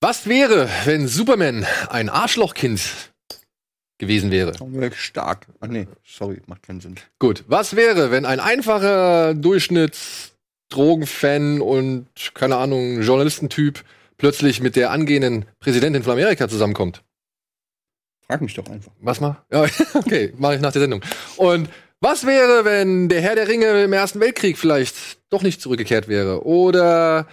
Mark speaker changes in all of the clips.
Speaker 1: Was wäre, wenn Superman ein Arschlochkind gewesen wäre?
Speaker 2: Stark. Ah, nee, sorry, macht keinen Sinn.
Speaker 1: Gut. Was wäre, wenn ein einfacher Durchschnitts-Drogenfan und, keine Ahnung, Journalistentyp plötzlich mit der angehenden Präsidentin von Amerika zusammenkommt?
Speaker 2: Frag mich doch einfach.
Speaker 1: Was mal? Ja, okay, mache ich nach der Sendung. Und was wäre, wenn der Herr der Ringe im Ersten Weltkrieg vielleicht doch nicht zurückgekehrt wäre? Oder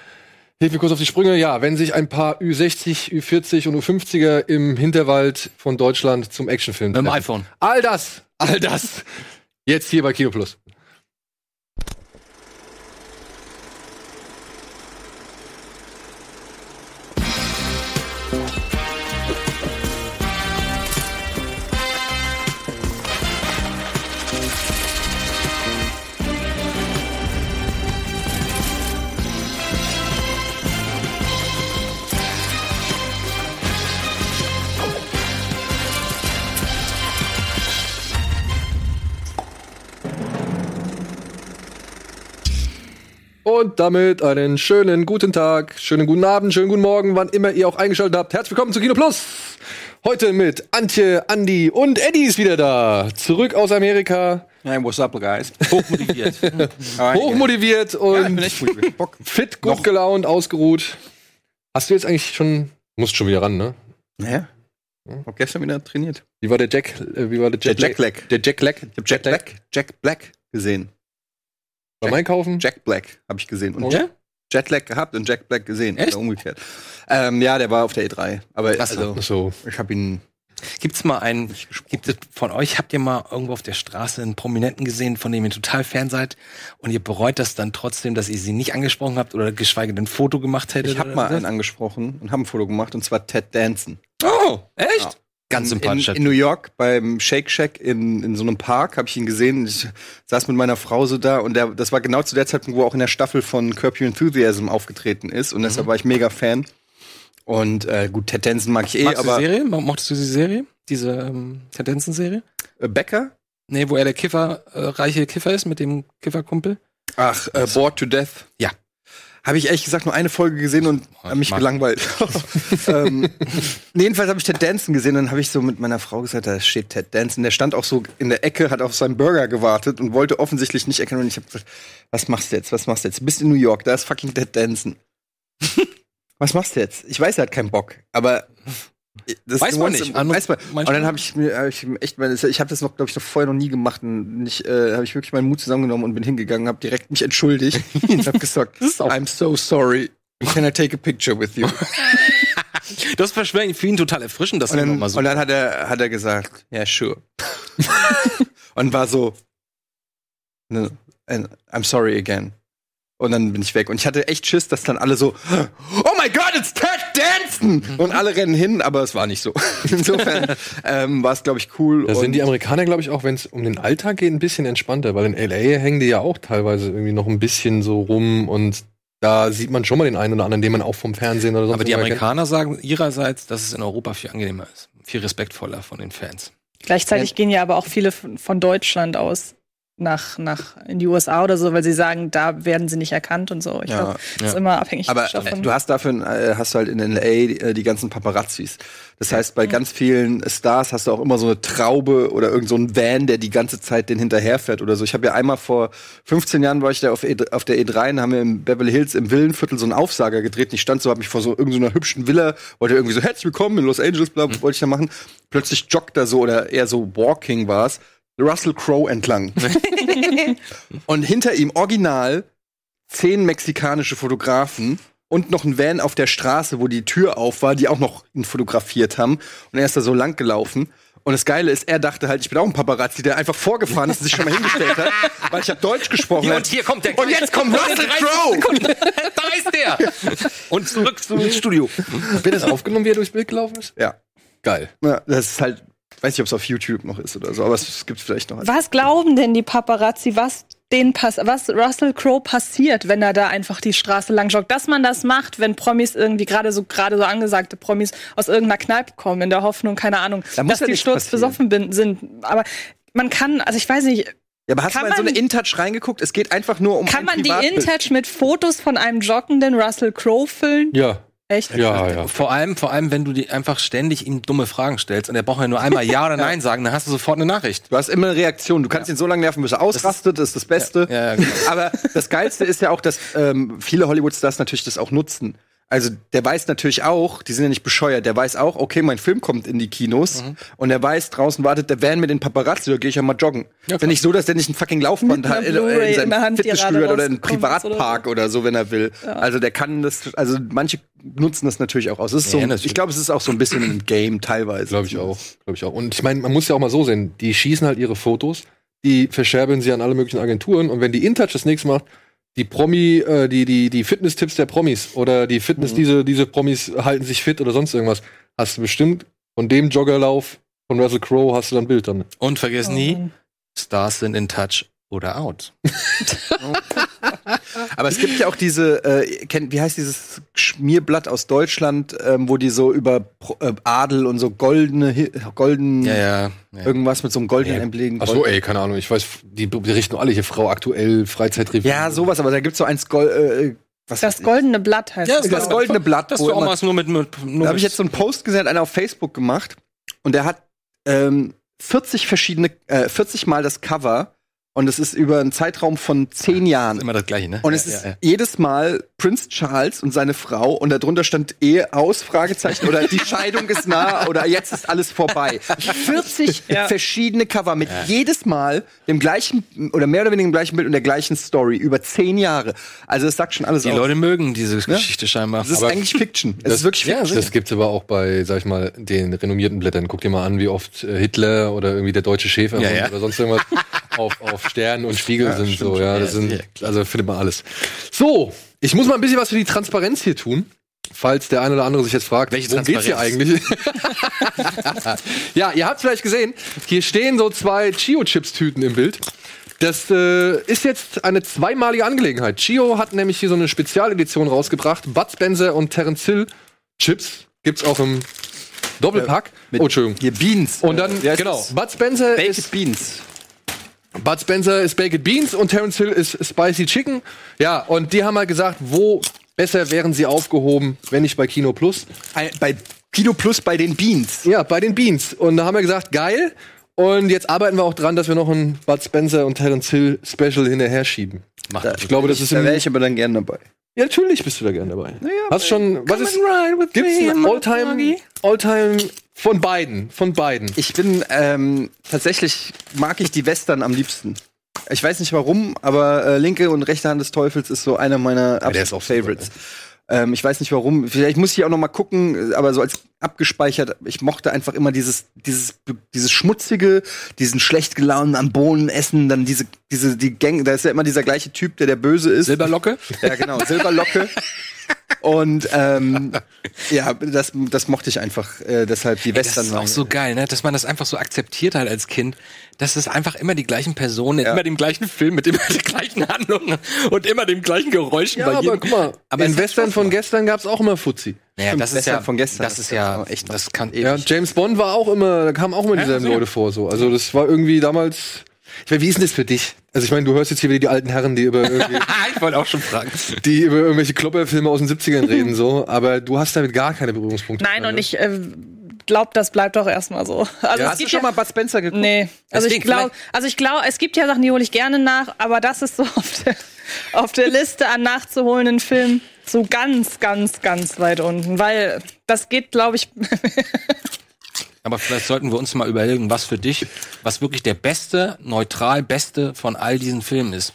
Speaker 1: hilf mir kurz auf die Sprünge, ja, wenn sich ein paar Ü60, Ü40 und Ü50er im Hinterwald von Deutschland zum Actionfilm
Speaker 3: Mit dem
Speaker 1: treffen.
Speaker 3: iPhone.
Speaker 1: All das, all das jetzt hier bei Kino Plus. Und damit einen schönen guten Tag, schönen guten Abend, schönen guten Morgen, wann immer ihr auch eingeschaltet habt. Herzlich willkommen zu Kino Plus. Heute mit Antje, Andi und Eddie ist wieder da. Zurück aus Amerika,
Speaker 2: Hey, what's up, guys?
Speaker 3: Hochmotiviert.
Speaker 1: hochmotiviert
Speaker 2: Ah, Ja, ich
Speaker 1: und
Speaker 2: bin echt gut. Bock.
Speaker 1: fit, gut
Speaker 2: Noch.
Speaker 1: gelaunt, ausgeruht. Hast du jetzt eigentlich schon, musst schon wieder ran, ne?
Speaker 2: Hä? Hab gestern wieder trainiert.
Speaker 1: Wie war der Jack, äh, wie war der
Speaker 2: Der
Speaker 1: Jet
Speaker 2: Jack Black.
Speaker 1: Der Jack Lag
Speaker 2: Ich hab Jack Black, Jack Black gesehen.
Speaker 1: beim Einkaufen?
Speaker 2: Jack Black habe ich gesehen. Und
Speaker 1: Oh.
Speaker 2: Jack- Jetlag gehabt und Jack Black gesehen.
Speaker 3: Echt?
Speaker 2: Oder umgekehrt. Ähm, ja, der war auf der E3. Aber
Speaker 3: Krass,
Speaker 2: also,
Speaker 1: Ach So.
Speaker 2: ich habe ihn.
Speaker 3: Gibt's mal einen, gibt es von euch, habt ihr mal irgendwo auf der Straße einen Prominenten gesehen, von dem ihr total Fan seid und ihr bereut das dann trotzdem, dass ihr sie nicht angesprochen habt oder geschweige denn ein Foto gemacht hättet?
Speaker 2: Ich habe
Speaker 3: oder
Speaker 2: mal
Speaker 3: so?
Speaker 2: einen angesprochen und habe ein Foto gemacht und zwar Ted Danson.
Speaker 3: Oh, echt?
Speaker 2: Ja.
Speaker 3: Ganz
Speaker 2: In-
Speaker 3: sympathisch.
Speaker 2: In, in New York beim Shake Shack in, in so einem Park habe ich ihn gesehen. Ich saß mit meiner Frau so da und der, das war genau zu der Zeitpunkt, wo er auch in der Staffel von Curb Your Enthusiasm aufgetreten ist und
Speaker 3: Mhm.
Speaker 2: deshalb war ich mega Fan. Und äh, gut, Ted Danson mag ich eh,
Speaker 3: Magst du
Speaker 2: aber
Speaker 3: die Serie? Mo- Mochtest du die Serie? Diese ähm, Tendenzen-Serie?
Speaker 2: äh, Becker?
Speaker 3: Nee, wo er der Kiffer, äh, reiche Kiffer ist mit dem Kifferkumpel?
Speaker 2: Ach, äh, Bored to Death.
Speaker 3: Ja.
Speaker 2: Habe ich ehrlich gesagt nur eine Folge gesehen und
Speaker 3: Ich
Speaker 2: mich
Speaker 3: mag-
Speaker 2: gelangweilt. ähm, jedenfalls habe ich Ted Danson gesehen und dann habe ich so mit meiner Frau gesagt, da steht Ted Danson. Der stand auch so in der Ecke, hat auf seinen Burger gewartet und wollte offensichtlich nicht erkennen. Und ich habe gesagt, was machst du jetzt? Was machst du jetzt? Du bist in New York, da ist fucking Ted Danson. was machst du jetzt? Ich weiß, er hat keinen Bock, aber das
Speaker 3: Weiß man
Speaker 2: once-
Speaker 3: nicht.
Speaker 2: Weiß man.
Speaker 3: Manchmal-
Speaker 2: Und dann habe ich mir hab ich mir echt, meine- ich habe das noch, glaube ich, noch vorher noch nie gemacht. Und nicht, äh, habe ich wirklich meinen Mut zusammengenommen und bin hingegangen, habe direkt mich entschuldigt und habe gesagt, I'm so sorry. Can I take a picture with you?
Speaker 3: Das ist für ihn total erfrischend, dass
Speaker 2: Und
Speaker 3: er
Speaker 2: dann,
Speaker 3: nochmal so.
Speaker 2: und dann hat er, hat er gesagt, yeah, sure. und war so, ne, and I'm sorry again. Und dann bin ich weg. Und ich hatte echt Schiss, dass dann alle so, oh my God, it's Ted Danson! Und alle rennen hin, aber es war nicht so. Insofern ähm, war es, glaube ich, cool.
Speaker 1: Da
Speaker 2: und
Speaker 1: sind die Amerikaner, glaube ich, auch wenn es um den Alltag geht, ein bisschen entspannter, weil in LA hängen die ja auch teilweise irgendwie noch ein bisschen so rum und da sieht man schon mal den einen oder anderen, den man auch vom Fernsehen oder sonst
Speaker 3: Aber die
Speaker 1: wo kennt.
Speaker 3: Amerikaner sagen ihrerseits, dass es in Europa viel angenehmer ist. Viel respektvoller von den Fans.
Speaker 4: Gleichzeitig gehen ja aber auch viele von von Deutschland aus nach, nach in die USA oder so, weil sie sagen, da werden sie nicht erkannt und so. Ich
Speaker 2: Ja,
Speaker 4: glaube, das ist
Speaker 3: ja.
Speaker 4: immer abhängig
Speaker 2: Aber äh,
Speaker 4: davon.
Speaker 2: du hast dafür äh, hast du halt in LA äh, die ganzen Paparazzis. Das heißt, bei ganz vielen Stars hast du auch immer so eine Traube oder irgend so einen Van, der die ganze Zeit den hinterherfährt oder so. Ich habe ja einmal vor 15 Jahren war ich da auf, e auf der E3 und haben wir in Beverly Hills im Villenviertel so einen Aufsager gedreht. Und ich stand so, habe mich vor so irgendeiner hübschen Villa, wollte irgendwie so herzlich willkommen in Los Angeles, bla, wollte ich da machen. Plötzlich joggt da so oder eher so walking war's. Russell Crowe entlang. und hinter ihm original zehn mexikanische Fotografen und noch ein Van auf der Straße, wo die Tür auf war, die auch noch ihn fotografiert haben. Und er ist da so lang gelaufen. Und das Geile ist, er dachte halt, ich bin auch ein Paparazzi, der einfach vorgefahren ist und sich schon mal hingestellt hat, weil ich hab Deutsch gesprochen.
Speaker 3: Hier und hier kommt der
Speaker 2: Und jetzt kommt Russell Crowe.
Speaker 3: da ist der! Und zurück zum Studio.
Speaker 1: Wird das aufgenommen, wie er durchs Bild gelaufen ist?
Speaker 2: Ja.
Speaker 1: Geil.
Speaker 2: ja, das ist halt, weiß nicht, ob es auf YouTube noch ist oder so, aber es gibt vielleicht noch.
Speaker 4: was glauben denn die Paparazzi, was den pass was Russell Crowe passiert, wenn er da einfach die Straße lang joggt, dass man das macht, wenn Promis irgendwie gerade so gerade so angesagte Promis aus irgendeiner Kneipe kommen in der Hoffnung, keine Ahnung,
Speaker 2: Da muss
Speaker 4: dass
Speaker 2: ja
Speaker 4: die
Speaker 2: nichts
Speaker 4: sturzbesoffen bin- sind, aber man kann, also ich weiß nicht,
Speaker 2: Ja, aber hast du mal
Speaker 4: Kann
Speaker 2: in so eine
Speaker 4: man-
Speaker 2: InTouch reingeguckt? Es geht einfach nur um
Speaker 4: kann
Speaker 2: ein
Speaker 4: man die
Speaker 2: Privatbild.
Speaker 4: InTouch mit Fotos von einem joggenden Russell Crowe füllen?
Speaker 1: Ja.
Speaker 4: Echt?
Speaker 1: Ja, ja.
Speaker 5: Vor allem, vor allem, wenn du die einfach ständig ihm dumme Fragen stellst und er braucht ja nur einmal Ja oder Nein sagen, dann hast du sofort eine Nachricht.
Speaker 2: Du hast immer eine Reaktion. Du kannst ihn so lange nerven, bis er ausrastet. Das ist das Beste.
Speaker 5: Ja, ja, genau.
Speaker 2: Aber das Geilste ist ja auch, dass ähm, viele Hollywood-Stars natürlich das auch nutzen. Also der weiß natürlich auch, die sind ja nicht bescheuert, der weiß auch, okay, mein Film kommt in die Kinos und der weiß, draußen wartet der Van mit den Paparazzi, da gehe ich ja mal joggen. Ja, ist ja nicht so, dass der nicht ein fucking Laufband
Speaker 4: Mit einer
Speaker 2: hat in,
Speaker 4: Blu-ray
Speaker 2: in
Speaker 4: in der
Speaker 2: seinem
Speaker 4: Hand, die
Speaker 2: Fitnessstudio
Speaker 4: gerade
Speaker 2: hat oder in einem
Speaker 4: rausgekommen ist oder so.
Speaker 2: Privatpark oder so, wenn er will. Also der kann das, also manche nutzen das natürlich auch aus. Es ist so,
Speaker 5: Ja, natürlich.
Speaker 2: ich glaube, es ist auch so ein bisschen ein Game teilweise.
Speaker 1: Glaube ich auch, glaube ich auch. Und ich meine, man muss ja auch mal so sehen, die schießen halt ihre Fotos, die verscherben sie an alle möglichen Agenturen und wenn die InTouch das nächste macht, die Promi, äh, die, die, die Fitness-Tipps der Promis oder die Fitness, diese, diese Promis halten sich fit oder sonst irgendwas, hast du bestimmt von dem Joggerlauf von Russell Crowe hast du dann ein Bild dann.
Speaker 5: Und vergiss nie,
Speaker 4: Oh.
Speaker 5: Stars sind in touch oder out.
Speaker 2: Aber es gibt ja auch diese, äh, kennt, wie heißt dieses Schmierblatt aus Deutschland, ähm, wo die so über Pro- äh, Adel und so goldene, Hi- golden,
Speaker 5: ja. ja.
Speaker 2: irgendwas mit so einem goldenen Emblem.
Speaker 1: Ach so, ey, keine Ahnung, ich weiß, die berichten alle hier Frau aktuell,
Speaker 5: äh.
Speaker 1: Freizeitrevue.
Speaker 2: ja, sowas, aber da gibt's so eins Gold, äh, was
Speaker 4: Das goldene Blatt heißt
Speaker 2: das
Speaker 4: glaub ich.
Speaker 2: goldene Blatt,
Speaker 5: Das
Speaker 2: wo
Speaker 5: du auch
Speaker 2: immer-
Speaker 5: mal nur mit, mit nur
Speaker 2: Da habe
Speaker 5: mit-
Speaker 2: ich jetzt so einen Post gesehen, hat einer auf Facebook gemacht und der hat ähm, 40 verschiedene, äh, 40 Mal das Cover und es ist über einen Zeitraum von 10 Jahren.
Speaker 5: immer das gleiche, ne?
Speaker 2: Und es
Speaker 5: Ja,
Speaker 2: ist
Speaker 5: ja, ja.
Speaker 2: jedes Mal Prinz Charles und seine Frau und darunter stand Ehe aus, Fragezeichen oder die Scheidung ist nah oder jetzt ist alles vorbei. 40
Speaker 4: Ja.
Speaker 2: verschiedene Cover mit jedes Mal dem gleichen oder mehr oder weniger dem gleichen Bild und der gleichen Story über zehn Jahre. Also das sagt schon alles
Speaker 5: die
Speaker 2: aus.
Speaker 5: Leute mögen diese Geschichte scheinbar.
Speaker 2: das ist
Speaker 5: Aber
Speaker 2: eigentlich Fiction. Es ist wirklich Fiction.
Speaker 1: Das gibt's aber auch bei, sag ich mal, den renommierten Blättern. Guck dir mal an, wie oft äh, Hitler oder irgendwie der deutsche Schäfer
Speaker 5: Ja, ja.
Speaker 1: oder sonst irgendwas auf, auf Sternen und Spiegel sind so. Ja, das
Speaker 5: Ja,
Speaker 1: sind,
Speaker 5: ja,
Speaker 1: also findet man alles. So, ich muss mal ein bisschen was für die Transparenz hier tun. Falls der eine oder andere sich jetzt fragt,
Speaker 5: Welche
Speaker 1: worum geht's hier
Speaker 5: Transparenz?
Speaker 1: eigentlich? ja, ihr habt vielleicht gesehen, hier stehen so zwei Chio-Chips-Tüten im Bild. Das äh, ist jetzt eine zweimalige Angelegenheit. Chio hat nämlich hier so eine Spezialedition rausgebracht. Bud Spencer und Terence Hill Chips gibt's auch im Doppelpack. oh, Entschuldigung.
Speaker 2: Hier Beans.
Speaker 1: Und dann,
Speaker 2: Ja, es
Speaker 1: genau,
Speaker 2: ist
Speaker 1: Bud Spencer
Speaker 2: Baked Beans.
Speaker 1: Bud Spencer ist Baked Beans und Terence Hill ist Spicy Chicken. Ja, und die haben halt gesagt, wo besser wären sie aufgehoben, wenn nicht bei Kino Plus.
Speaker 2: Ein, bei Kino Plus bei den Beans.
Speaker 1: Ja, bei den Beans. Und da haben wir gesagt, geil. Und jetzt arbeiten wir auch dran, dass wir noch ein Bud Spencer und Terence Hill Special hinterher schieben.
Speaker 5: Macht
Speaker 1: Ich glaube, das ist im.
Speaker 2: Da wäre ich aber dann gerne dabei.
Speaker 1: Ja, natürlich bist du da gerne dabei. Hast schon. Was ist.
Speaker 5: ride with
Speaker 1: Gibt's ein
Speaker 5: me and my
Speaker 1: Alltime?
Speaker 5: doggy.
Speaker 1: Alltime von beiden. Von beiden.
Speaker 2: Ich bin ähm, tatsächlich mag ich die Western am liebsten. Ich weiß nicht warum, aber äh, linke und rechte Hand des Teufels ist so einer meiner
Speaker 1: der
Speaker 2: absoluten
Speaker 1: ist auch super, ne?
Speaker 2: Favorites. ähm, ich weiß nicht warum. Vielleicht muss ich auch noch mal gucken, aber so als abgespeichert. Ich mochte einfach immer dieses dieses dieses schmutzige, diesen schlecht gelaunten am Bohnen essen, dann diese diese die Gang. Da ist ja immer dieser gleiche Typ, der der Böse ist.
Speaker 1: Silberlocke?
Speaker 2: Ja, genau, Silberlocke. Und ähm, ja, das, das mochte ich einfach. Äh, deshalb die
Speaker 5: Das
Speaker 2: Western
Speaker 5: ist auch so geil, ne? dass man das einfach so akzeptiert hat als Kind, dass es einfach immer die gleichen Personen, in immer dem gleichen Film, mit immer den gleichen Handlungen und immer dem gleichen Geräuschen
Speaker 1: Ja, aber
Speaker 5: jedem.
Speaker 1: guck mal.
Speaker 5: Aber
Speaker 1: in
Speaker 5: es hat
Speaker 1: Western
Speaker 5: Spaß
Speaker 1: von gestern gab's auch immer Fuzzi.
Speaker 5: Naja, das ist
Speaker 2: Western
Speaker 5: ja
Speaker 2: von gestern.
Speaker 5: Das ist ja
Speaker 2: Das ist
Speaker 5: echt.
Speaker 2: echt
Speaker 5: Das kann
Speaker 1: Ja, James Bond war auch immer, da kamen auch immer dieselben
Speaker 5: sicher.
Speaker 1: Leute vor, so. Also, das war irgendwie damals, ich meine, wie ist denn das für dich? Also, ich meine, du hörst jetzt hier wieder die alten Herren, die über, irgendwie,
Speaker 5: ich wollte auch schon fragen.
Speaker 1: die über irgendwelche Klopperfilme aus den 70ern reden, so. Aber du hast damit gar keine Berührungspunkte.
Speaker 4: Nein, und ich äh, glaube, das bleibt doch erstmal so. Also, es
Speaker 2: Also- Hast du
Speaker 4: gibt
Speaker 2: schon
Speaker 4: ja-
Speaker 2: mal Bud Spencer geguckt?
Speaker 4: Nee, also ich
Speaker 5: Deswegen,
Speaker 4: glaube, also ich glaube, es gibt ja Sachen, die hole ich gerne nach, aber das ist so auf der, auf der Liste an nachzuholenden Filmen so ganz, ganz, ganz weit unten, weil das geht, glaube ich,
Speaker 5: Aber vielleicht sollten wir uns mal überlegen, was für dich, was wirklich der beste, neutral beste von all diesen Filmen ist.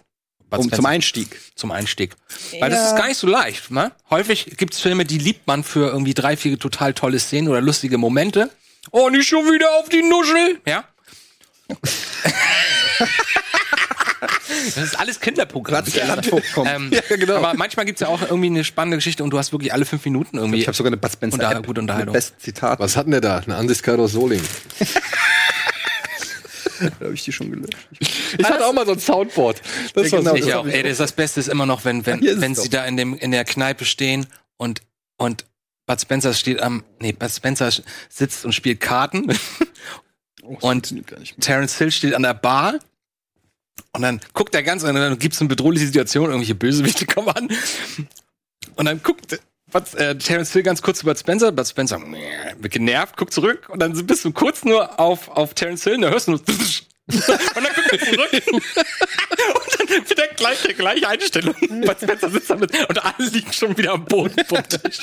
Speaker 5: Bud
Speaker 2: Um,
Speaker 5: Spencer.
Speaker 2: zum Einstieg.
Speaker 5: Zum Einstieg. Weil das
Speaker 4: Ja.
Speaker 5: ist gar nicht so leicht. Ne? Häufig gibt's Filme, die liebt man für irgendwie drei, vier total tolle Szenen oder lustige Momente. Oh, nicht schon wieder auf die Nuschel. Ja. das ist alles Kinderprogramm.
Speaker 2: Platz der genau. Landvogt kommt.
Speaker 5: Ähm, Aber manchmal gibt's ja auch irgendwie eine spannende Geschichte und du hast wirklich alle fünf Minuten irgendwie.
Speaker 2: Ich habe sogar eine Bud Spencer
Speaker 5: Unter-
Speaker 2: App
Speaker 5: gute Unterhaltung.
Speaker 2: mit besten Zitaten.
Speaker 1: Was hatten der da? Eine Ansichtskarte aus Soling.
Speaker 2: habe ich die schon gelöscht?
Speaker 1: Ich hatte auch mal so ein Soundboard. Das
Speaker 2: Ja, genau.
Speaker 1: so.
Speaker 5: ich auch. Ey, das, ist das Beste ist immer noch, wenn, wenn,
Speaker 2: Hier ist es
Speaker 5: wenn sie
Speaker 2: doch.
Speaker 5: da in, dem, in der Kneipe stehen und, und Bud Spencer steht am, nee, Bud Spencer sitzt und spielt Karten und
Speaker 2: funktioniert gar nicht mehr.
Speaker 5: Terence Hill steht an der Bar und dann guckt er ganz, und dann gibt's eine bedrohliche Situation, irgendwelche Bösewichte kommen an und dann guckt was, äh, Terence Hill ganz kurz über Spencer, aber Spencer meh, wird genervt, guckt zurück und dann bist du kurz nur auf, auf Terence Hill und dann hörst du nur und dann guckt er zurück. und dann wieder gleich, die gleiche Einstellung. Bei Spencer sitzt er mit und alle liegen schon wieder am Boden vom Tisch.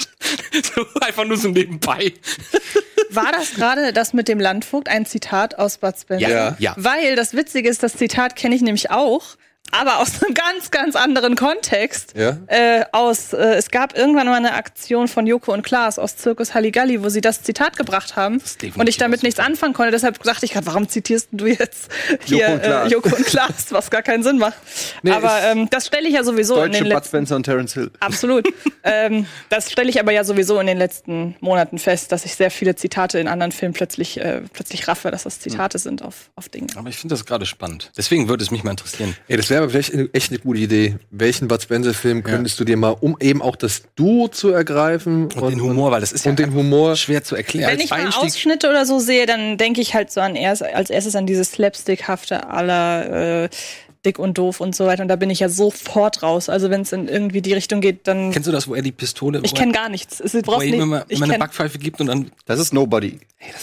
Speaker 5: So, einfach nur so nebenbei.
Speaker 4: War das gerade das mit dem Landvogt ein Zitat aus Bud Spencer?
Speaker 5: Ja, ja.
Speaker 4: Weil das Witzige ist, das Zitat kenne ich nämlich auch, aber aus einem ganz, ganz anderen Kontext.
Speaker 1: Ja.
Speaker 4: Äh, aus, äh, es gab irgendwann mal eine Aktion von Joko und Klaas aus Zirkus Halligalli, wo sie das Zitat gebracht haben
Speaker 5: definitiv
Speaker 4: und ich damit nichts anfangen konnte. Deshalb dachte ich gerade, warum zitierst du jetzt hier
Speaker 2: Joko und Klaas.
Speaker 4: Äh, Joko und Klaas, was gar keinen Sinn macht. aber
Speaker 1: ist-
Speaker 4: ähm, das stelle ich ja sowieso
Speaker 2: Deutsche
Speaker 4: in den
Speaker 2: Bud
Speaker 4: letzten
Speaker 2: Spencer und Terence Hill.
Speaker 4: Absolut. ähm, das stelle ich aber ja sowieso in den letzten Monaten fest, dass ich sehr viele Zitate in anderen Filmen plötzlich, äh, plötzlich raffe, dass das
Speaker 5: Hm.
Speaker 4: Zitate sind auf, auf Dinge.
Speaker 5: Aber ich finde das gerade spannend. Deswegen würde es mich mal interessieren.
Speaker 1: Ey, das wäre aber vielleicht eine- echt eine gute Idee. Welchen Bud Spencer-Film könntest du dir mal, um eben auch das Duo zu ergreifen
Speaker 5: Und, den Humor, weil das ist ja
Speaker 1: und den Humor.
Speaker 5: schwer zu erklären.
Speaker 4: Wenn ich mal Ausschnitte oder so sehe, dann denke ich halt so an erst, als erstes an dieses slapstickhafte aller äh, dick und doof und so weiter. Und da bin ich ja sofort raus. Also wenn es in irgendwie die Richtung geht, dann
Speaker 5: Kennst du das, wo er die Pistole,
Speaker 4: ich
Speaker 5: wo er-
Speaker 4: kenne gar nichts. Es
Speaker 5: wo
Speaker 4: braucht
Speaker 5: er ihm
Speaker 4: nicht,
Speaker 5: immer,
Speaker 4: ich
Speaker 5: immer eine
Speaker 4: kenn,
Speaker 5: Backpfeife gibt und dann
Speaker 2: Das ist Nobody.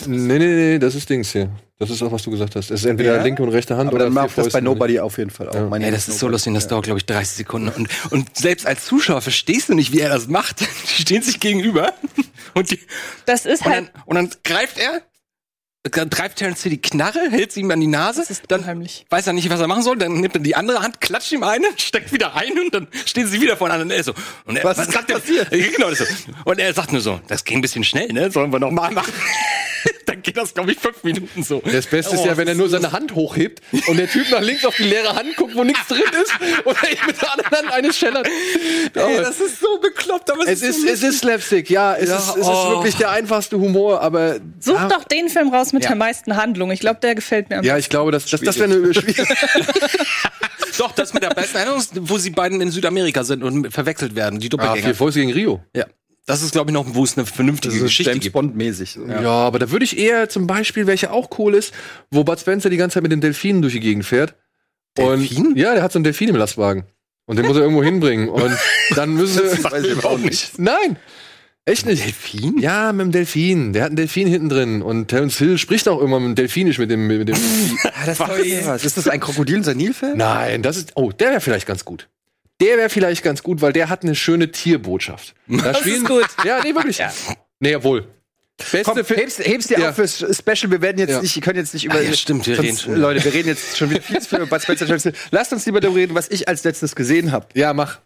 Speaker 1: Nee, nee, nee, das ist Dings hier. Das ist auch, was du gesagt hast. Es ist entweder
Speaker 2: Ja?
Speaker 1: linke und rechte Hand
Speaker 2: Aber
Speaker 1: oder
Speaker 2: dann
Speaker 1: vier
Speaker 2: macht das bei
Speaker 1: Fäusten.
Speaker 2: Nobody auf jeden Fall auch. Meine
Speaker 5: Ey, das ist so lustig, das dauert, glaube ich, 30 Sekunden. Und, und selbst als Zuschauer verstehst du nicht, wie er das macht. Die stehen sich gegenüber und, die,
Speaker 4: das ist
Speaker 5: und, dann,
Speaker 4: halt.
Speaker 5: und dann greift er, dann greift Terence Hill die Knarre, hält sie ihm an die Nase.
Speaker 4: Das ist
Speaker 5: dann
Speaker 4: unheimlich.
Speaker 5: weiß er nicht, was er machen soll. Dann nimmt er die andere Hand, klatscht ihm eine, steckt wieder ein und dann stehen sie wieder voneinander. Und er ist so, und er,
Speaker 2: Was ist
Speaker 5: er?
Speaker 2: passiert?
Speaker 5: Genau, das ist so. Und er sagt nur so, das ging ein bisschen schnell, ne? Sollen wir nochmal machen? dann geht das, glaube ich, fünf Minuten so.
Speaker 1: Das Beste ist ja, wenn er nur seine Hand hochhebt und der Typ nach links auf die leere Hand guckt, wo nichts drin ist und er ihm mit der anderen Hand eine schellert. Oh,
Speaker 5: Ey, das ist so bekloppt, aber
Speaker 1: Es ist, es ist Slapstick, ja. Es,
Speaker 5: Ja,
Speaker 1: ist, es ist
Speaker 5: oh.
Speaker 1: wirklich der einfachste Humor, aber.
Speaker 4: Such
Speaker 1: ja,
Speaker 4: doch den Film raus mit
Speaker 5: Ja.
Speaker 4: der meisten Handlung. Ich glaube, der gefällt mir am
Speaker 1: Ja, ich glaube, das, das, das wäre eine schwierige.
Speaker 5: Doch, das mit der besten Erinnerung, wo sie beiden in Südamerika sind und verwechselt werden, die
Speaker 1: Ah,
Speaker 5: Doppelgänger.
Speaker 1: vier Fäuste gegen Rio.
Speaker 5: ja. Das ist, glaube ich, noch, wo es eine vernünftige Geschichte
Speaker 2: James
Speaker 5: gibt.
Speaker 2: Bond-mäßig. so.
Speaker 1: Ja. aber da würde ich eher zum Beispiel, welcher auch cool ist, wo Bud Spencer die ganze Zeit mit den Delfinen durch die Gegend fährt.
Speaker 5: Delfin?
Speaker 1: Und, ja, der hat so einen Delfin im Lastwagen. Und den muss er irgendwo hinbringen. Und dann müssen sie.
Speaker 2: Weiß ich aber auch nicht.
Speaker 1: Nein! Echt nicht.
Speaker 5: Delfin?
Speaker 1: Ja, mit dem Delfin. Der hat einen Delfin hinten drin. Und Terence Hill spricht auch immer mit Delfinisch mit dem. Mit dem
Speaker 2: Ah, das ist, ist das ein Krokodil- und Sanilfilm?
Speaker 1: Nein, das ist. Oh, der wäre vielleicht ganz gut. Der wäre vielleicht ganz gut, weil der hat eine schöne Tierbotschaft. Da
Speaker 4: Das ist gut.
Speaker 1: Ja, nee, wirklich. Nee, jawohl. Beste
Speaker 2: Komm,
Speaker 1: Film.
Speaker 2: hebst, hebst dir
Speaker 1: Ja.
Speaker 2: auf fürs Special. Wir werden jetzt
Speaker 1: Ja.
Speaker 2: nicht, wir können jetzt nicht über.
Speaker 5: Ah, ja, stimmt, wir
Speaker 2: sonst,
Speaker 5: reden schon.
Speaker 2: Leute, wir reden jetzt schon wieder viel zu viel über Bud Spencer. Terence Hill. Lasst uns lieber darüber reden, was ich als letztes gesehen habe.
Speaker 1: Ja, mach.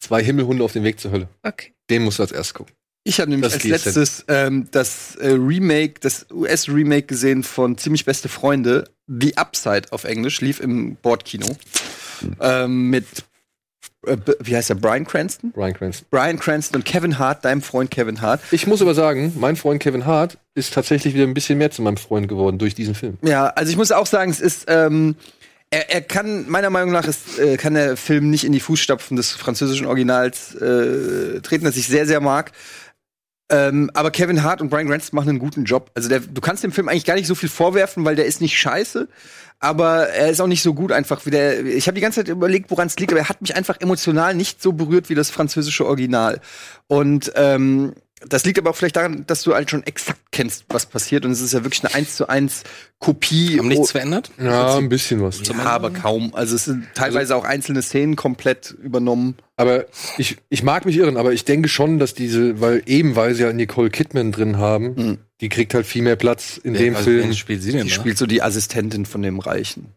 Speaker 1: Zwei Himmelhunde auf dem Weg zur Hölle.
Speaker 4: Okay.
Speaker 1: Den musst du als erst gucken.
Speaker 2: Ich habe nämlich
Speaker 1: Das
Speaker 2: als
Speaker 1: geht's
Speaker 2: letztes ähm, das äh, Remake, das US-Remake gesehen von Ziemlich Beste Freunde, The Upside auf Englisch, lief im Bordkino. Ähm, mit, äh, B- wie heißt er, Brian Cranston?
Speaker 1: Brian Cranston.
Speaker 2: Brian Cranston und Kevin Hart, deinem Freund Kevin Hart.
Speaker 1: Ich muss aber sagen, mein Freund Kevin Hart ist tatsächlich wieder ein bisschen mehr zu meinem Freund geworden durch diesen Film.
Speaker 2: Ja, also ich muss auch sagen, es ist, ähm, er, er kann, meiner Meinung nach, ist, äh, kann der Film nicht in die Fußstapfen des französischen Originals äh, treten, das ich sehr, sehr mag. Ähm, aber Kevin Hart und Brian Grant machen einen guten Job. Also der, du kannst dem Film eigentlich gar nicht so viel vorwerfen, weil der ist nicht scheiße, aber er ist auch nicht so gut einfach wie der. Ich habe die ganze Zeit überlegt, woran es liegt, aber er hat mich einfach emotional nicht so berührt wie das französische Original. Und ähm, das liegt aber auch vielleicht daran, dass du halt schon exakt kennst, was passiert. Und es ist ja wirklich eine 1 zu 1 Kopie.
Speaker 5: Haben nichts verändert?
Speaker 1: Ja, ein bisschen was.
Speaker 2: ja, aber kaum. Also es sind teilweise auch einzelne Szenen komplett übernommen.
Speaker 1: Aber ich, ich mag mich irren, aber ich denke schon, dass diese, weil eben weil sie ja Nicole Kidman drin haben, die kriegt halt viel mehr Platz in dem
Speaker 5: also,
Speaker 1: Film.
Speaker 5: spielt sie denn?
Speaker 2: Die
Speaker 5: da?
Speaker 2: spielt so die Assistentin von dem Reichen.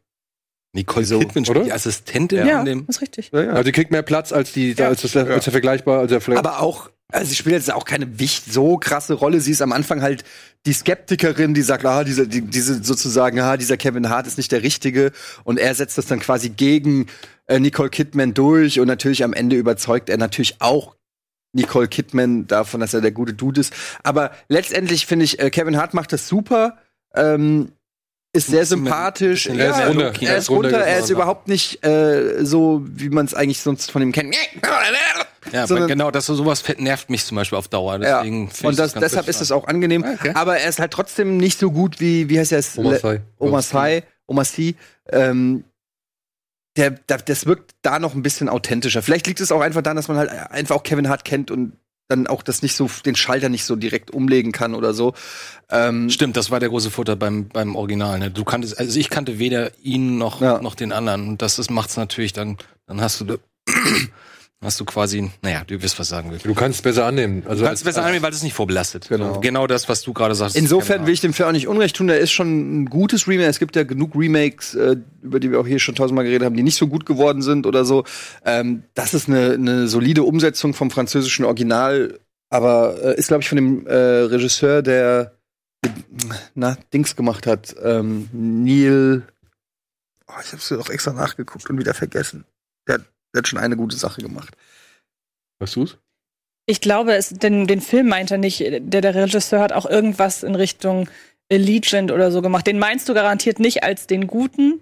Speaker 5: Nicole Kidman
Speaker 1: oder?
Speaker 5: spielt die Assistentin
Speaker 4: Ja,
Speaker 5: von dem.
Speaker 4: ist richtig.
Speaker 1: Also die kriegt mehr Platz als die,
Speaker 4: Ja.
Speaker 1: als, das, als der vergleichbar, als der vielleicht.
Speaker 2: Aber auch, also sie spielt jetzt auch keine wicht so krasse Rolle. Sie ist am Anfang halt die Skeptikerin, die sagt, ah, dieser, die, diese sozusagen, ah, dieser Kevin Hart ist nicht der Richtige. Und er setzt das dann quasi gegen äh, Nicole Kidman durch. Und natürlich am Ende überzeugt er natürlich auch Nicole Kidman davon, dass er der gute Dude ist. Aber letztendlich finde ich, äh, Kevin Hart macht das super. Ähm, ist sehr
Speaker 5: bisschen-
Speaker 2: sympathisch.
Speaker 5: bisschen
Speaker 1: Er ist runter.
Speaker 2: er ist runter, er ist
Speaker 1: runtergefahren.
Speaker 2: überhaupt nicht äh, so, wie man es eigentlich sonst von ihm kennt.
Speaker 5: Ja, aber
Speaker 2: sondern-
Speaker 5: genau, dass so sowas nervt mich zum Beispiel auf Dauer.
Speaker 2: Ja.
Speaker 5: Deswegen find ich
Speaker 2: Und das,
Speaker 5: ganz
Speaker 2: deshalb ist
Speaker 5: interessant.
Speaker 2: das auch angenehm.
Speaker 5: Okay.
Speaker 2: Aber er ist halt trotzdem nicht so gut wie, wie heißt er? es?
Speaker 1: Omar Sy.
Speaker 2: Le- Omar Sy, Omar Sy. Ähm, der, der, das wirkt da noch ein bisschen authentischer. Vielleicht liegt es auch einfach daran, dass man halt einfach auch Kevin Hart kennt und dann auch das nicht so, den Schalter nicht so direkt umlegen kann oder so. Ähm,
Speaker 5: Stimmt, das war der große Futter beim, beim Original. Ne? Du kanntest, also ich kannte weder ihn noch,
Speaker 2: Ja.
Speaker 5: noch den anderen. Und das ist- macht's natürlich dann, dann hast du, hast du quasi, naja, du wirst was sagen willst.
Speaker 1: Du kannst es besser annehmen. Also
Speaker 5: Du kannst es besser annehmen, weil es nicht vorbelastet.
Speaker 2: Genau.
Speaker 5: Genau das, was du gerade sagst. genau
Speaker 2: Insofern will ich dem Film auch nicht Unrecht tun. Der ist schon ein gutes Remake. Es gibt ja genug Remakes, äh, über die wir auch hier schon tausendmal geredet haben, die nicht so gut geworden sind oder so. Ähm, das ist eine, eine solide Umsetzung vom französischen Original, aber äh, ist, glaube ich, von dem äh, Regisseur, der na, Dings gemacht hat. Ähm, Neil. Oh, ich hab's doch extra nachgeguckt und wieder vergessen. Der, hat- der hat schon eine gute Sache gemacht.
Speaker 1: Weißt du's?
Speaker 4: Ich glaube, es, den, den Film meint er nicht. Der, der Regisseur hat auch irgendwas in Richtung Allegiant oder so gemacht. Den meinst du garantiert nicht als den guten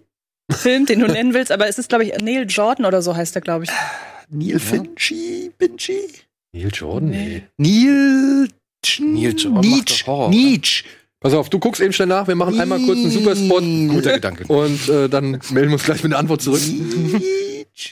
Speaker 4: Film, den du nennen willst, aber es ist, glaube ich, Neil Jordan oder so heißt er, glaube ich.
Speaker 2: Neil Finchi? Binchi?
Speaker 1: Neil Jordan? Nee.
Speaker 2: Neil.
Speaker 5: Neil Jordan macht
Speaker 2: Nietzsche.
Speaker 5: doch Horror, ne?
Speaker 2: Nietzsche.
Speaker 1: Pass auf, du guckst eben schnell nach, wir machen einmal kurz einen Superspot
Speaker 5: Guter Gedanke.
Speaker 1: und äh, dann melden wir uns gleich mit der Antwort zurück.
Speaker 2: Nietzsche.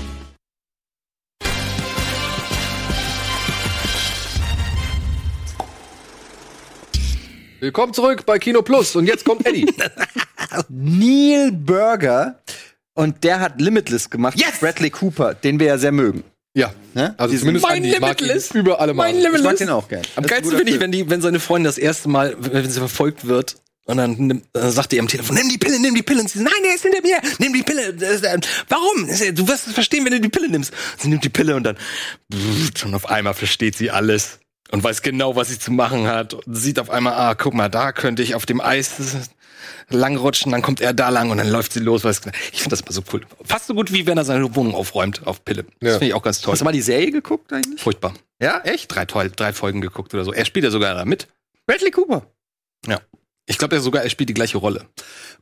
Speaker 1: Willkommen zurück bei Kino Plus und jetzt kommt Eddie.
Speaker 2: Neil Burger. Und der hat Limitless gemacht.
Speaker 5: Yes!
Speaker 2: Bradley Cooper, den wir ja sehr mögen.
Speaker 1: ja,
Speaker 2: Ne?
Speaker 1: also
Speaker 2: Diesen-
Speaker 1: zumindest
Speaker 5: Mein
Speaker 1: Andi mag
Speaker 5: Limitless.
Speaker 1: ihn über alle Maßen.
Speaker 2: Ich mag den auch gern.
Speaker 5: Am
Speaker 2: Das ist ein
Speaker 5: geilsten
Speaker 2: guter
Speaker 5: finde ich,
Speaker 2: Film.
Speaker 5: wenn, die, wenn seine Freundin das erste Mal, wenn sie verfolgt wird, und dann nimmt, äh, sagt ihr am Telefon, nimm die Pille, nimm die Pille. Und sie sagt, nein, der ist hinter mir, nimm die Pille. Das ist, äh, Warum? Das ist, Du wirst es verstehen, wenn du die Pille nimmst. Sie nimmt die Pille und dann, und auf einmal versteht sie alles und weiß genau, was sie zu machen hat. Und sieht auf einmal, ah, guck mal, da könnte ich auf dem Eis langrutschen, dann kommt er da lang und dann läuft sie los. Weiß, genau. ich finde das immer so cool. Fast so gut, wie wenn er seine Wohnung aufräumt auf Pille. Das
Speaker 1: Ja.
Speaker 5: finde ich auch ganz toll.
Speaker 2: Hast du mal die Serie geguckt eigentlich?
Speaker 5: Furchtbar.
Speaker 2: Ja?
Speaker 5: Echt? Drei, Teil- drei Folgen geguckt oder so. Er spielt ja sogar da mit.
Speaker 2: Bradley Cooper.
Speaker 5: Ich glaube ja sogar, er spielt die gleiche Rolle.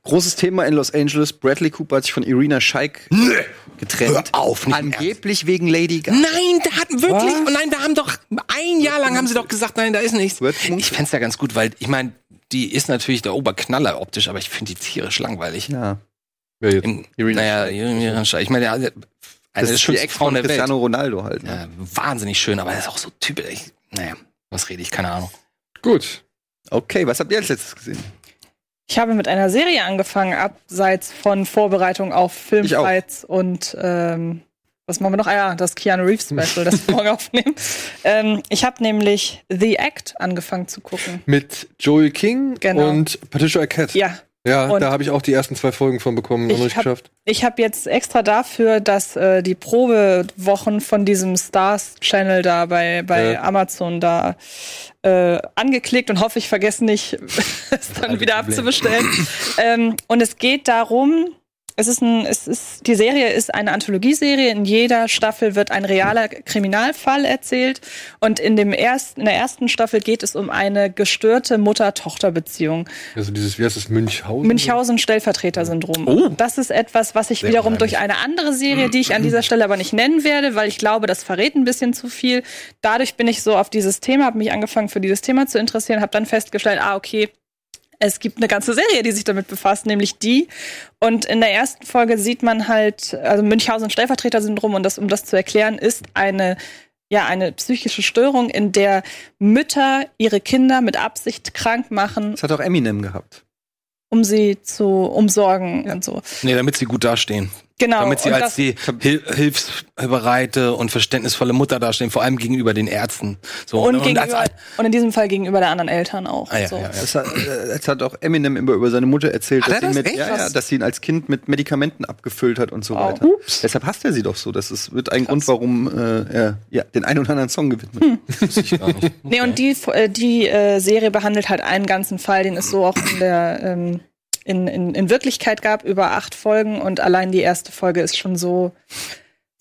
Speaker 2: Großes Thema in Los Angeles. Bradley Cooper hat sich von Irina Shayk
Speaker 5: Nö!
Speaker 2: getrennt.
Speaker 5: Hör auf, nicht im
Speaker 2: Angeblich wegen Lady Gaga.
Speaker 5: Nein, da hatten wirklich, und nein, da haben doch, ein Jahr lang haben sie doch gesagt, nein, da ist nichts.
Speaker 2: Wird
Speaker 5: Ich fänd's ja ganz gut, weil, ich meine, die ist natürlich der Oberknaller optisch, aber ich finde die tierisch langweilig.
Speaker 2: Ja.
Speaker 1: Wer jetzt?
Speaker 5: Im,
Speaker 2: Irina
Speaker 5: naja, Irina Shayk. ich meine, ja, eine
Speaker 2: Das
Speaker 5: der
Speaker 2: ist die
Speaker 5: schönsten
Speaker 2: Ex von
Speaker 5: Frauen der Welt.
Speaker 2: Cristiano Ronaldo halt. Ne?
Speaker 5: Ja, wahnsinnig schön, aber er ist auch so typisch. Naja, was rede ich, keine Ahnung.
Speaker 1: Gut.
Speaker 2: Okay, was habt ihr als letztes gesehen?
Speaker 4: Ich habe mit einer Serie angefangen, abseits von Vorbereitung auf Filmfights und ähm, was machen wir noch? Ah ja, das Keanu Reeves Special, das wir morgen aufnehmen. Ähm, ich habe nämlich The Act angefangen zu gucken.
Speaker 1: Mit Joel King
Speaker 4: Genau.
Speaker 1: und Patricia Arquette.
Speaker 4: Ja,
Speaker 1: Ja,
Speaker 4: Und-
Speaker 1: da habe ich auch die ersten zwei Folgen von bekommen und
Speaker 4: Ich
Speaker 1: nicht
Speaker 4: hab-
Speaker 1: geschafft.
Speaker 4: Ich habe jetzt extra dafür, dass äh, die Probewochen von diesem Stars Channel da bei, bei
Speaker 1: Ja.
Speaker 4: Amazon da äh, angeklickt und hoffe, ich vergesse nicht, es dann wieder abzubestellen. ähm, und es geht darum, es ist ein, es ist, die Serie ist eine Anthologieserie. In jeder Staffel wird ein realer Kriminalfall erzählt. Und in dem ersten, in der ersten Staffel geht es um eine gestörte Mutter-Tochter-Beziehung.
Speaker 1: Also dieses, wie heißt das, Münchhausen?
Speaker 4: Münchhausen-Stellvertreter-Syndrom.
Speaker 5: Oh.
Speaker 4: Das ist etwas, was ich wiederum durch eine andere Serie, die ich an dieser Stelle aber nicht nennen werde, weil ich glaube, das verrät ein bisschen zu viel. Dadurch bin ich so auf dieses Thema, habe mich angefangen für dieses Thema zu interessieren, habe dann festgestellt, ah, okay, es gibt eine ganze Serie, die sich damit befasst, nämlich die. Und in der ersten Folge sieht man halt, also Münchhausen-Stellvertreter-Syndrom, und das, um das zu erklären, ist eine ja, eine psychische Störung, in der Mütter ihre Kinder mit Absicht krank machen,
Speaker 2: Das hat auch Eminem gehabt.
Speaker 4: um sie zu umsorgen und so.
Speaker 5: Nee, damit sie gut dastehen.
Speaker 4: Genau.
Speaker 5: Damit sie
Speaker 4: und
Speaker 5: als
Speaker 4: das,
Speaker 5: die hil hilfsbereite und verständnisvolle Mutter dastehen, vor allem gegenüber den Ärzten. So,
Speaker 4: und,
Speaker 5: als,
Speaker 4: gegenüber,
Speaker 5: ah,
Speaker 4: und in diesem Fall gegenüber der anderen Eltern auch.
Speaker 5: ja,
Speaker 4: so.
Speaker 5: ja, ja.
Speaker 2: Das hat, äh, das hat auch Eminem immer über seine Mutter erzählt,
Speaker 5: Hat
Speaker 2: dass,
Speaker 5: er das?
Speaker 2: sie mit,
Speaker 5: Echt?
Speaker 2: ja, ja,
Speaker 5: Was?
Speaker 2: dass sie ihn als Kind mit Medikamenten abgefüllt hat und so
Speaker 4: Oh,
Speaker 2: weiter. Deshalb hasst er sie doch so. Das ist, wird ein Grund, warum äh, er ja, den einen oder anderen Song gewidmet.
Speaker 5: Hm.
Speaker 4: Nee, und die, äh, die äh, Serie behandelt halt einen ganzen Fall, den es so auch in der ähm, in, in, in Wirklichkeit gab, über acht Folgen. Und allein die erste Folge ist schon so,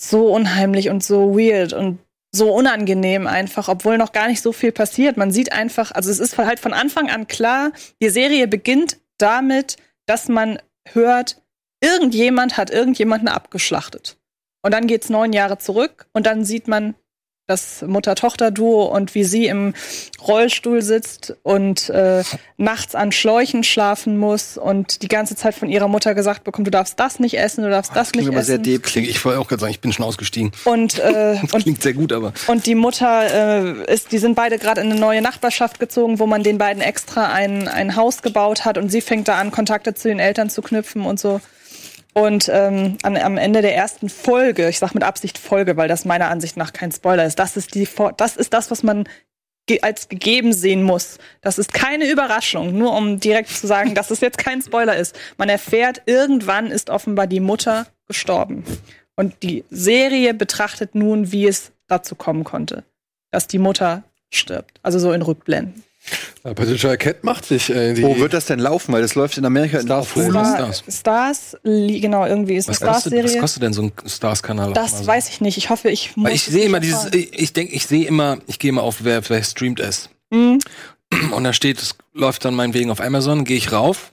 Speaker 4: so unheimlich und so weird und so unangenehm einfach, obwohl noch gar nicht so viel passiert. Man sieht einfach, also es ist halt von Anfang an klar, die Serie beginnt damit, dass man hört, irgendjemand hat irgendjemanden abgeschlachtet. Und dann geht's neun Jahre zurück und dann sieht man das Mutter-Tochter-Duo und wie sie im Rollstuhl sitzt und äh, nachts an Schläuchen schlafen muss und die ganze Zeit von ihrer Mutter gesagt bekommt, du darfst das nicht essen, du darfst das,
Speaker 2: Ah, klingt
Speaker 4: nicht
Speaker 2: aber sehr
Speaker 4: essen.
Speaker 2: deep.
Speaker 5: Klingt, ich wollte auch gerade sagen, ich bin schon ausgestiegen.
Speaker 4: und, äh, und
Speaker 5: Klingt sehr gut, aber
Speaker 4: und die Mutter äh, ist, die sind beide gerade in eine neue Nachbarschaft gezogen, wo man den beiden extra ein, ein Haus gebaut hat und sie fängt da an, Kontakte zu den Eltern zu knüpfen und so. Und ähm, an, am Ende der ersten Folge, ich sag mit Absicht Folge, weil das meiner Ansicht nach kein Spoiler ist, das ist die Fo- das ist das, was man ge als gegeben sehen muss. Das ist keine Überraschung, nur um direkt zu sagen, dass es jetzt kein Spoiler ist. Man erfährt, irgendwann ist offenbar die Mutter gestorben. Und die Serie betrachtet nun, wie es dazu kommen konnte, dass die Mutter stirbt. Also so in Rückblenden.
Speaker 1: Ja, Patricia Cat macht sich äh, die.
Speaker 2: Wo wird das denn laufen? Weil das läuft in Amerika in
Speaker 1: Starfleet.
Speaker 2: Hulu.
Speaker 5: Stars.
Speaker 4: Star- Stars, li- genau, irgendwie ist
Speaker 5: was
Speaker 4: eine
Speaker 5: kostet, was
Speaker 4: Stars-Serie.
Speaker 5: kostet denn so ein Stars-Kanal?
Speaker 4: Das
Speaker 5: Also-
Speaker 4: weiß ich nicht. Ich hoffe, ich muss.
Speaker 5: Weil ich
Speaker 4: es
Speaker 5: sehe
Speaker 4: nicht
Speaker 5: immer dieses,
Speaker 4: fragen.
Speaker 5: ich ich denke, ich sehe immer, ich gehe immer auf, wer, wer streamt es.
Speaker 4: Mhm.
Speaker 5: Und da steht, es läuft dann meinetwegen auf Amazon, gehe ich rauf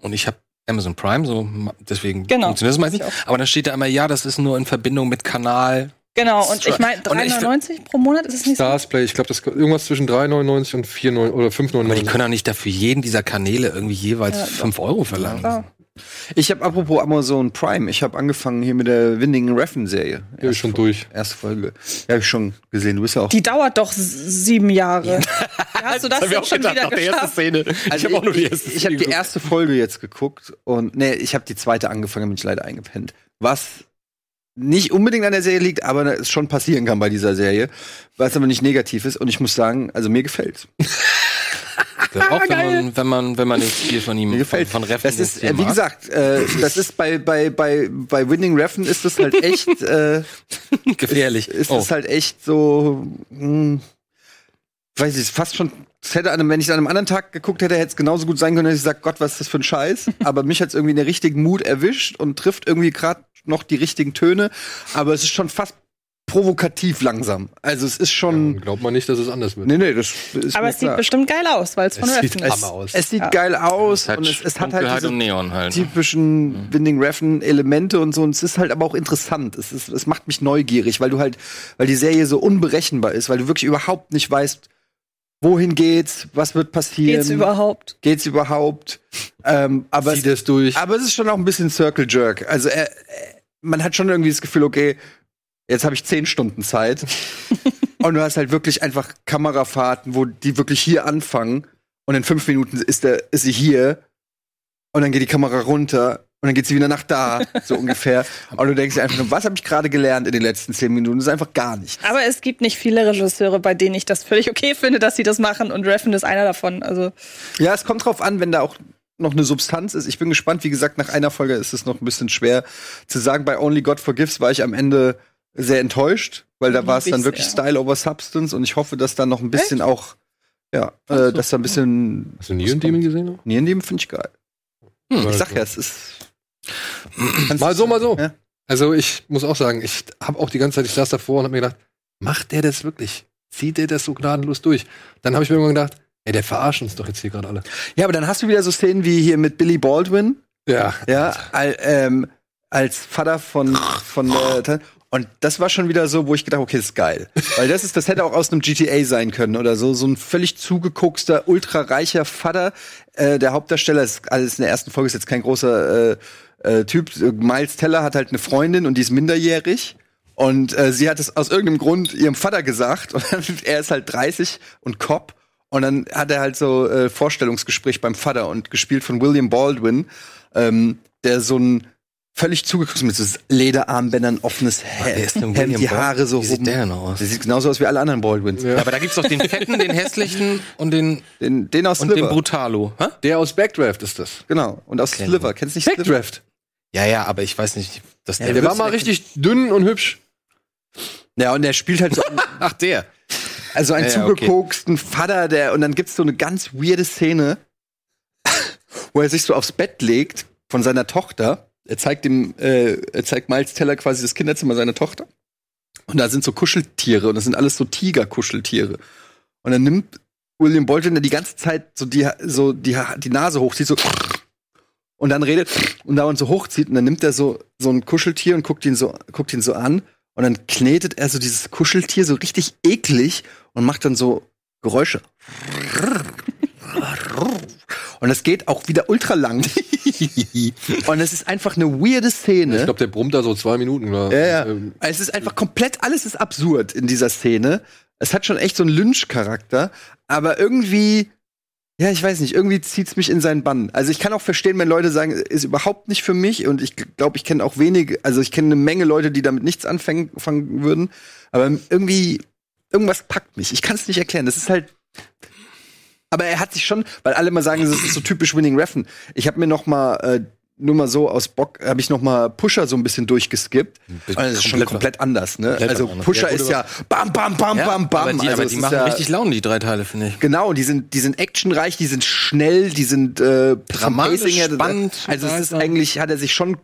Speaker 5: und ich habe Amazon Prime, so ma- deswegen
Speaker 4: Genau.
Speaker 5: funktioniert das meistens.
Speaker 4: Ich
Speaker 5: Aber dann steht da immer, ja, das ist nur in Verbindung mit Kanal.
Speaker 4: Genau, und ich meine,
Speaker 5: Und ich-
Speaker 4: 3,99 pro Monat ist es nicht so.
Speaker 1: Stars Play, ich glaube, das irgendwas zwischen 3,99 und 4,99 oder
Speaker 5: Aber
Speaker 2: Mhm.
Speaker 5: die
Speaker 1: 5,99.
Speaker 5: können doch nicht dafür jeden dieser Kanäle irgendwie jeweils
Speaker 4: Ja, doch.
Speaker 5: fünf Euro verlangen.
Speaker 4: Klar.
Speaker 2: Ich habe apropos Amazon Prime, ich habe angefangen hier mit der Windigen Reffen Serie.
Speaker 1: Ja, ist schon durch.
Speaker 2: Erste Folge. Ja, hab ich schon gesehen. Du bist ja auch.
Speaker 4: Die dauert doch s- sieben Jahre. Ja, hast du das,
Speaker 3: haben wir
Speaker 4: denn
Speaker 3: auch
Speaker 4: schon
Speaker 3: gedacht,
Speaker 4: wieder
Speaker 3: nach der ersten
Speaker 4: geschafft?
Speaker 3: Szene. ich habe auch nur die erste
Speaker 2: Also Ich, ich habe die
Speaker 3: geguckt.
Speaker 2: erste Folge jetzt geguckt und nee, ich habe die zweite angefangen, bin ich leider eingepennt. Was nicht unbedingt an der Serie liegt, aber es schon passieren kann bei dieser Serie, was aber nicht negativ ist. Und ich muss sagen, also mir gefällt.
Speaker 5: Auch wenn man, wenn man, wenn man den Stil von ihm,
Speaker 2: Mir gefällt.
Speaker 5: von, von Reffen
Speaker 2: das
Speaker 5: den
Speaker 2: ist,
Speaker 5: Stil
Speaker 2: äh, wie
Speaker 5: mag.
Speaker 2: gesagt, äh, das ist bei bei bei bei Winning Reffen ist das halt echt. Äh,
Speaker 5: gefährlich.
Speaker 2: Ist
Speaker 5: oh.
Speaker 2: das halt echt so. Mh, weiß ich, fast schon. Es hätte an einem, wenn ich es an einem anderen Tag geguckt hätte, hätte es genauso gut sein können, dass ich sage, Gott, was ist das für ein Scheiß? Aber mich hat es irgendwie in der richtigen Mut erwischt und trifft irgendwie gerade noch die richtigen Töne. Aber es ist schon fast provokativ langsam. Also es ist schon.
Speaker 1: Dann glaubt man nicht, dass es anders wird.
Speaker 2: Nee, nee, das ist
Speaker 4: Aber
Speaker 2: mir
Speaker 4: es sieht
Speaker 2: klar.
Speaker 4: bestimmt geil aus, weil es von
Speaker 1: Es sieht
Speaker 4: Reffen
Speaker 1: echt
Speaker 4: ist.
Speaker 2: es,
Speaker 1: Hammer aus.
Speaker 2: Es sieht
Speaker 4: Ja.
Speaker 2: geil aus
Speaker 3: Es hat
Speaker 2: und es, es hat halt
Speaker 3: Dunkelheit
Speaker 2: diese
Speaker 3: und Neon halt.
Speaker 5: Genau.
Speaker 2: typischen Winding Refn Elemente und so und es ist halt aber auch interessant. Es ist es macht mich neugierig, weil du halt weil die Serie so unberechenbar ist, weil du wirklich überhaupt nicht weißt, wohin geht's, was wird passieren.
Speaker 4: Geht's überhaupt?
Speaker 2: Geht's überhaupt? Ähm, aber
Speaker 1: Zieht es durch.
Speaker 2: aber es ist schon auch ein bisschen Circle Jerk. Also äh, äh, man hat schon irgendwie das Gefühl, okay, jetzt habe ich zehn Stunden Zeit. und du hast halt wirklich einfach Kamerafahrten, wo die wirklich hier anfangen und in fünf Minuten ist, der, ist sie hier und dann geht die Kamera runter und dann geht sie wieder nach da, so ungefähr. Und du denkst dir einfach nur, was habe ich gerade gelernt in den letzten zehn Minuten? Das ist einfach gar nicht.
Speaker 4: Aber es gibt nicht viele Regisseure, bei denen ich das völlig okay finde, dass sie das machen und Reffen ist einer davon. Also
Speaker 2: Ja, es kommt drauf an, wenn da auch noch eine Substanz ist. Ich bin gespannt. Wie gesagt, nach einer Folge ist es noch ein bisschen schwer zu sagen. Bei Only God Forgives war ich am Ende sehr enttäuscht, weil da war es
Speaker 4: Lieb
Speaker 2: dann
Speaker 4: ich
Speaker 2: wirklich
Speaker 4: sehr.
Speaker 2: Style over Substance und ich hoffe, dass da noch ein bisschen auch, ja, äh, dass da ein bisschen
Speaker 1: Hast du Neon Demon gesehen?
Speaker 2: Nierendem finde ich geil. Hm, Ich sag
Speaker 1: Also.
Speaker 2: ja, es ist.
Speaker 1: Mal so, mal so.
Speaker 2: Ja.
Speaker 1: Also ich muss auch sagen, ich habe auch die ganze Zeit, ich saß davor und habe mir gedacht, macht der das wirklich? Zieht der das so gnadenlos durch? Dann habe ich mir irgendwann gedacht, ey, der verarscht uns doch jetzt hier gerade alle.
Speaker 2: Ja, aber dann hast du wieder so Szenen wie hier mit Billy Baldwin,
Speaker 1: Ja,
Speaker 2: ja, al, ähm, als Vater von, von der Tan- und das war schon wieder so, wo ich gedacht, okay, das ist geil. Weil das ist, das hätte auch aus einem GTA sein können oder so. So ein völlig zugeguckster, ultrareicher Vater. Äh, der Hauptdarsteller ist alles in der ersten Folge ist jetzt kein großer äh, äh, Typ. Miles Teller hat halt eine Freundin und die ist minderjährig. Und äh, sie hat es aus irgendeinem Grund ihrem Vater gesagt. Und dann, er ist halt 30 und Cop. Und dann hat er halt so äh, Vorstellungsgespräch beim Vater und gespielt von William Baldwin, ähm, der so ein völlig zugeguckt mit so Lederarmbändern, offenes
Speaker 5: Wer
Speaker 2: Hemd,
Speaker 5: ist denn
Speaker 2: Hemd,
Speaker 5: William
Speaker 2: die
Speaker 5: Baldwin?
Speaker 2: Haare so
Speaker 5: Wie sieht
Speaker 2: oben.
Speaker 5: der denn aus?
Speaker 2: Der sieht genauso aus wie alle anderen Baldwins.
Speaker 5: Ja, aber da gibt's doch den fetten, den hässlichen und den,
Speaker 2: Den, den aus
Speaker 5: und den
Speaker 2: Sliver.
Speaker 5: Brutalo. Hä?
Speaker 1: der aus Backdraft ist das.
Speaker 2: genau. Und aus
Speaker 5: Okay.
Speaker 2: Sliver. Kennst du nicht Sliver?
Speaker 1: Backdraft.
Speaker 5: Ja, ja, aber ich weiß nicht, dass
Speaker 1: Der war mal richtig dünn und hübsch.
Speaker 2: Ja, und er spielt halt so einen,
Speaker 5: Ach, der.
Speaker 2: also einen
Speaker 5: Ja, ja, okay.
Speaker 2: zugekoksten Vater, der, und dann gibt's so eine ganz weirde Szene, wo er sich so aufs Bett legt von seiner Tochter. Er zeigt dem, äh, er zeigt Miles Teller quasi das Kinderzimmer seiner Tochter. Und da sind so Kuscheltiere und das sind alles so Tiger-Kuscheltiere. Und dann nimmt William Bolton der die ganze Zeit so die, so die, die Nase hochzieht, so und dann redet und dauernd so hochzieht und dann nimmt er so, so ein Kuscheltier und guckt ihn so, guckt ihn so an und dann knetet er so dieses Kuscheltier so richtig eklig und macht dann so Geräusche. Und das geht auch wieder ultra lang. und es ist einfach eine weirde Szene.
Speaker 1: Ich glaube, der brummt da so zwei Minuten. Oder?
Speaker 2: Ja, ja.
Speaker 1: Ähm,
Speaker 2: Es ist einfach komplett, alles ist absurd in dieser Szene. Es hat schon echt so einen Lynch-Charakter, aber irgendwie, ja, ich weiß nicht, irgendwie zieht's mich in seinen Bann. Also ich kann auch verstehen, wenn Leute sagen, ist überhaupt nicht für mich und ich glaube, ich kenne auch wenige, also ich kenne eine Menge Leute, die damit nichts anfangen fangen würden, aber irgendwie, irgendwas packt mich. Ich kann es nicht erklären. Das ist halt aber er hat sich schon, weil alle immer sagen, das ist so typisch Winning Reffen. Ich habe mir noch mal äh, nur mal so aus Bock habe ich noch mal Pusher so ein bisschen durchgeskippt. Und das ist schon komplett, anders, ne? also
Speaker 5: anders.
Speaker 2: Pusher
Speaker 5: Ja, gut,
Speaker 2: ist ja bam bam bam bam bam.
Speaker 5: aber die,
Speaker 2: also
Speaker 5: aber
Speaker 2: es
Speaker 5: die
Speaker 2: ist
Speaker 5: machen
Speaker 2: ja,
Speaker 5: richtig Laune, die drei Teile, finde ich.
Speaker 2: Genau, die sind die sind actionreich, die sind schnell, die sind äh, vom
Speaker 5: Dramatisch,
Speaker 2: Pacing her-
Speaker 5: spannend,
Speaker 2: Also es ist
Speaker 5: unterhaltsam.
Speaker 2: eigentlich hat er sich schon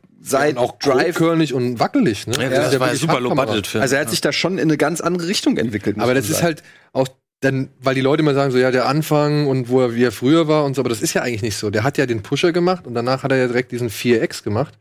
Speaker 1: und
Speaker 2: seit
Speaker 1: auch
Speaker 2: Drive
Speaker 1: grobkörnig und wackelig. Ne?
Speaker 5: das war
Speaker 1: wirklich
Speaker 5: super
Speaker 1: Handkamera.
Speaker 5: low-budget-Film.
Speaker 2: also er hat sich da schon in eine ganz andere Richtung entwickelt. muss
Speaker 1: Aber
Speaker 2: man
Speaker 1: das ist
Speaker 2: sagen.
Speaker 1: halt auch dann, weil die Leute immer sagen, so ja, der Anfang und wo er, wie er früher war und so, aber das ist ja eigentlich nicht so. Der hat ja den Pusher gemacht und danach hat er ja direkt diesen 4X gemacht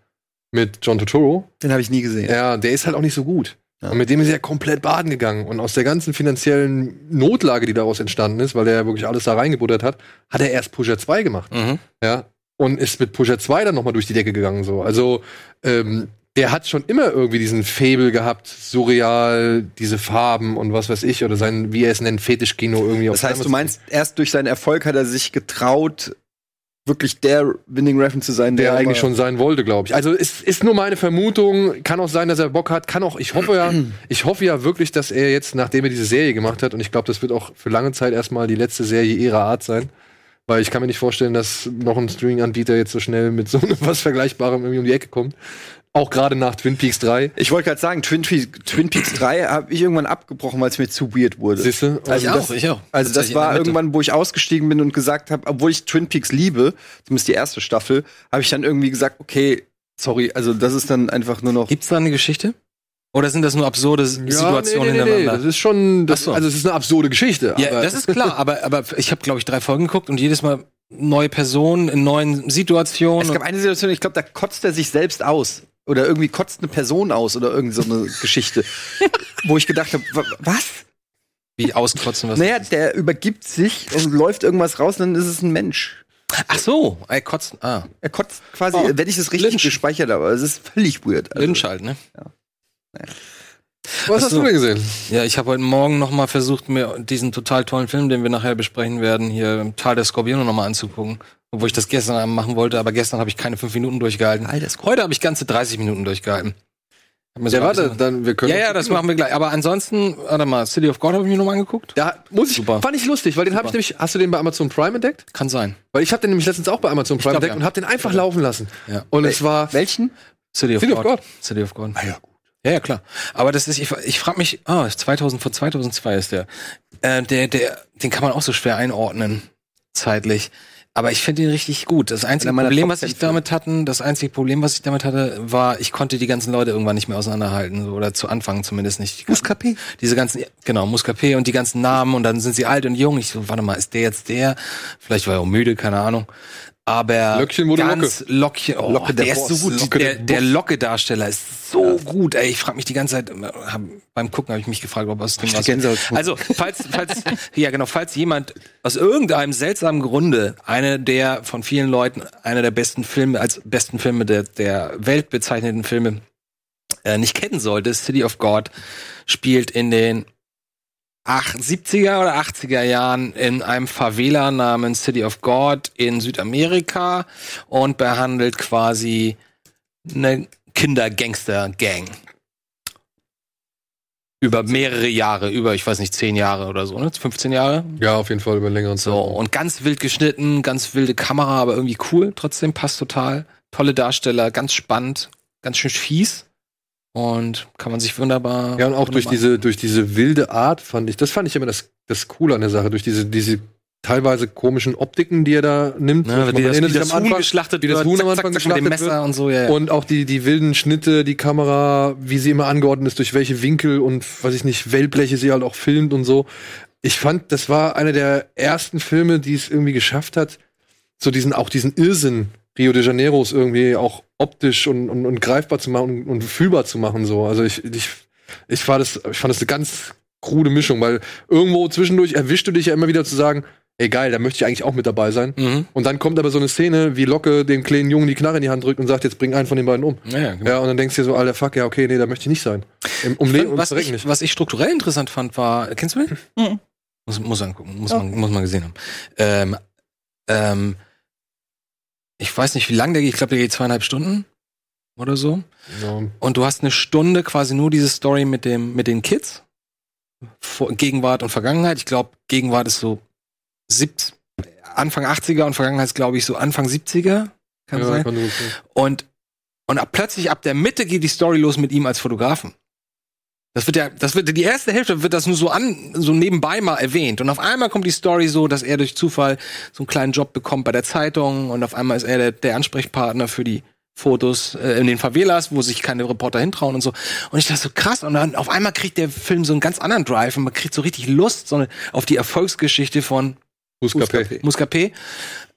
Speaker 1: mit John Turturro.
Speaker 5: halt,
Speaker 2: den habe ich nie gesehen.
Speaker 1: Ja, der ist halt auch nicht so gut. Und mit dem ist er komplett baden gegangen. Und aus der ganzen finanziellen Notlage, die daraus entstanden ist, weil der ja wirklich alles da reingebuttert hat, hat er erst Pusher 2 gemacht.
Speaker 5: Mhm.
Speaker 1: Ja. Und ist mit Pusher 2 dann nochmal durch die Decke gegangen. So. Also, ähm, der hat schon immer irgendwie diesen Fable gehabt, surreal, diese Farben und was weiß ich, oder sein, wie er es nennt, Fetischkino irgendwie
Speaker 2: Das heißt, du meinst, erst durch seinen Erfolg hat er sich getraut, wirklich der Winning Refn zu sein,
Speaker 1: der eigentlich
Speaker 2: immer-
Speaker 1: schon sein wollte, glaube ich. Also es ist nur meine Vermutung. Kann auch sein, dass er Bock hat. Kann auch. Ich hoffe ja, ich hoffe ja wirklich, dass er jetzt, nachdem er diese Serie gemacht hat, und ich glaube, das wird auch für lange Zeit erstmal die letzte Serie ihrer Art sein, weil ich kann mir nicht vorstellen, dass noch ein Streaming-Anbieter jetzt so schnell mit so was Vergleichbarem irgendwie um die Ecke kommt. Auch gerade nach Twin Peaks 3.
Speaker 2: Ich wollte gerade sagen, Twin, Pe Twin Peaks 3 habe ich irgendwann abgebrochen, weil es mir zu weird wurde.
Speaker 1: Siehste?
Speaker 2: Also
Speaker 5: Ich
Speaker 2: das,
Speaker 5: auch, ich auch.
Speaker 2: Also das
Speaker 5: Tatsächlich in
Speaker 2: war
Speaker 5: der Mitte.
Speaker 2: irgendwann, wo ich ausgestiegen bin und gesagt habe, obwohl ich Twin Peaks liebe, zumindest die erste Staffel, habe ich dann irgendwie gesagt, okay, sorry, also das ist dann einfach nur noch.
Speaker 5: Gibt's da eine Geschichte? Oder sind das nur absurde S- Situationen hintereinander?
Speaker 1: Das ist schon, das,
Speaker 5: Ach so.
Speaker 1: also es ist eine absurde Geschichte.
Speaker 5: ja,
Speaker 1: aber-
Speaker 5: das ist klar, aber, aber ich habe, glaube ich, drei Folgen geguckt und jedes Mal neue Personen in neuen Situationen.
Speaker 2: Es gab eine Situation, ich glaube, da kotzt er sich selbst aus. Oder irgendwie kotzt eine Person aus oder irgend so eine Geschichte. wo ich gedacht habe, was?
Speaker 5: wie auskotzen was.
Speaker 2: Naja, der übergibt sich und läuft irgendwas raus, dann ist es ein Mensch.
Speaker 5: Ach so, ey, kotzen. Ah,
Speaker 2: Er kotzt quasi,
Speaker 5: Oh,
Speaker 2: wenn ich das richtig
Speaker 5: Lynch.
Speaker 2: gespeichert habe, es ist völlig weird. Also,
Speaker 5: Lynch halt, ne?
Speaker 1: was hast
Speaker 5: so.
Speaker 1: du denn gesehen?
Speaker 5: Ja, ich habe heute Morgen noch mal versucht, mir diesen total tollen Film, den wir nachher besprechen werden, hier im Tal der Skorpione noch mal anzugucken. Obwohl ich das gestern Abend machen wollte, aber gestern habe ich keine fünf Minuten durchgehalten.
Speaker 2: Tal der Skorpione.
Speaker 5: Heute habe ich ganze 30 Minuten durchgehalten. Hab mir so
Speaker 1: Ja,
Speaker 5: ein
Speaker 1: warte,
Speaker 5: bisschen-
Speaker 1: dann wir können.
Speaker 5: Ja, ja, das machen wir gleich. Aber ansonsten, warte mal, City of God habe ich mir noch mal angeguckt.
Speaker 1: Da muss ich,
Speaker 5: Super.
Speaker 1: fand ich lustig, weil den habe ich nämlich, hast du den bei Amazon Prime entdeckt?
Speaker 5: Kann sein.
Speaker 1: Weil ich habe den nämlich letztens auch bei Amazon Prime
Speaker 5: glaub,
Speaker 1: entdeckt
Speaker 5: ja.
Speaker 1: und habe den einfach laufen lassen.
Speaker 5: Ja.
Speaker 1: Und es war
Speaker 2: Welchen?
Speaker 5: City of,
Speaker 1: City of
Speaker 5: God.
Speaker 1: God.
Speaker 5: City of God. Ah, ja, gut. Ja, ja, klar. Aber das ist, ich, ich frage mich, ah, 2000, von 2002 ist der. Äh, der, der, den kann man auch so schwer einordnen, zeitlich. Aber ich finde ihn richtig gut. Das einzige
Speaker 2: Einer meiner
Speaker 5: Problem,
Speaker 2: Top
Speaker 5: was ich
Speaker 2: 10 Filme.
Speaker 5: damit hatten, das einzige Problem, was ich damit hatte, war, ich konnte die ganzen Leute irgendwann nicht mehr auseinanderhalten. so, Oder zu Anfang zumindest nicht. Die ganzen-
Speaker 2: Muscapé.
Speaker 5: diese ganzen, genau, Muscapé und die ganzen Namen und dann sind sie alt und jung. Ich so, warte mal, ist der jetzt der? Vielleicht war er auch müde, keine Ahnung. Aber
Speaker 1: Löckchen wurde
Speaker 5: ganz Lockchen, oh,
Speaker 2: Locke
Speaker 5: der,
Speaker 2: der
Speaker 5: ist so
Speaker 2: Boss,
Speaker 5: gut.
Speaker 2: Locke
Speaker 5: der
Speaker 2: der
Speaker 5: der Locke-Darsteller ist so gut. Ey, ich frage mich die ganze Zeit, hab, beim Gucken habe ich mich gefragt, ob aus dem was.
Speaker 2: Gänsehaut.
Speaker 5: Also, falls, falls, ja genau, falls jemand aus irgendeinem seltsamen Grunde eine der von vielen Leuten, einer der besten Filme, als besten Filme der, der Welt bezeichneten Filme, äh, nicht kennen sollte, City of God spielt in den ach- 70er oder 80er Jahren in einem Favela namens City of God in Südamerika und behandelt quasi eine Kindergangster-Gang. Über mehrere Jahre, über, ich weiß nicht, zehn Jahre oder so, ne? 15 Jahre,
Speaker 1: ja auf jeden Fall über einen längeren
Speaker 5: so, und ganz wild geschnitten, ganz wilde Kamera, aber irgendwie cool. Trotzdem passt total. Tolle Darsteller, ganz spannend, ganz schön fies. Und kann man sich wunderbar.
Speaker 1: Ja, und auch durch
Speaker 5: wunderbar-
Speaker 1: diese, durch diese wilde Art fand ich, das fand ich immer das, das Coole an der Sache, durch diese, diese teilweise komischen Optiken, die er da nimmt. Zum Beispiel, man
Speaker 5: wie ne, das,
Speaker 1: erinnert
Speaker 5: wie
Speaker 1: sich
Speaker 5: das
Speaker 1: am
Speaker 5: Huhn
Speaker 1: Anfang-
Speaker 5: geschlachtet
Speaker 1: wie das
Speaker 5: wird,
Speaker 1: Huhn
Speaker 5: zack,
Speaker 1: am Anfang
Speaker 5: zack, zack, mit dem
Speaker 1: geschlachtet wird.
Speaker 5: Messer und so, ja, ja.
Speaker 1: Und auch die, die wilden Schnitte, die Kamera, wie sie immer angeordnet ist, durch welche Winkel und, weiß ich nicht, Wellbleche sie halt auch filmt und so. Ich fand, das war einer der ersten Filme, die es irgendwie geschafft hat, so diesen, auch diesen Irrsinn Rio de Janeiros irgendwie auch optisch und, und, und greifbar zu machen und, und fühlbar zu machen, so. Also ich, ich, ich war das, ich fand das eine ganz krude Mischung, weil irgendwo zwischendurch erwischst du dich ja immer wieder zu sagen, ey geil, da möchte ich eigentlich auch mit dabei sein.
Speaker 5: Mhm.
Speaker 1: Und dann kommt aber so eine Szene, wie Locke dem kleinen Jungen die Knarre in die Hand drückt und sagt, jetzt bring einen von den beiden um.
Speaker 5: Ja, ja, genau.
Speaker 1: Ja, und dann denkst du dir so, alter Fuck, ja, okay, nee, da möchte ich nicht sein. Im, um Leben und
Speaker 5: was,
Speaker 1: Verrecken
Speaker 5: ich,
Speaker 1: nicht.
Speaker 5: was ich strukturell interessant fand, war, kennst du mich?
Speaker 4: Mhm.
Speaker 5: Muss, muss angucken, muss,
Speaker 4: Ja.
Speaker 5: man, muss man gesehen haben. Ähm, ähm, ich weiß nicht, wie lang der geht, ich glaube, der geht zweieinhalb Stunden oder so.
Speaker 1: Ja.
Speaker 5: Und du hast eine Stunde quasi nur diese Story mit dem, mit den Kids. Vor, Gegenwart und Vergangenheit. Ich glaube, Gegenwart ist so siebt, Anfang 80er und Vergangenheit ist, glaube ich, so Anfang 70er. Kann
Speaker 1: Ja,
Speaker 5: sein.
Speaker 1: kann gut sein.
Speaker 5: Und, und ab, plötzlich ab der Mitte geht die Story los mit ihm als Fotografen. Das wird ja, das wird, die erste Hälfte wird das nur so an, so nebenbei mal erwähnt. Und auf einmal kommt die Story so, dass er durch Zufall so einen kleinen Job bekommt bei der Zeitung und auf einmal ist er der, der Ansprechpartner für die Fotos äh, in den Favelas, wo sich keine Reporter hintrauen und so. Und ich dachte so krass. Und dann auf einmal kriegt der Film so einen ganz anderen Drive und man kriegt so richtig Lust so eine, auf die Erfolgsgeschichte von
Speaker 1: Fußkappe.
Speaker 5: Muscapé.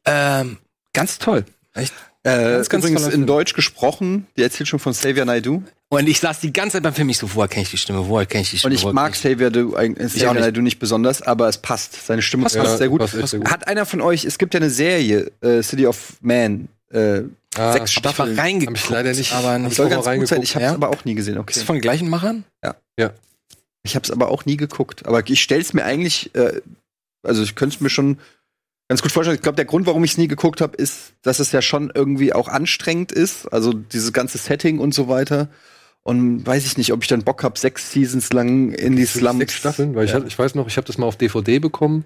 Speaker 5: Ähm, ganz toll. Echt
Speaker 2: Äh,
Speaker 5: Ganz, ganz
Speaker 2: übrigens
Speaker 5: toller
Speaker 2: in
Speaker 5: Film.
Speaker 2: Deutsch gesprochen, die erzählt schon von Xavier Naidoo.
Speaker 5: Und ich saß die ganze Zeit beim Film, ich so, woher kenne ich die Stimme, woher kenne ich die
Speaker 2: Und
Speaker 5: Stimme?
Speaker 2: ich
Speaker 5: woher
Speaker 2: mag
Speaker 5: kenn
Speaker 2: Xavier, du, äh, Xavier
Speaker 5: auch nicht.
Speaker 2: Naidoo nicht besonders, aber es passt. Seine Stimme passt,
Speaker 1: Ja,
Speaker 2: sehr gut.
Speaker 1: passt echt sehr gut.
Speaker 2: Hat einer von euch, es gibt ja eine Serie, äh, City of Man, äh,
Speaker 1: Ah,
Speaker 2: sechs
Speaker 5: ich die?
Speaker 2: Staffeln.
Speaker 5: Aber reingeguckt.
Speaker 1: Hab ich leider nicht-
Speaker 5: Aber
Speaker 1: hab
Speaker 5: nicht.
Speaker 1: ich
Speaker 2: Soll
Speaker 1: auch mal
Speaker 2: ganz gut sein.
Speaker 1: reingeguckt,
Speaker 2: Ich habe es
Speaker 5: ja.
Speaker 2: aber auch nie gesehen. Okay.
Speaker 5: Ist es von den gleichen Machern?
Speaker 2: Ich habe es aber auch nie geguckt. Aber ich stelle es mir eigentlich, äh, also ich könnte es mir schon ganz gut vorstellen. Ich glaube, der Grund, warum ich es nie geguckt habe, ist, dass es ja schon irgendwie auch anstrengend ist. Also dieses ganze Setting und so weiter. Und weiß ich nicht, ob ich dann Bock habe, sechs Seasons lang in die Slums.
Speaker 1: Sechs Staffeln, weil ich, hab- ich weiß noch, ich habe das mal auf DVD bekommen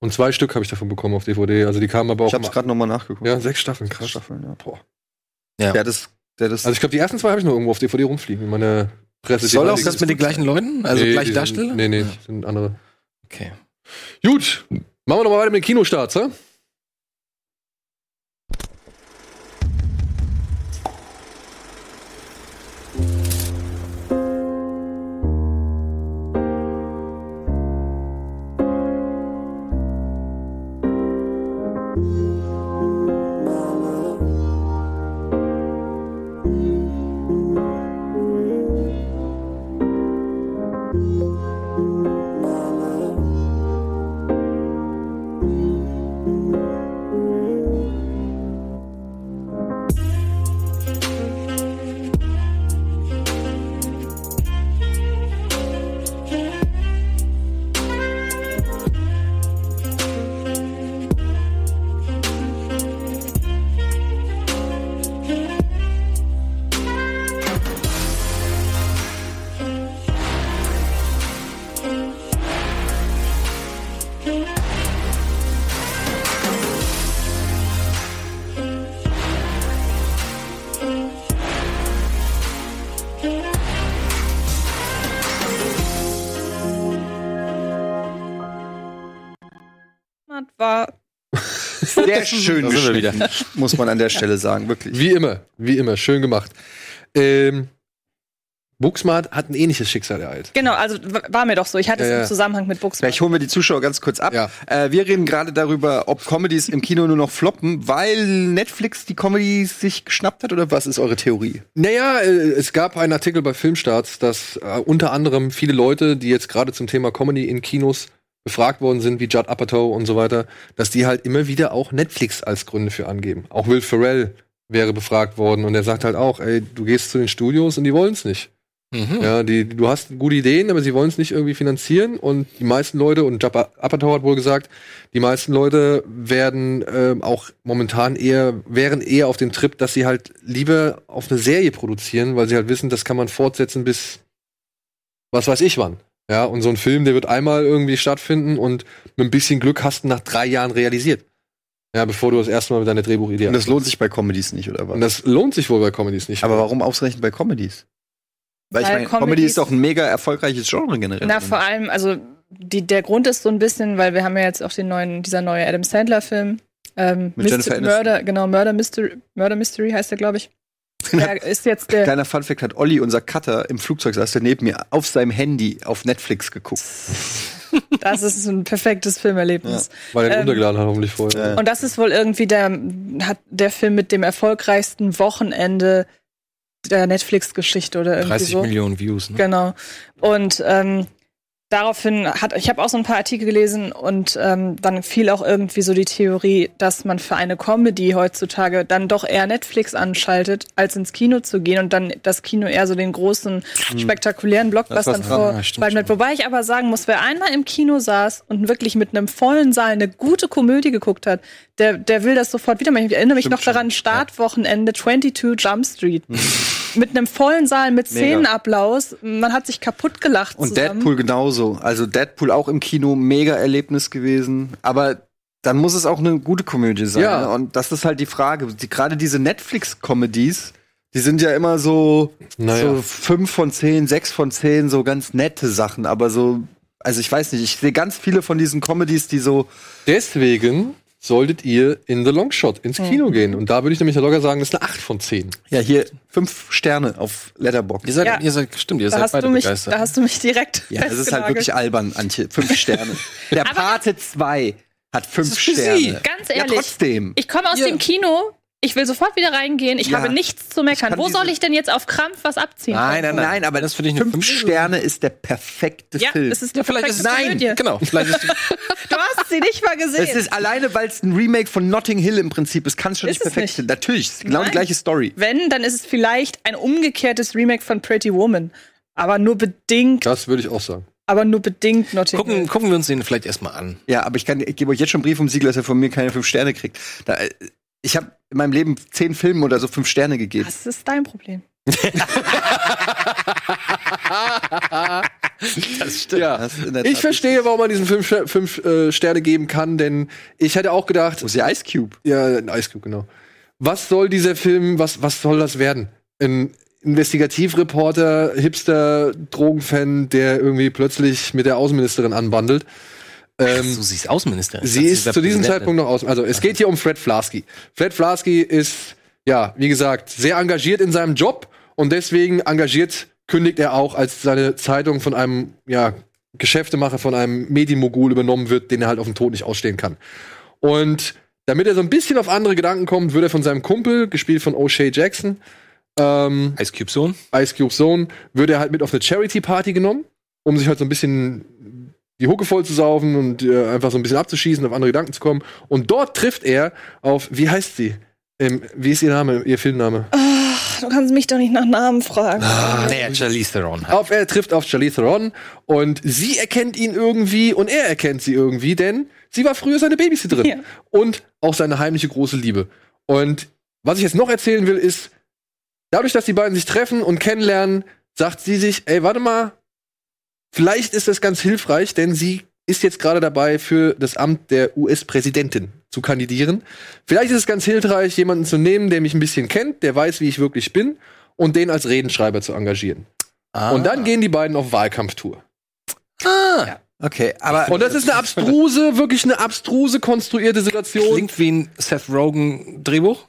Speaker 1: und zwei Stück habe ich davon bekommen auf DVD. Also die kamen aber auch
Speaker 2: Ich habe es
Speaker 1: mal-
Speaker 2: gerade nochmal nachgeguckt.
Speaker 1: Ja, sechs Staffeln,
Speaker 2: Sechs
Speaker 1: krass.
Speaker 2: Staffeln, ja.
Speaker 1: Boah.
Speaker 5: Ja.
Speaker 2: Der das, der das
Speaker 1: Also ich glaube, die ersten zwei habe ich noch irgendwo auf DVD rumfliegen. in Meine Presse
Speaker 5: Soll auch das mit den gleichen Leuten? Also gleiche
Speaker 1: die sind-
Speaker 5: Darsteller?
Speaker 1: Nee, nee, das sind andere.
Speaker 5: Okay.
Speaker 1: Gut, machen wir nochmal weiter mit den Kinostarts, ne? hä?
Speaker 4: War
Speaker 2: sehr schön
Speaker 5: Da sind wir wieder.
Speaker 2: geschnitten, muss man an der Stelle sagen, wirklich.
Speaker 1: Wie immer, wie immer, schön gemacht. Ähm, Booksmart hat ein ähnliches Schicksal ereilt.
Speaker 4: Genau, also w- war mir doch so. Ich hatte
Speaker 1: Ja,
Speaker 4: es
Speaker 1: ja.
Speaker 4: im Zusammenhang mit Buchsmann.
Speaker 2: Vielleicht holen wir die Zuschauer ganz kurz ab.
Speaker 1: Ja.
Speaker 2: Äh, wir reden gerade darüber, ob Comedies im Kino nur noch floppen, weil Netflix die Comedies sich geschnappt hat oder was ist eure Theorie?
Speaker 1: Naja, äh, es gab einen Artikel bei Filmstarts, dass äh, unter anderem viele Leute, die jetzt gerade zum Thema Comedy in Kinos befragt worden sind, wie Judd Apatow und so weiter, dass die halt immer wieder auch Netflix als Gründe für angeben. Auch Will Ferrell wäre befragt worden und er sagt halt auch, ey, du gehst zu den Studios und die wollen es nicht.
Speaker 5: Mhm.
Speaker 1: Ja, die, du hast gute Ideen, aber sie wollen es nicht irgendwie finanzieren. Und die meisten Leute, und Judd Apatow hat wohl gesagt, die meisten Leute werden ähm, auch momentan eher, wären eher auf dem Trip, dass sie halt lieber auf eine Serie produzieren, weil sie halt wissen, das kann man fortsetzen bis was weiß ich wann. Ja, und so ein Film, der wird einmal irgendwie stattfinden und mit ein bisschen Glück hast du ihn nach drei Jahren realisiert. Ja, bevor du das erste Mal mit deiner Drehbuchidee
Speaker 2: Und das lohnt sich bei Comedies nicht, oder was?
Speaker 1: Und das lohnt sich wohl bei Comedies nicht.
Speaker 2: Aber warum ausgerechnet bei Comedies? Weil ich
Speaker 4: Weil
Speaker 2: meine, Comedy
Speaker 4: Comedies-
Speaker 2: ist doch ein mega erfolgreiches Genre generell.
Speaker 4: Na, vor allem, also die, der Grund ist so ein bisschen, weil wir haben ja jetzt auch den neuen, dieser neue Adam Sandler-Film. Ähm,
Speaker 2: Mit Jennifer
Speaker 4: Myster-
Speaker 2: Aniston.
Speaker 4: Murder, genau, Murder Mystery, Murder Mystery heißt der, glaube ich. Der ist jetzt der.
Speaker 2: Kleiner Funfact hat Olli, unser Cutter, im Flugzeug saß der neben mir, auf seinem Handy auf Netflix geguckt.
Speaker 4: Das ist ein perfektes Filmerlebnis.
Speaker 1: Weil er ihn
Speaker 4: Ähm,
Speaker 1: runtergeladen hat, hoffentlich vorher.
Speaker 4: Und das ist wohl irgendwie der, hat der Film mit dem erfolgreichsten Wochenende der Netflix-Geschichte oder irgendwie
Speaker 5: 30
Speaker 4: so.
Speaker 5: Millionen Views, ne?
Speaker 4: Genau. Und ähm, daraufhin hat, ich habe auch so ein paar Artikel gelesen und ähm, dann fiel auch irgendwie so die Theorie, dass man für eine Comedy heutzutage dann doch eher Netflix anschaltet, als ins Kino zu gehen und dann das Kino eher so den großen,
Speaker 5: Mhm.
Speaker 4: spektakulären Blockbustern
Speaker 5: was dran, Ah, ja,
Speaker 4: vor.
Speaker 5: stimmt
Speaker 4: weil mit, wobei ich aber sagen muss, wer einmal im Kino saß und wirklich mit einem vollen Saal eine gute Komödie geguckt hat, der, der will das sofort wieder machen. Ich erinnere mich noch daran, Startwochenende 22 Jump Street.
Speaker 5: Mhm.
Speaker 4: mit einem vollen Saal, mit Szenenapplaus. Man hat sich kaputt gelacht
Speaker 2: Und
Speaker 4: zusammen.
Speaker 2: Deadpool genauso. Also Deadpool auch im Kino, mega Erlebnis gewesen. Aber dann muss es auch eine gute Komödie sein.
Speaker 1: Ja.
Speaker 2: ne? Und das ist halt die Frage. Die, gerade diese Netflix-Comedies, die sind ja immer so,
Speaker 1: Naja.
Speaker 2: so fünf von zehn, sechs von zehn, so ganz nette Sachen. Aber so, also ich weiß nicht, ich sehe ganz viele von diesen Comedies, die so,
Speaker 1: Deswegen solltet ihr in The Long Shot ins Kino
Speaker 2: Mhm.
Speaker 1: gehen. Und da würde ich nämlich locker sagen, das ist eine 8 von 10.
Speaker 2: ja, hier fünf Sterne auf Letterboxd.
Speaker 5: Ihr seid,
Speaker 4: Ja.
Speaker 5: ihr seid, stimmt, ihr
Speaker 4: Da
Speaker 5: seid
Speaker 4: hast,
Speaker 5: beide
Speaker 4: du mich,
Speaker 5: begeistert.
Speaker 4: da hast du mich direkt.
Speaker 2: Ja, das ist halt
Speaker 4: festgenagelt.
Speaker 2: wirklich albern, Antje. Fünf Sterne. Der Pate 2 hat fünf
Speaker 5: für
Speaker 2: Sterne.
Speaker 5: Sie.
Speaker 4: Ganz
Speaker 2: Ja,
Speaker 4: ehrlich.
Speaker 2: trotzdem.
Speaker 4: Ich komme aus
Speaker 5: Ja.
Speaker 4: dem Kino. Ich will sofort wieder reingehen. Ich
Speaker 2: Ja.
Speaker 4: habe nichts zu meckern.
Speaker 2: kann
Speaker 4: Wo
Speaker 2: diese- Ah.
Speaker 4: soll ich denn jetzt auf Krampf was abziehen?
Speaker 5: Nein, nein,
Speaker 2: Nein, aber
Speaker 5: das finde ich eine
Speaker 2: fünf
Speaker 5: fünf
Speaker 2: Sterne ist der perfekte
Speaker 4: Ja,
Speaker 2: Film.
Speaker 4: es ist eine
Speaker 5: Vielleicht ist
Speaker 4: perfekte
Speaker 2: Nein.
Speaker 5: es-
Speaker 4: Komödie.
Speaker 5: Genau, vielleicht ist
Speaker 4: Du hast sie nicht mal gesehen.
Speaker 2: es ist alleine, weil es ein Remake von Notting Hill im Prinzip ist, kann es schon
Speaker 4: Ist
Speaker 2: nicht
Speaker 4: es
Speaker 2: perfekt
Speaker 4: nicht.
Speaker 2: sein. Natürlich, es ist genau die
Speaker 4: Nein.
Speaker 2: gleiche Story.
Speaker 4: Wenn, dann ist es vielleicht ein umgekehrtes Remake von Pretty Woman. Aber nur bedingt,
Speaker 1: Das würde ich auch sagen.
Speaker 4: aber nur bedingt Notting
Speaker 5: gucken,
Speaker 4: Hill.
Speaker 5: gucken wir uns den vielleicht erstmal an.
Speaker 2: Ja, aber ich, kann- ich gebe euch jetzt schon einen Brief um Siegel, dass er von mir keine fünf Sterne kriegt. Da, äh, ich habe in meinem Leben zehn Filmen oder so fünf Sterne gegeben.
Speaker 4: Das ist dein Problem.
Speaker 1: Ja.
Speaker 2: Das ist in der Tat
Speaker 1: Ich verstehe, warum man diesen fünf, Ster- fünf äh, Sterne geben kann, denn ich hätte auch gedacht,
Speaker 2: Wo ist Oh, der Ice Cube?
Speaker 1: ja, ein Ice Cube, genau. Was soll dieser Film, was, was soll das werden? Ein Investigativreporter, Hipster, Drogenfan, der irgendwie plötzlich mit der Außenministerin anbandelt. Ähm,
Speaker 5: so, sie ist Außenministerin.
Speaker 1: Sie ist zu diesem Zeitpunkt noch aus. Also es geht hier um Fred Flasky. Fred Flasky ist, ja, wie gesagt, sehr engagiert in seinem Job und deswegen engagiert kündigt er auch, als seine Zeitung von einem, ja, Geschäftemacher, von einem Medienmogul übernommen wird, den er halt auf den Tod nicht ausstehen kann. Und damit er so ein bisschen auf andere Gedanken kommt, wird er von seinem Kumpel, gespielt von O'Shea Jackson, ähm,
Speaker 5: Ice Cube Sohn.
Speaker 1: Ice Cube Sohn, wird er halt mit auf eine Charity-Party genommen, um sich halt so ein bisschen die Hucke voll zu saufen und äh, einfach so ein bisschen abzuschießen, auf andere Gedanken zu kommen. Und dort trifft er auf, wie heißt sie? Ähm, wie ist ihr Name, ihr Filmname?
Speaker 4: Du kannst mich doch nicht nach Namen fragen.
Speaker 5: Ah, naja, Charlize Theron. halt.
Speaker 1: Auf, er trifft auf Charlize Theron und sie erkennt ihn irgendwie und er erkennt sie irgendwie, denn sie war früher seine Babysitterin
Speaker 4: Ja.
Speaker 1: und auch seine heimliche große Liebe. Und was ich jetzt noch erzählen will, ist, dadurch, dass die beiden sich treffen und kennenlernen, sagt sie sich, ey, warte mal, vielleicht ist das ganz hilfreich, denn sie ist jetzt gerade dabei, für das Amt der US-Präsidentin zu kandidieren. Vielleicht ist es ganz hilfreich, jemanden zu nehmen, der mich ein bisschen kennt, der weiß, wie ich wirklich bin, und den als Redenschreiber zu engagieren.
Speaker 5: Ah.
Speaker 1: Und dann gehen die beiden auf Wahlkampftour.
Speaker 5: Ah,
Speaker 2: Okay, aber
Speaker 1: Und das ist eine abstruse, wirklich eine abstruse konstruierte Situation.
Speaker 5: klingt wie ein Seth Rogen Drehbuch.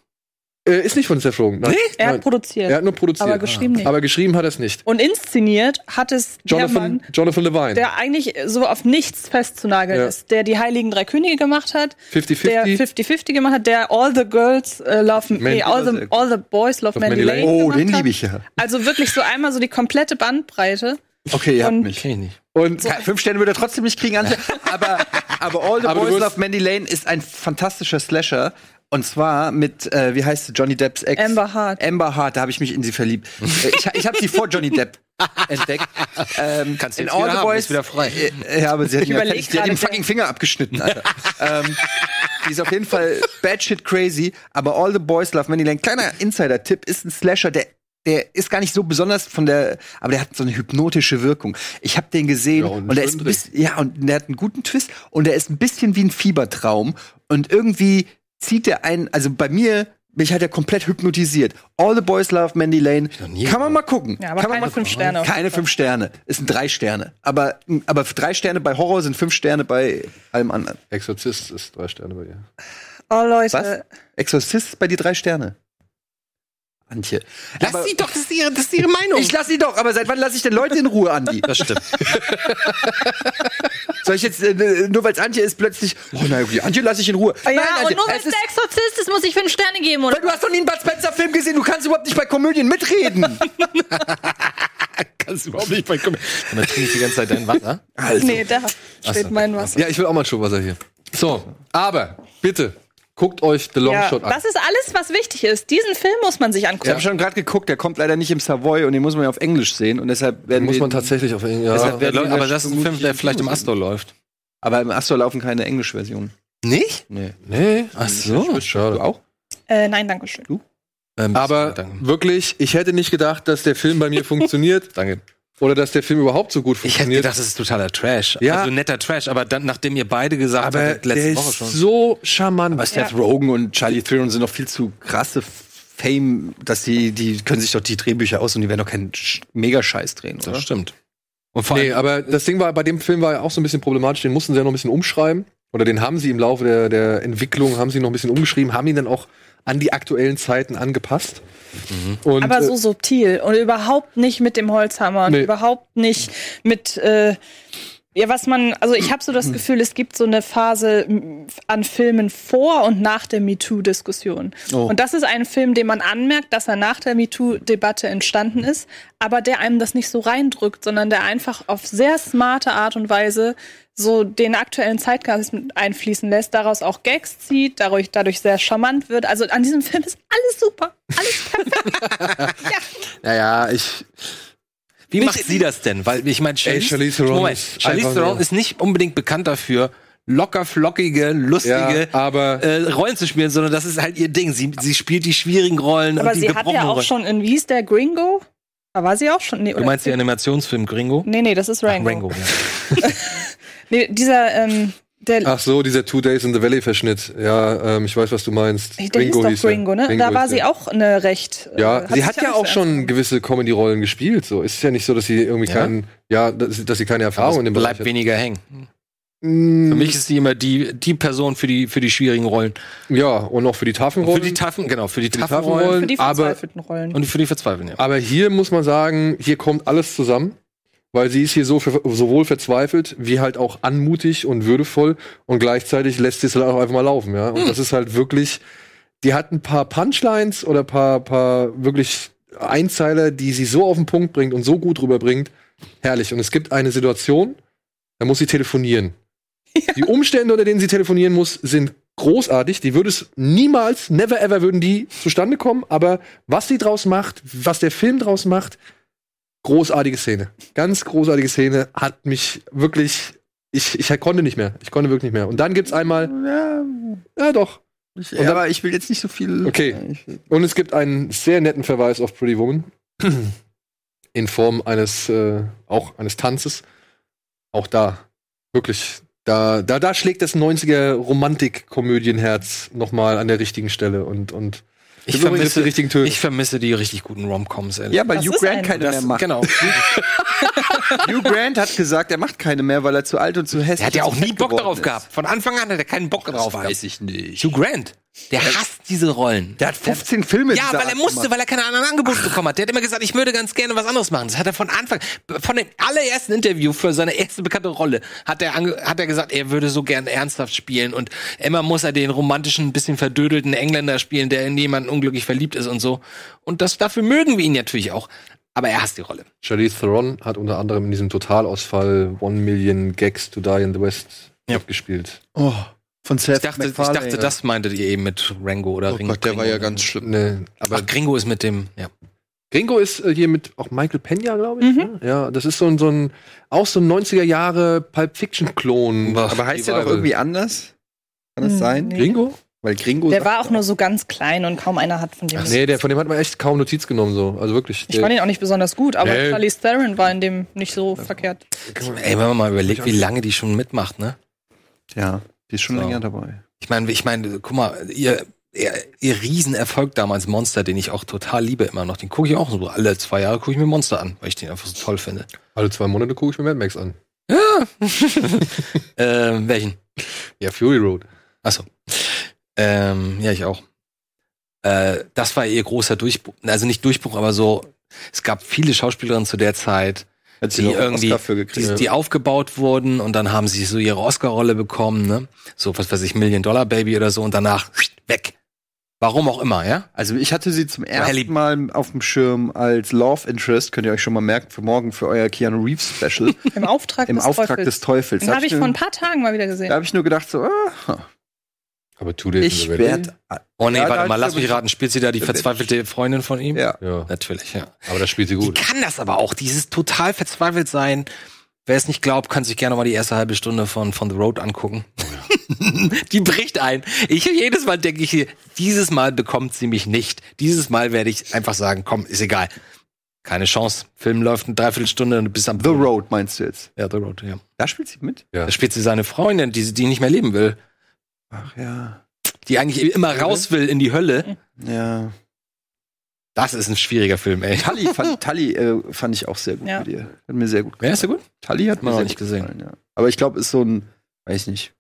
Speaker 1: Äh, ist nicht von Seth Rogen. Nein.
Speaker 4: er hat
Speaker 1: Nein.
Speaker 4: produziert,
Speaker 1: Er hat nur produziert. Ah.
Speaker 4: aber
Speaker 2: Ah.
Speaker 4: geschrieben nicht.
Speaker 1: Aber geschrieben hat er es nicht.
Speaker 4: Und inszeniert hat es der
Speaker 1: Jonathan,
Speaker 4: Mann,
Speaker 1: Jonathan Levine.
Speaker 4: der eigentlich so auf nichts festzunageln
Speaker 1: Ja.
Speaker 4: ist, der die Heiligen Drei Könige gemacht hat, der
Speaker 1: 50-50.
Speaker 4: 50-50 gemacht hat, der All the Girls äh, Love,
Speaker 1: Mandy-
Speaker 4: nee, all, the, all the Boys Love
Speaker 1: Love
Speaker 4: Mandy
Speaker 1: Mandy
Speaker 4: Lane
Speaker 2: Oh,
Speaker 4: gemacht
Speaker 2: den
Speaker 4: hat.
Speaker 2: liebe ich ja.
Speaker 4: Also wirklich so einmal so die komplette Bandbreite.
Speaker 2: Okay, ihr habt
Speaker 4: Und-
Speaker 2: mich.
Speaker 5: Kenn ich nicht.
Speaker 1: Und
Speaker 2: Ke- Fünf Sterne würde er trotzdem nicht kriegen, Antje. aber, aber All the
Speaker 1: Aber du
Speaker 2: Boys
Speaker 1: wirst-
Speaker 2: Love Mandy Lane ist ein fantastischer Slasher. Und zwar mit, äh, wie heißt sie, Johnny Depps Ex?
Speaker 4: Amber Heard.
Speaker 2: Amber Heart, da habe ich mich in sie verliebt. Äh, ich ich habe sie vor Johnny Depp entdeckt. Ähm,
Speaker 5: Kannst du
Speaker 2: in
Speaker 5: jetzt
Speaker 2: All
Speaker 5: wieder
Speaker 2: the
Speaker 5: haben,
Speaker 2: Boys
Speaker 5: ist wieder frei.
Speaker 2: Äh, ja, aber sie hat ihm ja
Speaker 4: überleg
Speaker 2: fertig- sie hat
Speaker 4: gerade,
Speaker 2: ihm fucking Finger abgeschnitten, Alter. ähm, die ist auf jeden Fall bad shit crazy, aber All the Boys Love Mandy Lane. Kleiner Insider-Tipp ist ein Slasher, der der ist gar nicht so besonders von der, aber der hat so eine hypnotische Wirkung. Ich habe den gesehen
Speaker 1: Ja, und
Speaker 2: und, der ist ein
Speaker 1: schön
Speaker 2: bisschen, ja und der hat einen guten Twist und der ist ein bisschen wie ein Fiebertraum und irgendwie zieht er einen, also bei mir mich hat er komplett hypnotisiert. All the Boys Love Mandy Lane. Kann man mal gucken.
Speaker 4: Ja, aber
Speaker 2: Kann man
Speaker 4: keine
Speaker 2: mal
Speaker 4: fünf Sterne auf jeden
Speaker 2: Keine
Speaker 4: Fall.
Speaker 2: fünf Sterne. Es sind drei Sterne. Aber, aber drei Sterne bei Horror sind fünf Sterne bei allem anderen.
Speaker 1: Exorzist ist drei Sterne bei ihr.
Speaker 4: Oh, Leute.
Speaker 2: Was? Exorzist ist bei dir drei Sterne. Antje.
Speaker 5: Lass
Speaker 2: aber-
Speaker 5: sie doch, das ist ihre, das ist ihre Meinung.
Speaker 2: Ich lass sie doch, aber seit wann lasse ich denn Leute in Ruhe, Andi?
Speaker 5: das stimmt.
Speaker 2: Soll ich jetzt, äh, nur weil es Antje ist, plötzlich, oh nein, okay, Antje lass ich in Ruhe.
Speaker 4: Ah, Ja,
Speaker 2: nein,
Speaker 4: und
Speaker 2: Antje,
Speaker 6: Und nur weil
Speaker 2: also es
Speaker 6: es
Speaker 2: ist,
Speaker 6: der Exorzist ist, muss ich fünf Sterne geben, oder?
Speaker 2: weil du hast noch nie einen Bud Spencer Film gesehen, du kannst überhaupt nicht bei Komödien mitreden.
Speaker 5: Kannst du überhaupt nicht beikommen. Und dann trinke ich die ganze Zeit dein Wasser.
Speaker 2: Also.
Speaker 4: Nee, da steht mein Wasser.
Speaker 1: Ja, ich will auch mal ein Schuhwasser hier. So, aber bitte guckt euch The Long
Speaker 4: Ja,
Speaker 1: Shot an.
Speaker 4: das ist alles, was wichtig ist. Diesen Film muss man sich
Speaker 2: Ich habe
Speaker 4: angucken.
Speaker 2: schon gerade geguckt, der kommt leider nicht im Savoy und den muss man ja auf Englisch sehen und deshalb werden
Speaker 1: Muss
Speaker 2: wir-
Speaker 1: man tatsächlich auf ihn.
Speaker 2: Deshalb
Speaker 1: Ja.
Speaker 2: werden wir
Speaker 5: aber das ist ein Film, der vielleicht im Astor läuft.
Speaker 2: Aber im Astor laufen keine Englisch-Versionen.
Speaker 5: Nicht?
Speaker 2: Nee.
Speaker 1: Nee,
Speaker 5: Ach so.
Speaker 1: schade.
Speaker 2: Du auch?
Speaker 4: Äh, nein, danke schön.
Speaker 1: Äh,
Speaker 5: Ähm,
Speaker 1: Aber
Speaker 5: danke.
Speaker 1: wirklich, ich hätte nicht gedacht, dass der Film bei mir funktioniert
Speaker 5: danke.
Speaker 1: oder dass der Film überhaupt so gut
Speaker 5: Ich hätte
Speaker 1: funktioniert.
Speaker 5: gedacht, das ist totaler Trash.
Speaker 1: Ja.
Speaker 5: Also netter Trash, aber dann, nachdem ihr beide gesagt
Speaker 1: aber
Speaker 5: habt,
Speaker 1: der
Speaker 5: letzte
Speaker 1: ist
Speaker 5: Woche schon.
Speaker 1: so charmant.
Speaker 2: Aber Seth Rogen und Charlie Theron sind noch viel zu krasse Fame, dass die, die können sich doch die Drehbücher aus und die werden doch keinen Sch- Megascheiß drehen, oder?
Speaker 5: Das stimmt. Und vor
Speaker 1: nee,
Speaker 5: allem,
Speaker 1: aber das Ding war, bei dem Film war ja auch so ein bisschen problematisch, den mussten sie ja noch ein bisschen umschreiben. Oder den haben sie im Laufe der, der Entwicklung, haben sie noch ein bisschen umgeschrieben, haben ihn dann auch an die aktuellen Zeiten angepasst.
Speaker 5: Mhm.
Speaker 1: Und,
Speaker 4: Aber
Speaker 1: äh,
Speaker 4: so subtil und überhaupt nicht mit dem Holzhammer und
Speaker 1: Nee.
Speaker 4: überhaupt nicht mit äh, ja, was man, also ich habe so das Gefühl, es gibt so eine Phase m, an Filmen vor und nach der MeToo-Diskussion.
Speaker 1: Oh.
Speaker 4: Und das ist ein Film, den man anmerkt, dass er nach der MeToo-Debatte entstanden ist, aber der einem das nicht so reindrückt, sondern der einfach auf sehr smarte Art und Weise so den aktuellen Zeitgeist mit einfließen lässt, daraus auch Gags zieht, dadurch, dadurch sehr charmant wird. Also an diesem Film ist alles super.
Speaker 5: naja, ich. Wie macht sie das denn? Weil ich meine,
Speaker 1: Ey, Charlize Theron
Speaker 5: Moment,
Speaker 1: ist
Speaker 5: Charlize
Speaker 1: einfach
Speaker 5: Theron
Speaker 1: nur-
Speaker 5: ist nicht unbedingt bekannt dafür, locker flockige,
Speaker 1: ja,
Speaker 5: lustige
Speaker 1: aber
Speaker 5: äh, Rollen zu spielen, sondern das ist halt ihr Ding. Sie, sie spielt die schwierigen Rollen
Speaker 4: Aber
Speaker 5: und die
Speaker 4: sie hat ja
Speaker 5: gebrochenen
Speaker 4: auch
Speaker 5: Rollen.
Speaker 4: schon in, wie ist der Gringo? Da war sie auch schon. Nee,
Speaker 5: Du meinst den Animationsfilm Gringo?
Speaker 4: Nee, nee, das ist Rango.
Speaker 5: Rango, ja.
Speaker 4: Nee, dieser, ähm, der,
Speaker 1: ach so, dieser Two Days in the Valley Verschnitt. Ja, ähm, ich weiß, was du meinst.
Speaker 4: der hieß doch
Speaker 1: er.
Speaker 4: Gringo, ne? da
Speaker 1: hieß
Speaker 4: war sie
Speaker 1: der.
Speaker 4: auch eine recht. äh,
Speaker 1: Ja, sie
Speaker 4: sich
Speaker 1: hat ja
Speaker 4: nicht so
Speaker 1: auch schon
Speaker 4: ernst genommen.
Speaker 1: gewisse Comedy-Rollen gespielt. So ist es ja nicht so, dass sie irgendwie
Speaker 5: Ja?
Speaker 1: keinen, ja, dass, sie- dass sie keine
Speaker 5: Aber
Speaker 1: Erfahrung in
Speaker 5: es
Speaker 1: dem
Speaker 5: bleibt
Speaker 1: Bereich hat.
Speaker 5: weniger hängen. Für
Speaker 1: Mm,
Speaker 5: mich ist sie immer die, die Person für die, für die schwierigen Rollen.
Speaker 1: Ja, und auch für die Tafelrollen.
Speaker 5: Für die taffen, genau, für die
Speaker 1: die
Speaker 5: taffen
Speaker 1: taffen
Speaker 5: Rollen
Speaker 4: Für die
Speaker 1: aber-
Speaker 4: verzweifelten Rollen.
Speaker 5: und für die Verzweifeln, ja.
Speaker 1: Aber hier muss man sagen, hier kommt alles zusammen, weil sie ist hier so ver sowohl verzweifelt wie halt auch anmutig und würdevoll und gleichzeitig lässt sie es halt auch einfach mal laufen, ja.
Speaker 5: Hm.
Speaker 1: Und das ist halt wirklich, die hat ein paar Punchlines oder paar, paar wirklich Einzeiler, die sie so auf den Punkt bringt und so gut rüberbringt. Herrlich. Und es gibt eine Situation, da muss sie telefonieren. Die Umstände, unter denen sie telefonieren muss, sind großartig. Die würde es niemals, never ever würden die zustande kommen. Aber was sie draus macht, was der Film draus macht, großartige Szene. Ganz großartige Szene hat mich wirklich, ich, ich konnte nicht mehr. Ich konnte wirklich nicht mehr. Und dann gibt's einmal,
Speaker 2: Ja,
Speaker 1: ja doch.
Speaker 2: ich,
Speaker 1: Und dann-
Speaker 2: aber ich will jetzt nicht so viel.
Speaker 1: Okay.
Speaker 2: Ich,
Speaker 1: Und es gibt einen sehr netten Verweis auf Pretty Woman. In Form eines, äh, auch eines Tanzes. Auch da, wirklich, da, da, da schlägt das 90er Romantik-Komödienherz nochmal an der richtigen Stelle und, und
Speaker 5: Ich
Speaker 1: übrigens die
Speaker 5: vermisse,
Speaker 1: richtigen Töne.
Speaker 5: ich vermisse die richtig guten Romcoms, ehrlich.
Speaker 2: ja, weil
Speaker 4: Das
Speaker 2: Hugh
Speaker 4: ist
Speaker 2: Grant
Speaker 4: ein-
Speaker 2: keine
Speaker 5: das,
Speaker 2: mehr macht.
Speaker 5: genau.
Speaker 2: Hugh Grant hat gesagt, er macht keine mehr, weil er zu alt und zu hässlich
Speaker 5: Der hat ja
Speaker 2: und
Speaker 5: auch
Speaker 2: zu
Speaker 5: nie
Speaker 2: fett
Speaker 5: Bock
Speaker 2: geworden
Speaker 5: darauf
Speaker 2: ist.
Speaker 5: gehabt. Von Anfang an hat er keinen Bock
Speaker 2: Das
Speaker 5: darauf
Speaker 2: weiß
Speaker 5: gehabt.
Speaker 2: ich nicht.
Speaker 5: Hugh Grant, der hasst diese Rollen.
Speaker 2: Der hat 15 Filme
Speaker 5: ja,
Speaker 2: dieser
Speaker 5: weil er
Speaker 2: Art
Speaker 5: musste,
Speaker 2: gemacht.
Speaker 5: weil er keine anderen Angebote bekommen hat. Der hat immer gesagt, ich würde ganz gerne was anderes machen. Das hat er von Anfang, von dem allerersten Interview für seine erste bekannte Rolle, hat er, ange- hat er gesagt, er würde so gern ernsthaft spielen und immer muss er den romantischen, ein bisschen verdödelten Engländer spielen, der in jemanden unglücklich verliebt ist und so. Und das, dafür mögen wir ihn natürlich auch. Aber er hasst die Rolle.
Speaker 1: Charlize Theron hat unter anderem in diesem Totalausfall One Million Gags to Die in the West
Speaker 5: Ja.
Speaker 1: gespielt.
Speaker 2: Oh, von Seth
Speaker 5: Ich dachte, ich
Speaker 2: MacFarlane.
Speaker 5: dachte, das meintet ihr eben mit Rango oder
Speaker 2: Oh
Speaker 5: Ringo.
Speaker 2: Gott, der war
Speaker 5: Ringo.
Speaker 2: ja ganz schlimm.
Speaker 1: Ne,
Speaker 5: Ach,
Speaker 1: aber
Speaker 5: Gringo ist mit dem, ja.
Speaker 1: Gringo ist äh, hier mit auch Michael Pena, glaube ich. Ne?
Speaker 4: Mhm.
Speaker 1: Ja, das ist so ein, so ein auch so ein 90er Jahre Pulp Fiction Klon.
Speaker 2: Aber heißt der doch irgendwie anders? Kann das
Speaker 4: Hm,
Speaker 2: sein?
Speaker 4: nee.
Speaker 1: Gringo?
Speaker 2: Weil Gringo.
Speaker 4: Der
Speaker 2: sagt
Speaker 4: war auch
Speaker 2: ja
Speaker 4: nur so ganz klein und kaum einer hat von dem.
Speaker 1: Nee, der, von dem hat man echt kaum Notiz genommen, so. Also wirklich.
Speaker 4: ich fand ihn auch nicht besonders gut, aber
Speaker 1: Nee.
Speaker 4: Charlize Theron war in dem nicht so verkehrt.
Speaker 5: Ey, wenn man mal überlegt, wie lange die schon mitmacht, ne?
Speaker 2: Ja, die ist schon
Speaker 5: So.
Speaker 2: länger dabei.
Speaker 5: Ich meine, ich meine, guck mal, ihr ihr, ihr Riesenerfolg damals Monster, den ich auch total liebe immer noch. Den gucke ich auch so alle zwei Jahre gucke ich mir Monster an, weil ich den einfach so toll finde.
Speaker 1: Alle zwei Monate gucke ich mir Mad Max an.
Speaker 5: Ähm, welchen?
Speaker 1: Ja, Fury Road.
Speaker 5: Achso. Ähm, ja, ich auch. Äh, das war ihr großer Durchbruch. Also nicht Durchbruch, aber so, es gab viele Schauspielerinnen zu der Zeit,
Speaker 2: Hat
Speaker 5: Die
Speaker 2: noch
Speaker 1: äh,
Speaker 2: einen
Speaker 5: irgendwie-
Speaker 2: für
Speaker 5: die,
Speaker 2: gekriegt.
Speaker 5: die aufgebaut wurden und dann haben sie so ihre Oscar-Rolle bekommen, ne? So, was weiß ich, Million Dollar Baby oder so und danach weg. Warum auch immer, ja?
Speaker 2: Also ich hatte sie
Speaker 1: Oh,
Speaker 2: zum
Speaker 5: Halle-
Speaker 2: ersten Mal auf dem Schirm als Love Interest, könnt ihr euch schon mal merken, für morgen für euer Keanu Reeves Special
Speaker 4: Im Auftrag
Speaker 2: im
Speaker 4: des
Speaker 2: Auftrag
Speaker 4: Teufels.
Speaker 2: des Teufels.
Speaker 4: Den
Speaker 2: Da
Speaker 4: habe ich
Speaker 2: mir-
Speaker 4: vor ein paar Tagen mal wieder
Speaker 2: da
Speaker 4: gesehen.
Speaker 2: habe ich nur gedacht, so, ah,
Speaker 1: Aber Two Days
Speaker 2: ich
Speaker 1: in a Valley?
Speaker 2: werde.
Speaker 5: Oh nee,
Speaker 2: Ja,
Speaker 5: warte
Speaker 2: da
Speaker 5: mal,
Speaker 2: ist
Speaker 5: lass
Speaker 2: aber-
Speaker 5: mich raten. Spielt sie da die verzweifelte Freundin von ihm?
Speaker 2: Ja.
Speaker 1: Ja,
Speaker 5: Natürlich, ja.
Speaker 1: aber das spielt sie
Speaker 5: Die
Speaker 1: gut.
Speaker 5: kann das aber auch, dieses total verzweifelt sein. Wer es nicht glaubt, kann sich gerne mal die erste halbe Stunde von, von The Road angucken.
Speaker 2: Oh
Speaker 5: die bricht ein. Ich jedes Mal denke ich, hier, dieses Mal bekommt sie mich nicht. Dieses Mal werde ich einfach sagen, komm, ist egal. Keine Chance. Film läuft eine Dreiviertelstunde und du bist am
Speaker 2: The Road meinst du jetzt?
Speaker 5: Ja, The Road, ja.
Speaker 2: Da spielt sie mit?
Speaker 1: Ja.
Speaker 5: Da spielt sie seine Freundin, die, die nicht mehr leben will.
Speaker 2: Ach ja.
Speaker 5: Die eigentlich
Speaker 2: Mhm.
Speaker 5: immer raus will in die Hölle.
Speaker 2: Ja.
Speaker 5: Das ist ein schwieriger Film, ey.
Speaker 2: Tully, fand, Tully äh, fand ich auch sehr gut
Speaker 4: Ja.
Speaker 2: mit ihr. Hat mir sehr gut
Speaker 5: Ja, ist ja gut.
Speaker 2: Tully hat
Speaker 5: Man
Speaker 2: mir
Speaker 5: auch
Speaker 2: sehr
Speaker 5: nicht
Speaker 2: gut
Speaker 5: gesehen.
Speaker 2: gefallen, ja. Aber ich glaube, ist so ein, weiß ich nicht.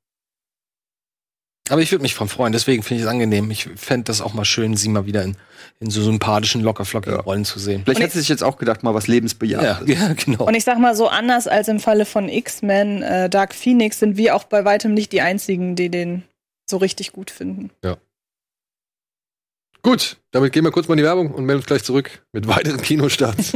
Speaker 5: Aber ich würde mich von freuen, deswegen finde ich es angenehm. Ich fände das auch mal schön, sie mal wieder in, in so sympathischen, lockerflockigen
Speaker 2: Ja.
Speaker 5: Rollen zu sehen.
Speaker 2: Vielleicht hat sie sich jetzt auch gedacht, mal was Lebensbejahendes.
Speaker 5: ja genau.
Speaker 4: Und ich sag mal so, anders als im Falle von X-Men, äh, Dark Phoenix, sind wir auch bei weitem nicht die Einzigen, die den so richtig gut finden.
Speaker 1: Gut, damit gehen wir kurz mal in die Werbung und melden uns gleich zurück mit weiteren Kinostarts.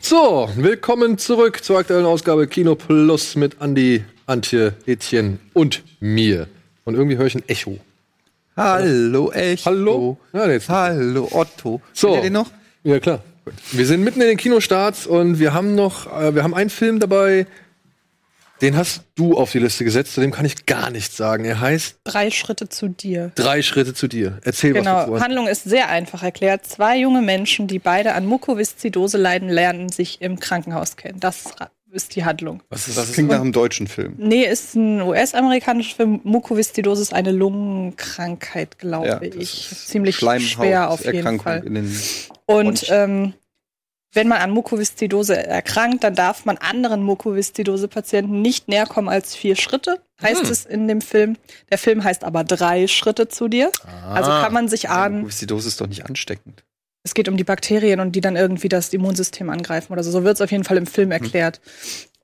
Speaker 1: So, willkommen zurück zur aktuellen Ausgabe Kino Plus mit Andi, Antje, Etienne und mir. Und irgendwie höre ich ein Echo.
Speaker 2: Hallo, echt.
Speaker 1: Hallo? Ja, jetzt.
Speaker 2: Hallo, Otto.
Speaker 1: So.
Speaker 2: Kennt ihr den noch?
Speaker 1: Ja, klar. Wir sind mitten in den Kinostarts und wir haben noch, äh, wir haben einen Film dabei, den hast du auf die Liste gesetzt, zu dem kann ich gar nichts sagen. Er heißt
Speaker 4: Drei Schritte zu dir.
Speaker 1: Drei Schritte zu dir. Erzähl was dazu.
Speaker 4: Genau,
Speaker 1: Hast.
Speaker 4: Handlung ist sehr einfach erklärt. Zwei junge Menschen, die beide an Mukoviszidose leiden, lernen sich im Krankenhaus kennen. Das ist die Handlung.
Speaker 2: Das, klingt nach einem deutschen Film.
Speaker 4: Nee, ist ein US-amerikanischer Film. Mukoviszidose ist eine Lungenkrankheit, glaube ich. Ziemlich schwer auf jeden Fall.
Speaker 2: In den
Speaker 4: Und ähm, wenn man an Mukoviszidose erkrankt, dann darf man anderen Mukoviszidose-Patienten nicht näher kommen als vier Schritte, heißt es in dem Film. Der Film heißt aber drei Schritte zu dir. Also kann man sich ahnen,
Speaker 2: die Dose ist doch nicht ansteckend.
Speaker 4: es geht um die Bakterien und die dann irgendwie das Immunsystem angreifen oder so. So wird es auf jeden Fall im Film erklärt.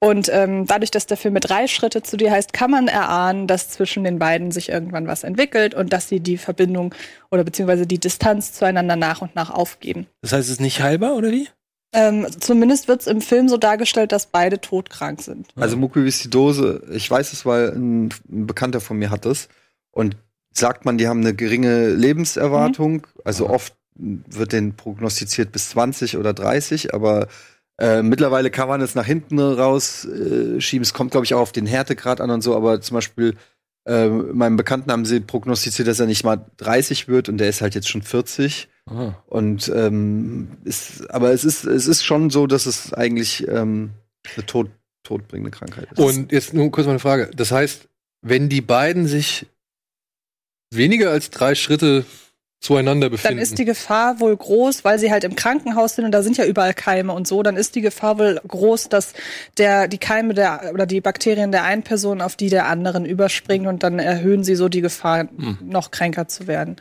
Speaker 4: Und ähm, dadurch, dass der Film mit drei Schritte zu dir heißt, kann man erahnen, dass zwischen den beiden sich irgendwann was entwickelt und dass sie die Verbindung oder beziehungsweise die Distanz zueinander nach und nach aufgeben.
Speaker 5: Das heißt, es ist nicht halber, oder wie?
Speaker 4: Ähm, zumindest wird es im Film so dargestellt, dass beide todkrank sind.
Speaker 2: Also Mukoviszidose, ich weiß es, weil ein, ein Bekannter von mir hat es. Und sagt man, die haben eine geringe Lebenserwartung. Also oft wird denen prognostiziert bis 20 oder 30, aber äh, mittlerweile kann man es nach hinten raus äh, schieben. Es kommt, glaube ich, auch auf den Härtegrad an und so, aber zum Beispiel äh, meinem Bekannten haben sie prognostiziert, dass er nicht mal 30 wird und der ist halt jetzt schon 40. Und ähm, ist, aber es ist, es ist schon so, dass es eigentlich ähm, eine Tod, todbringende Krankheit ist.
Speaker 1: Und jetzt nur kurz mal eine Frage. Das heißt, wenn die beiden sich weniger als drei Schritte zueinander befinden,
Speaker 4: Dann ist die Gefahr wohl groß, weil sie halt im Krankenhaus sind und da sind ja überall Keime und so. Dann ist die Gefahr wohl groß, dass der, die Keime der, oder die Bakterien der einen Person auf die der anderen überspringen und dann erhöhen sie so die Gefahr, noch kränker zu werden.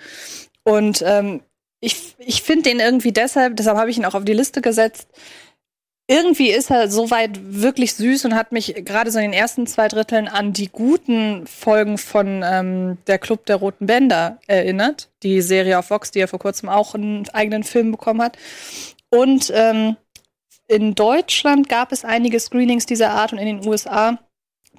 Speaker 4: Und ähm, ich, ich finde den irgendwie deshalb, deshalb habe ich ihn auch auf die Liste gesetzt. Irgendwie ist er soweit wirklich süß und hat mich gerade so in den ersten zwei Dritteln an die guten Folgen von ähm, Der Club der Roten Bänder erinnert. Die Serie auf Vox, die ja vor kurzem auch einen eigenen Film bekommen hat. Und ähm, in Deutschland gab es einige Screenings dieser Art und in den USA.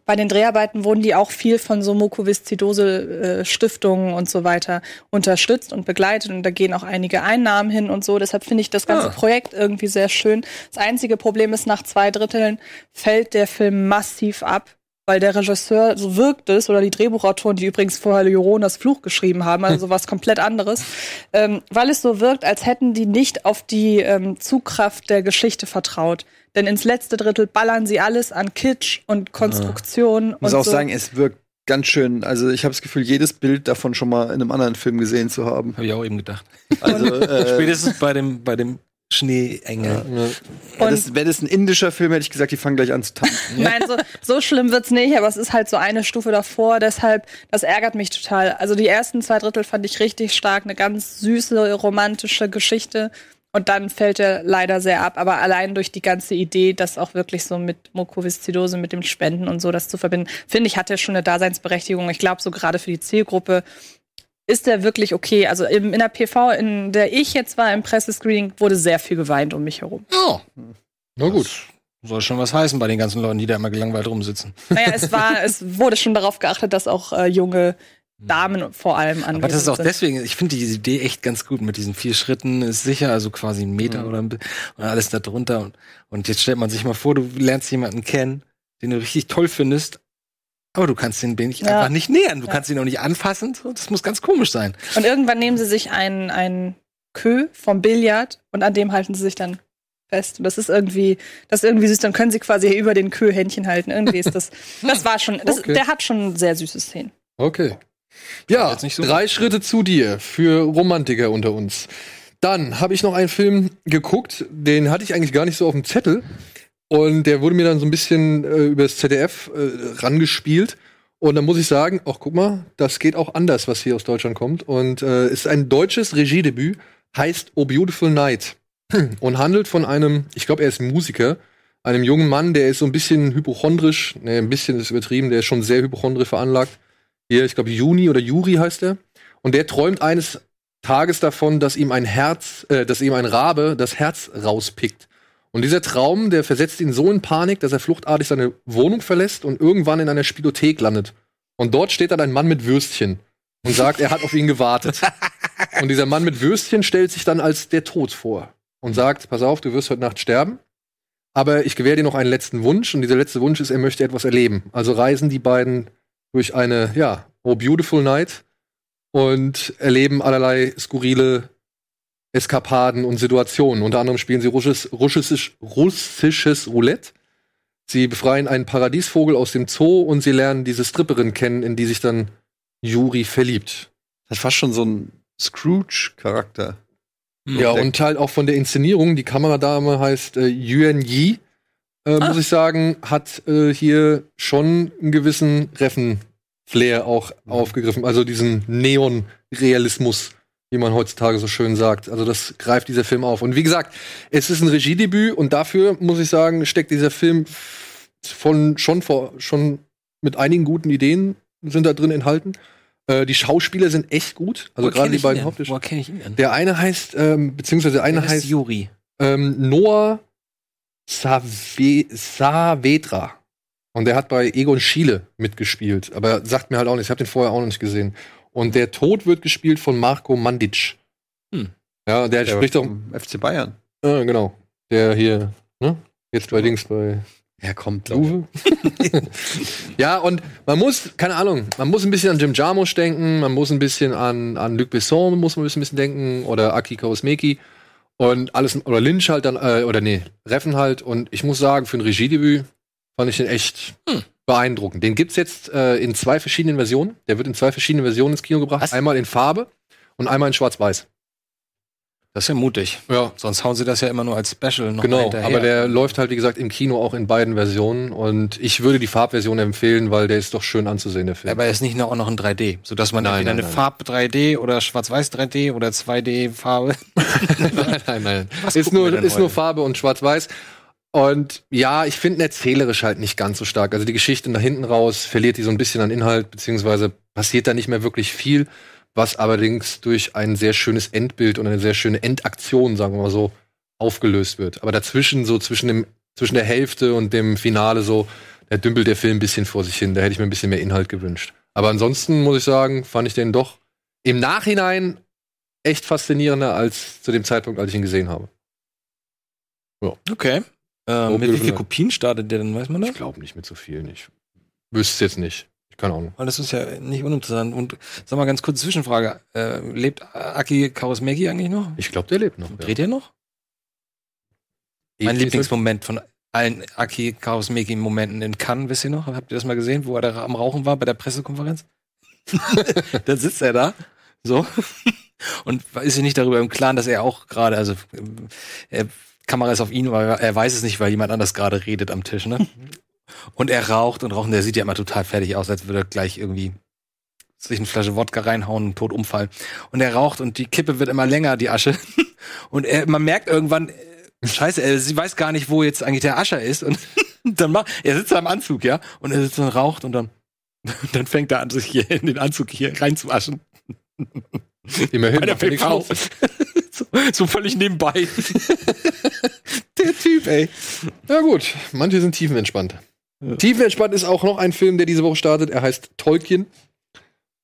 Speaker 4: Bei den Dreharbeiten wurden die auch viel von so Mukoviszidose-Stiftungen und so weiter unterstützt und begleitet. Und da gehen auch einige Einnahmen hin und so. Deshalb finde ich das ganze Projekt irgendwie sehr schön. Das einzige Problem ist, nach zwei Dritteln fällt der Film massiv ab. Weil der Regisseur, so wirkt es, oder die Drehbuchautoren, die übrigens vorher Joronas Fluch geschrieben haben, also was komplett anderes, ähm, weil es so wirkt, als hätten die nicht auf die ähm, Zugkraft der Geschichte vertraut. Denn ins letzte Drittel ballern sie alles an Kitsch und Konstruktion.
Speaker 2: Ich Ah. muss
Speaker 4: und
Speaker 2: auch
Speaker 4: so.
Speaker 2: sagen, es wirkt ganz schön. Also ich habe das Gefühl, jedes Bild davon schon mal in einem anderen Film gesehen zu haben.
Speaker 5: Habe ich auch eben gedacht.
Speaker 2: Also, äh,
Speaker 5: Spätestens bei dem, bei dem Schneeengel.
Speaker 2: wäre das, wär das ein indischer Film, hätte ich gesagt, die fangen gleich an zu tanzen.
Speaker 4: Nein, so, so schlimm wird's nicht, aber es ist halt so eine Stufe davor. Deshalb, das ärgert mich total. Also die ersten zwei Drittel fand ich richtig stark, eine ganz süße, romantische Geschichte. Und dann fällt er leider sehr ab. Aber allein durch die ganze Idee, das auch wirklich so mit Mukoviszidose, mit dem Spenden und so das zu verbinden, finde ich, hat er schon eine Daseinsberechtigung. Ich glaube, so gerade für die Zielgruppe ist der wirklich okay. Also im- in der PV, in der ich jetzt war, im Pressescreening, wurde sehr viel geweint um mich herum.
Speaker 5: Oh,
Speaker 1: Na gut.
Speaker 5: soll schon was heißen bei den ganzen Leuten, die da immer gelangweilt rumsitzen.
Speaker 4: Naja, es war, es wurde schon darauf geachtet, dass auch äh, junge Damen vor allem anwesend
Speaker 5: Aber das ist auch
Speaker 4: sind.
Speaker 5: deswegen, ich finde diese Idee echt ganz gut mit diesen vier Schritten, ist sicher, also quasi ein Meter oder ein bi- und alles da drunter. Und, und jetzt stellt man sich mal vor, du lernst jemanden kennen, den du richtig toll findest, aber du kannst den nicht
Speaker 4: Ja.
Speaker 5: einfach nicht nähern, du kannst ihn auch nicht anfassen, so, das muss ganz komisch sein.
Speaker 4: Und irgendwann nehmen sie sich einen, einen Kö vom Billard und an dem halten sie sich dann fest. Und das ist irgendwie, das ist irgendwie süß. Dann können sie quasi über den Kö Händchen halten. Irgendwie ist das, das war schon, das,
Speaker 1: Okay.
Speaker 4: der hat schon sehr süße Szenen.
Speaker 1: Okay. Ja,
Speaker 5: Jetzt nicht so.
Speaker 1: drei Schritte zu dir für Romantiker unter uns. Dann habe ich noch einen Film geguckt, den hatte ich eigentlich gar nicht so auf dem Zettel. Und der wurde mir dann so ein bisschen äh, übers ZDF äh, rangespielt. Und dann muss ich sagen, ach guck mal, das geht auch anders, was hier aus Deutschland kommt. Und äh, ist ein deutsches Regiedebüt, heißt O Beautiful Night. Und handelt von einem, ich glaube, er ist Musiker, einem jungen Mann, der ist so ein bisschen hypochondrisch, ne, ein bisschen ist übertrieben, der ist schon sehr hypochondrisch veranlagt hier, ich glaube, Juni oder Juri heißt er. Und der träumt eines Tages davon, dass ihm ein Herz, äh, dass ihm ein Rabe das Herz rauspickt. Und dieser Traum, der versetzt ihn so in Panik, dass er fluchtartig seine Wohnung verlässt und irgendwann in einer Spielothek landet. Und dort steht dann ein Mann mit Würstchen und sagt, er hat auf ihn gewartet. Und dieser Mann mit Würstchen stellt sich dann als der Tod vor und sagt, pass auf, du wirst heute Nacht sterben, aber ich gewähre dir noch einen letzten Wunsch. Und dieser letzte Wunsch ist, er möchte etwas erleben. Also reisen die beiden durch eine, ja, Oh Beautiful Night und erleben allerlei skurrile Eskapaden und Situationen. Unter anderem spielen sie russisches, russisches, russisches Roulette. Sie befreien einen Paradiesvogel aus dem Zoo und sie lernen diese Stripperin kennen, in die sich dann Juri verliebt.
Speaker 2: Hat fast schon so einen Scrooge-Charakter.
Speaker 5: Hm.
Speaker 1: Ja,
Speaker 2: Der-
Speaker 1: und halt auch von der Inszenierung. Die Kameradame heißt äh, Yuan Yi. Äh,
Speaker 5: Ah.
Speaker 1: Muss ich sagen, hat äh, hier schon einen gewissen Reffen-Flair auch
Speaker 5: Mhm.
Speaker 1: aufgegriffen. Also diesen Neon-Realismus, wie man heutzutage so schön sagt. Also das greift dieser Film auf. Und wie gesagt, es ist ein Regiedebüt und dafür, muss ich sagen, steckt dieser Film von schon vor, schon mit einigen guten Ideen sind da drin enthalten. Äh, die Schauspieler sind echt gut. Also
Speaker 5: Woher
Speaker 1: gerade
Speaker 5: kenn
Speaker 1: die
Speaker 5: ich ihn
Speaker 1: beiden
Speaker 5: denn?
Speaker 1: Hauptdarsteller.
Speaker 5: Woher kenne ich ihn denn?
Speaker 1: Der eine heißt, ähm, beziehungsweise der eine
Speaker 5: Der
Speaker 1: heißt
Speaker 5: Juri.
Speaker 1: ähm, Noah Save Saavedra. Und der hat bei Egon Schiele mitgespielt. Aber sagt mir halt auch nichts. Ich habe den vorher auch noch nicht gesehen. Und der Tod wird gespielt von Marco Mandic.
Speaker 5: Hm.
Speaker 1: Ja, der,
Speaker 2: Der
Speaker 1: spricht auch.
Speaker 2: vom FC Bayern.
Speaker 1: Äh, genau. Der hier, ne? Jetzt bei Dings bei
Speaker 2: Ja, kommt,
Speaker 1: Uwe. ja, und man muss, keine Ahnung, man muss ein bisschen an Jim Jarmusch denken, man muss ein bisschen an, an Luc Besson, muss man ein bisschen denken, oder Aki Kaurismäki und alles, oder Lynch halt dann, äh, oder nee, Reffen halt. Und ich muss sagen, für ein Regiedebüt fand ich den echt beeindruckend. Den gibt's jetzt äh, in zwei verschiedenen Versionen. Der wird in zwei verschiedenen Versionen ins Kino gebracht. Einmal in Farbe und einmal in Schwarz-Weiß.
Speaker 5: Das ist ja mutig.
Speaker 1: Ja,
Speaker 5: Sonst hauen sie das ja immer nur als Special noch
Speaker 1: Genau,
Speaker 5: hinterher.
Speaker 1: aber der läuft halt, wie gesagt, im Kino auch in beiden Versionen. Und ich würde die Farbversion empfehlen, weil der ist doch schön anzusehen, der Film.
Speaker 5: Aber er ist nicht noch, auch noch ein 3D, sodass man
Speaker 1: Nein,
Speaker 5: entweder
Speaker 1: nein,
Speaker 5: eine
Speaker 1: nein.
Speaker 5: Farb 3D oder Schwarz-Weiß 3D oder 2D-Farbe.
Speaker 1: nein, nein, nein.
Speaker 5: Was
Speaker 1: Ist
Speaker 5: gucken
Speaker 1: nur,
Speaker 5: wir denn
Speaker 1: ist nur
Speaker 5: heute?
Speaker 1: Farbe und Schwarz-Weiß. Und ja, ich finde ihn erzählerisch halt nicht ganz so stark. Also die Geschichte nach hinten raus verliert die so ein bisschen an Inhalt, beziehungsweise passiert da nicht mehr wirklich viel, was allerdings durch ein sehr schönes Endbild und eine sehr schöne Endaktion, sagen wir mal so, aufgelöst wird. Aber dazwischen, so zwischen dem, zwischen der Hälfte und dem Finale so, da dümpelt der Film ein bisschen vor sich hin. Da hätte ich mir ein bisschen mehr Inhalt gewünscht. Aber ansonsten muss ich sagen, fand ich den doch im Nachhinein echt faszinierender als zu dem Zeitpunkt, als ich ihn gesehen habe.
Speaker 5: Okay.
Speaker 1: Oh,
Speaker 5: Ähm, mit wie
Speaker 1: Blödsinn. Äh,
Speaker 5: viel Kopien startet der denn, weiß man das?
Speaker 1: Ich glaube nicht mit so viel nicht. Wüsste jetzt nicht. Ich kann auch nicht.
Speaker 5: Weil das ist ja nicht uninteressant. Und sag mal ganz kurz Zwischenfrage. Äh, lebt Aki Karusmegi eigentlich noch?
Speaker 1: Ich glaube, der lebt noch.
Speaker 5: Dreht er noch? Mein Lieblingsmoment von allen Aki Karusmegi-Momenten in Cannes, wisst ihr noch? Habt ihr das mal gesehen, wo er da am Rauchen war bei der Pressekonferenz? da sitzt er da, so. Und ist sich nicht darüber im Klaren, dass er auch gerade, also äh, Kamera ist auf ihn, aber er weiß es nicht, weil jemand anders gerade redet am Tisch, ne? Und er raucht und raucht, und der sieht ja immer total fertig aus, als würde er gleich irgendwie sich eine Flasche Wodka reinhauen und tot umfallen. Und er raucht und die Kippe wird immer länger, die Asche. Und er, man merkt irgendwann, äh, scheiße, er, sie weiß gar nicht, wo jetzt eigentlich der Ascher ist. Und dann macht, er sitzt da im Anzug, ja, und er sitzt und raucht und dann, dann fängt er an, sich hier in den Anzug hier reinzuaschen.
Speaker 1: Immerhin.
Speaker 5: Bei der
Speaker 1: macht er nichts
Speaker 5: PV.
Speaker 1: aus.
Speaker 5: so, so völlig nebenbei.
Speaker 2: Der Typ, ey.
Speaker 1: Ja gut, manche sind tiefenentspannt. Tiefenentspannt ist auch noch ein Film, der diese Woche startet. Er heißt Tolkien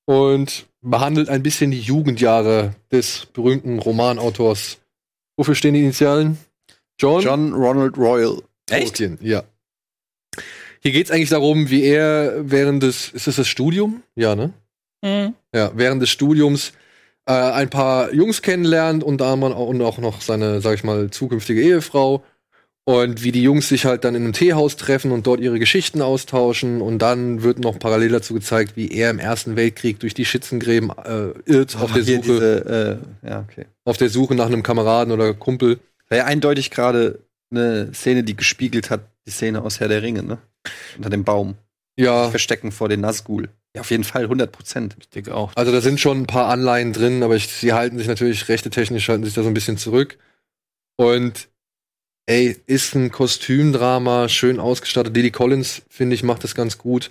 Speaker 1: und behandelt ein bisschen die Jugendjahre des berühmten Romanautors. Wofür stehen die Initialen? John,
Speaker 2: John Ronald Royal.
Speaker 1: Tolkien. Ja. Hier geht es eigentlich darum, wie er während des, ist das das Studium? Ja, ne?
Speaker 4: Mhm.
Speaker 1: ja, während des Studiums äh, ein paar Jungs kennenlernt und da man auch, und auch noch seine, sag ich mal, zukünftige Ehefrau. Und wie die Jungs sich halt dann in einem Teehaus treffen und dort ihre Geschichten austauschen. Und dann wird noch parallel dazu gezeigt, wie er im Ersten Weltkrieg durch die Schützengräben äh, irrt auf, der Suche,
Speaker 2: Hier diese, äh, ja, okay.
Speaker 1: auf der Suche nach einem Kameraden oder Kumpel.
Speaker 2: War ja eindeutig gerade eine Szene, die gespiegelt hat, die Szene aus Herr der Ringe, ne? Unter dem Baum.
Speaker 1: Ja,
Speaker 2: Verstecken vor den Nazgul. Ja, auf jeden Fall, 100 Prozent.
Speaker 5: Ah. Ich denke auch.
Speaker 1: also da sind schon ein paar Anleihen drin, aber ich, sie halten sich natürlich, rechte technisch halten sich da so ein bisschen zurück. Und ey, ist ein Kostümdrama, schön ausgestattet. Lily Collins, finde ich, macht das ganz gut.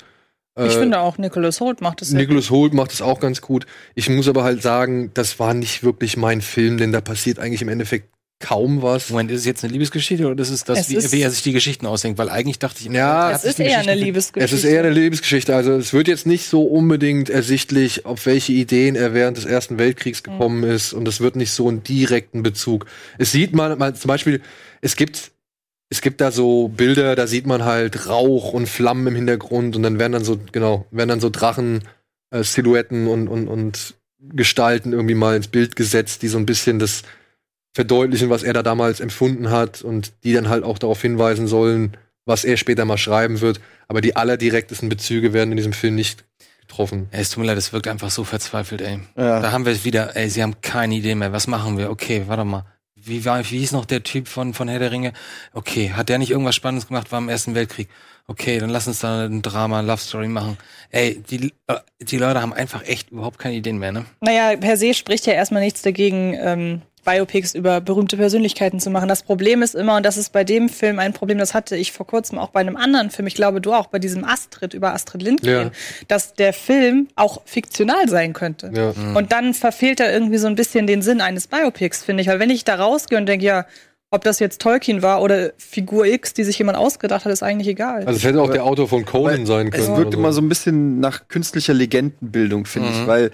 Speaker 4: Ich
Speaker 1: Äh,
Speaker 4: finde auch, Nicholas Holt macht es sehr gut.
Speaker 1: Nicholas Holt macht das auch ganz gut. Ich muss aber halt sagen, das war nicht wirklich mein Film, denn da passiert eigentlich im Endeffekt kaum was.
Speaker 5: Moment, ist es jetzt eine Liebesgeschichte oder ist es
Speaker 4: Es
Speaker 5: das,
Speaker 4: ist-
Speaker 5: wie, wie er sich die Geschichten ausdenkt? Weil eigentlich dachte ich,
Speaker 1: Ja,
Speaker 4: Es ist eher eine Liebesgeschichte.
Speaker 1: Es ist eher eine Lebensgeschichte. Also es wird jetzt nicht so unbedingt ersichtlich, auf welche Ideen er während des Ersten Weltkriegs gekommen ist. Und es wird nicht so einen direkten Bezug. Es sieht man, man zum Beispiel, es gibt, es gibt da so Bilder, da sieht man halt Rauch und Flammen im Hintergrund und dann werden dann so, genau, werden dann so Drachen, äh, Silhouetten und, und, und Gestalten irgendwie mal ins Bild gesetzt, die so ein bisschen das verdeutlichen, was er da damals empfunden hat und die dann halt auch darauf hinweisen sollen, was er später mal schreiben wird. Aber die allerdirektesten Bezüge werden in diesem Film nicht getroffen.
Speaker 5: Ey, es tut mir leid, es wirkt einfach so verzweifelt, ey.
Speaker 2: Ja.
Speaker 5: Da haben wir es wieder, ey, sie haben keine Idee mehr. Was machen wir? Okay, warte mal. Wie war, wie ist noch der Typ von, von Herr der Ringe? Okay, hat der nicht irgendwas Spannendes gemacht? War im Ersten Weltkrieg. Okay, dann lass uns da ein Drama, eine Love Story machen. Ey, die, äh, die Leute haben einfach echt überhaupt keine Ideen mehr, ne?
Speaker 4: Naja, per se spricht ja erstmal nichts dagegen, ähm, Biopics über berühmte Persönlichkeiten zu machen. Das Problem ist immer, und das ist bei dem Film ein Problem, das hatte ich vor kurzem auch bei einem anderen Film, ich glaube du auch, bei diesem Astrid über Astrid Lindgren,
Speaker 1: Ja.
Speaker 4: dass der Film auch fiktional sein könnte.
Speaker 1: Ja.
Speaker 2: Mhm.
Speaker 1: Mhm.
Speaker 4: Und dann verfehlt er irgendwie so ein bisschen den Sinn eines Biopics, finde ich. Weil wenn ich da rausgehe und denke, ja, ob das jetzt Tolkien war oder Figur X, die sich jemand ausgedacht hat, ist eigentlich egal.
Speaker 1: Also es hätte auch der Autor von Conan sein können.
Speaker 2: Es wirkt
Speaker 1: oder
Speaker 2: immer so ein bisschen nach künstlicher Legendenbildung, finde
Speaker 5: Mhm.
Speaker 2: ich, weil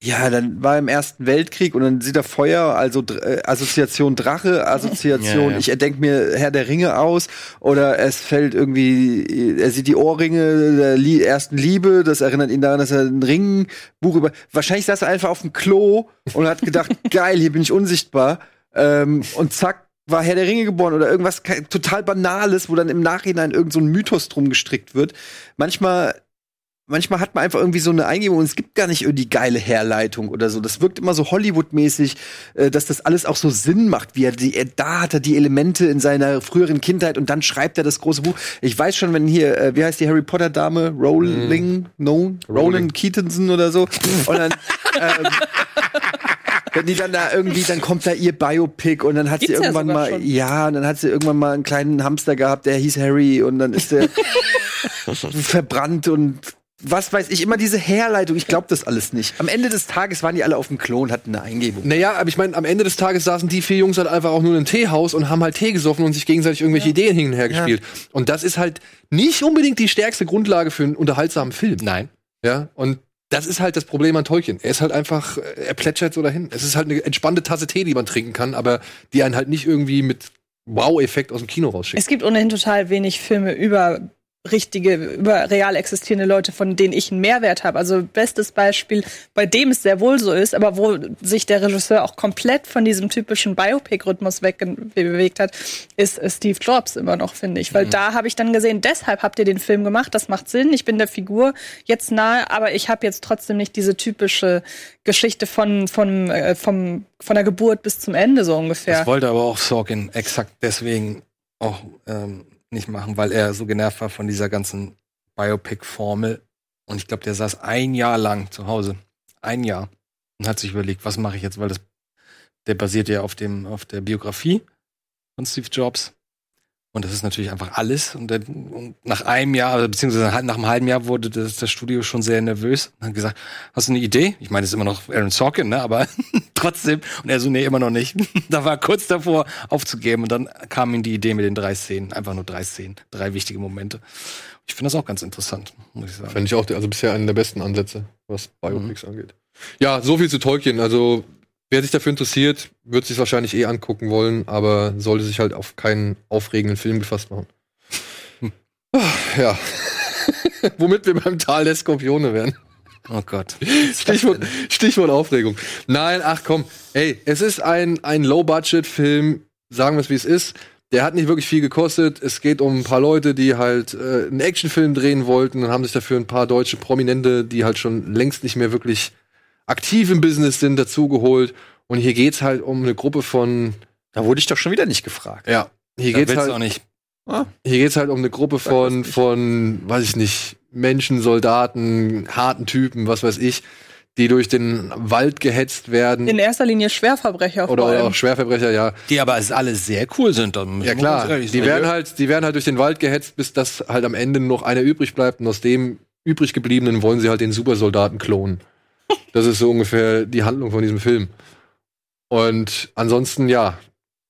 Speaker 2: ja, dann war im Ersten Weltkrieg und dann sieht er Feuer, also Dr- äh, Assoziation Drache, Assoziation,
Speaker 5: Ja, ja.
Speaker 2: ich erdenke mir Herr der Ringe aus oder es fällt irgendwie, er sieht die Ohrringe der Lie ersten Liebe, das erinnert ihn daran, dass er ein Ringbuch über, wahrscheinlich saß er einfach auf dem Klo und hat gedacht, geil, hier bin ich unsichtbar ähm, und zack, war Herr der Ringe geboren oder irgendwas ke- total Banales, wo dann im Nachhinein irgend so ein Mythos drum gestrickt wird. Manchmal manchmal hat man einfach irgendwie so eine Eingebung und es gibt gar nicht irgendwie geile Herleitung oder so. Das wirkt immer so Hollywood-mäßig, äh, dass das alles auch so Sinn macht. Wie er die, er, da hat er die Elemente in seiner früheren Kindheit und dann schreibt er das große Buch. Ich weiß schon, wenn hier, äh, wie heißt die Harry Potter-Dame?
Speaker 4: Mm.
Speaker 2: Rowling? No? Roland Keatinson oder so. Und dann, ähm, wenn die dann da irgendwie, dann kommt da ihr Biopic und dann hat
Speaker 4: Gibt's
Speaker 2: sie
Speaker 4: ja
Speaker 2: irgendwann
Speaker 4: sogar
Speaker 2: mal,
Speaker 4: schon.
Speaker 2: ja, und dann hat sie irgendwann mal einen kleinen Hamster gehabt, der hieß Harry und dann ist der verbrannt und was weiß ich, immer diese Herleitung, ich glaube das alles nicht. Am Ende des Tages waren die alle auf dem Klo und hatten eine Eingebung.
Speaker 1: Naja, aber ich meine, am Ende des Tages saßen die vier Jungs halt einfach auch nur in einem Teehaus und haben halt Tee gesoffen und sich gegenseitig irgendwelche Ideen hin und her gespielt. Und das ist halt nicht unbedingt die stärkste Grundlage für einen unterhaltsamen Film.
Speaker 5: Nein.
Speaker 1: Ja, und das ist halt das Problem an Tolkien. Er ist halt einfach, äh, er plätschert so dahin. Es ist halt eine entspannte Tasse Tee, die man trinken kann, aber die einen halt nicht irgendwie mit Wow-Effekt aus dem Kino rausschickt.
Speaker 4: Es gibt ohnehin total wenig Filme über richtige, über real existierende Leute, von denen ich einen Mehrwert habe. Also bestes Beispiel, bei dem es sehr wohl so ist, aber wo sich der Regisseur auch komplett von diesem typischen Biopic-Rhythmus wegbewegt hat, ist äh, Steve Jobs immer noch, finde ich. Weil
Speaker 1: Mhm.
Speaker 4: da habe ich dann gesehen, deshalb habt ihr den Film gemacht, das macht Sinn, ich bin der Figur jetzt nahe, aber ich habe jetzt trotzdem nicht diese typische Geschichte von, von, äh, vom, von der Geburt bis zum Ende so ungefähr.
Speaker 5: Das wollte aber auch Sorkin exakt deswegen auch ähm, nicht machen, weil er so genervt war von dieser ganzen Biopic-Formel. Und ich glaube, der saß ein Jahr lang zu Hause. Ein Jahr. Und hat sich überlegt, was mache ich jetzt, weil das, der basiert ja auf dem, auf der Biografie von Steve Jobs. Und das ist natürlich einfach alles. Und, dann, und nach einem Jahr, also beziehungsweise nach einem halben Jahr wurde das, das Studio schon sehr nervös und hat gesagt, hast du eine Idee? Ich meine, das ist immer noch Aaron Sorkin, ne? aber trotzdem. Und er so, nee, immer noch nicht. da war er kurz davor aufzugeben. Und dann kam ihm die Idee mit den drei Szenen. Einfach nur drei Szenen, drei wichtige Momente. Ich finde das auch ganz interessant, muss ich sagen.
Speaker 1: Fände ich auch die- also bisher einen der besten Ansätze, was Biopics angeht. Ja, so viel zu Tolkien. Also, wer sich dafür interessiert, wird sich wahrscheinlich eh angucken wollen, aber sollte sich halt auf keinen aufregenden Film gefasst machen. Ah, Ja. Womit wir beim Tal der Skorpione wären.
Speaker 5: Oh Gott.
Speaker 1: Stichwort, Stichwort Aufregung. Nein, ach komm. Ey, es ist ein, ein Low-Budget-Film, sagen wir es wie es ist. Der hat nicht wirklich viel gekostet. Es geht um ein paar Leute, die halt äh, einen Actionfilm drehen wollten und haben sich dafür ein paar deutsche Prominente, die halt schon längst nicht mehr wirklich aktiv im Business sind, dazugeholt. Und hier geht's halt um eine Gruppe von,
Speaker 2: Da wurde ich doch schon wieder nicht gefragt.
Speaker 1: ja, hier
Speaker 5: Da
Speaker 1: geht's
Speaker 5: willst
Speaker 1: halt
Speaker 5: du auch nicht.
Speaker 1: hier geht's halt um eine Gruppe von, von, weiß ich nicht, Menschen, Soldaten, harten Typen, was weiß ich, die durch den Wald gehetzt werden.
Speaker 4: In erster Linie Schwerverbrecher
Speaker 1: oder,
Speaker 4: vor allem.
Speaker 1: oder auch Schwerverbrecher, ja.
Speaker 5: Die aber es alle sehr cool sind. da müssen
Speaker 1: Ja
Speaker 5: wir
Speaker 1: klar,
Speaker 5: ganz ehrlich
Speaker 1: die
Speaker 5: sein.
Speaker 1: werden halt, die werden halt durch den Wald gehetzt, bis das halt am Ende noch einer übrig bleibt und aus dem übrig gebliebenen wollen sie halt den Supersoldaten klonen. Das ist so ungefähr die Handlung von diesem Film. Und ansonsten, ja,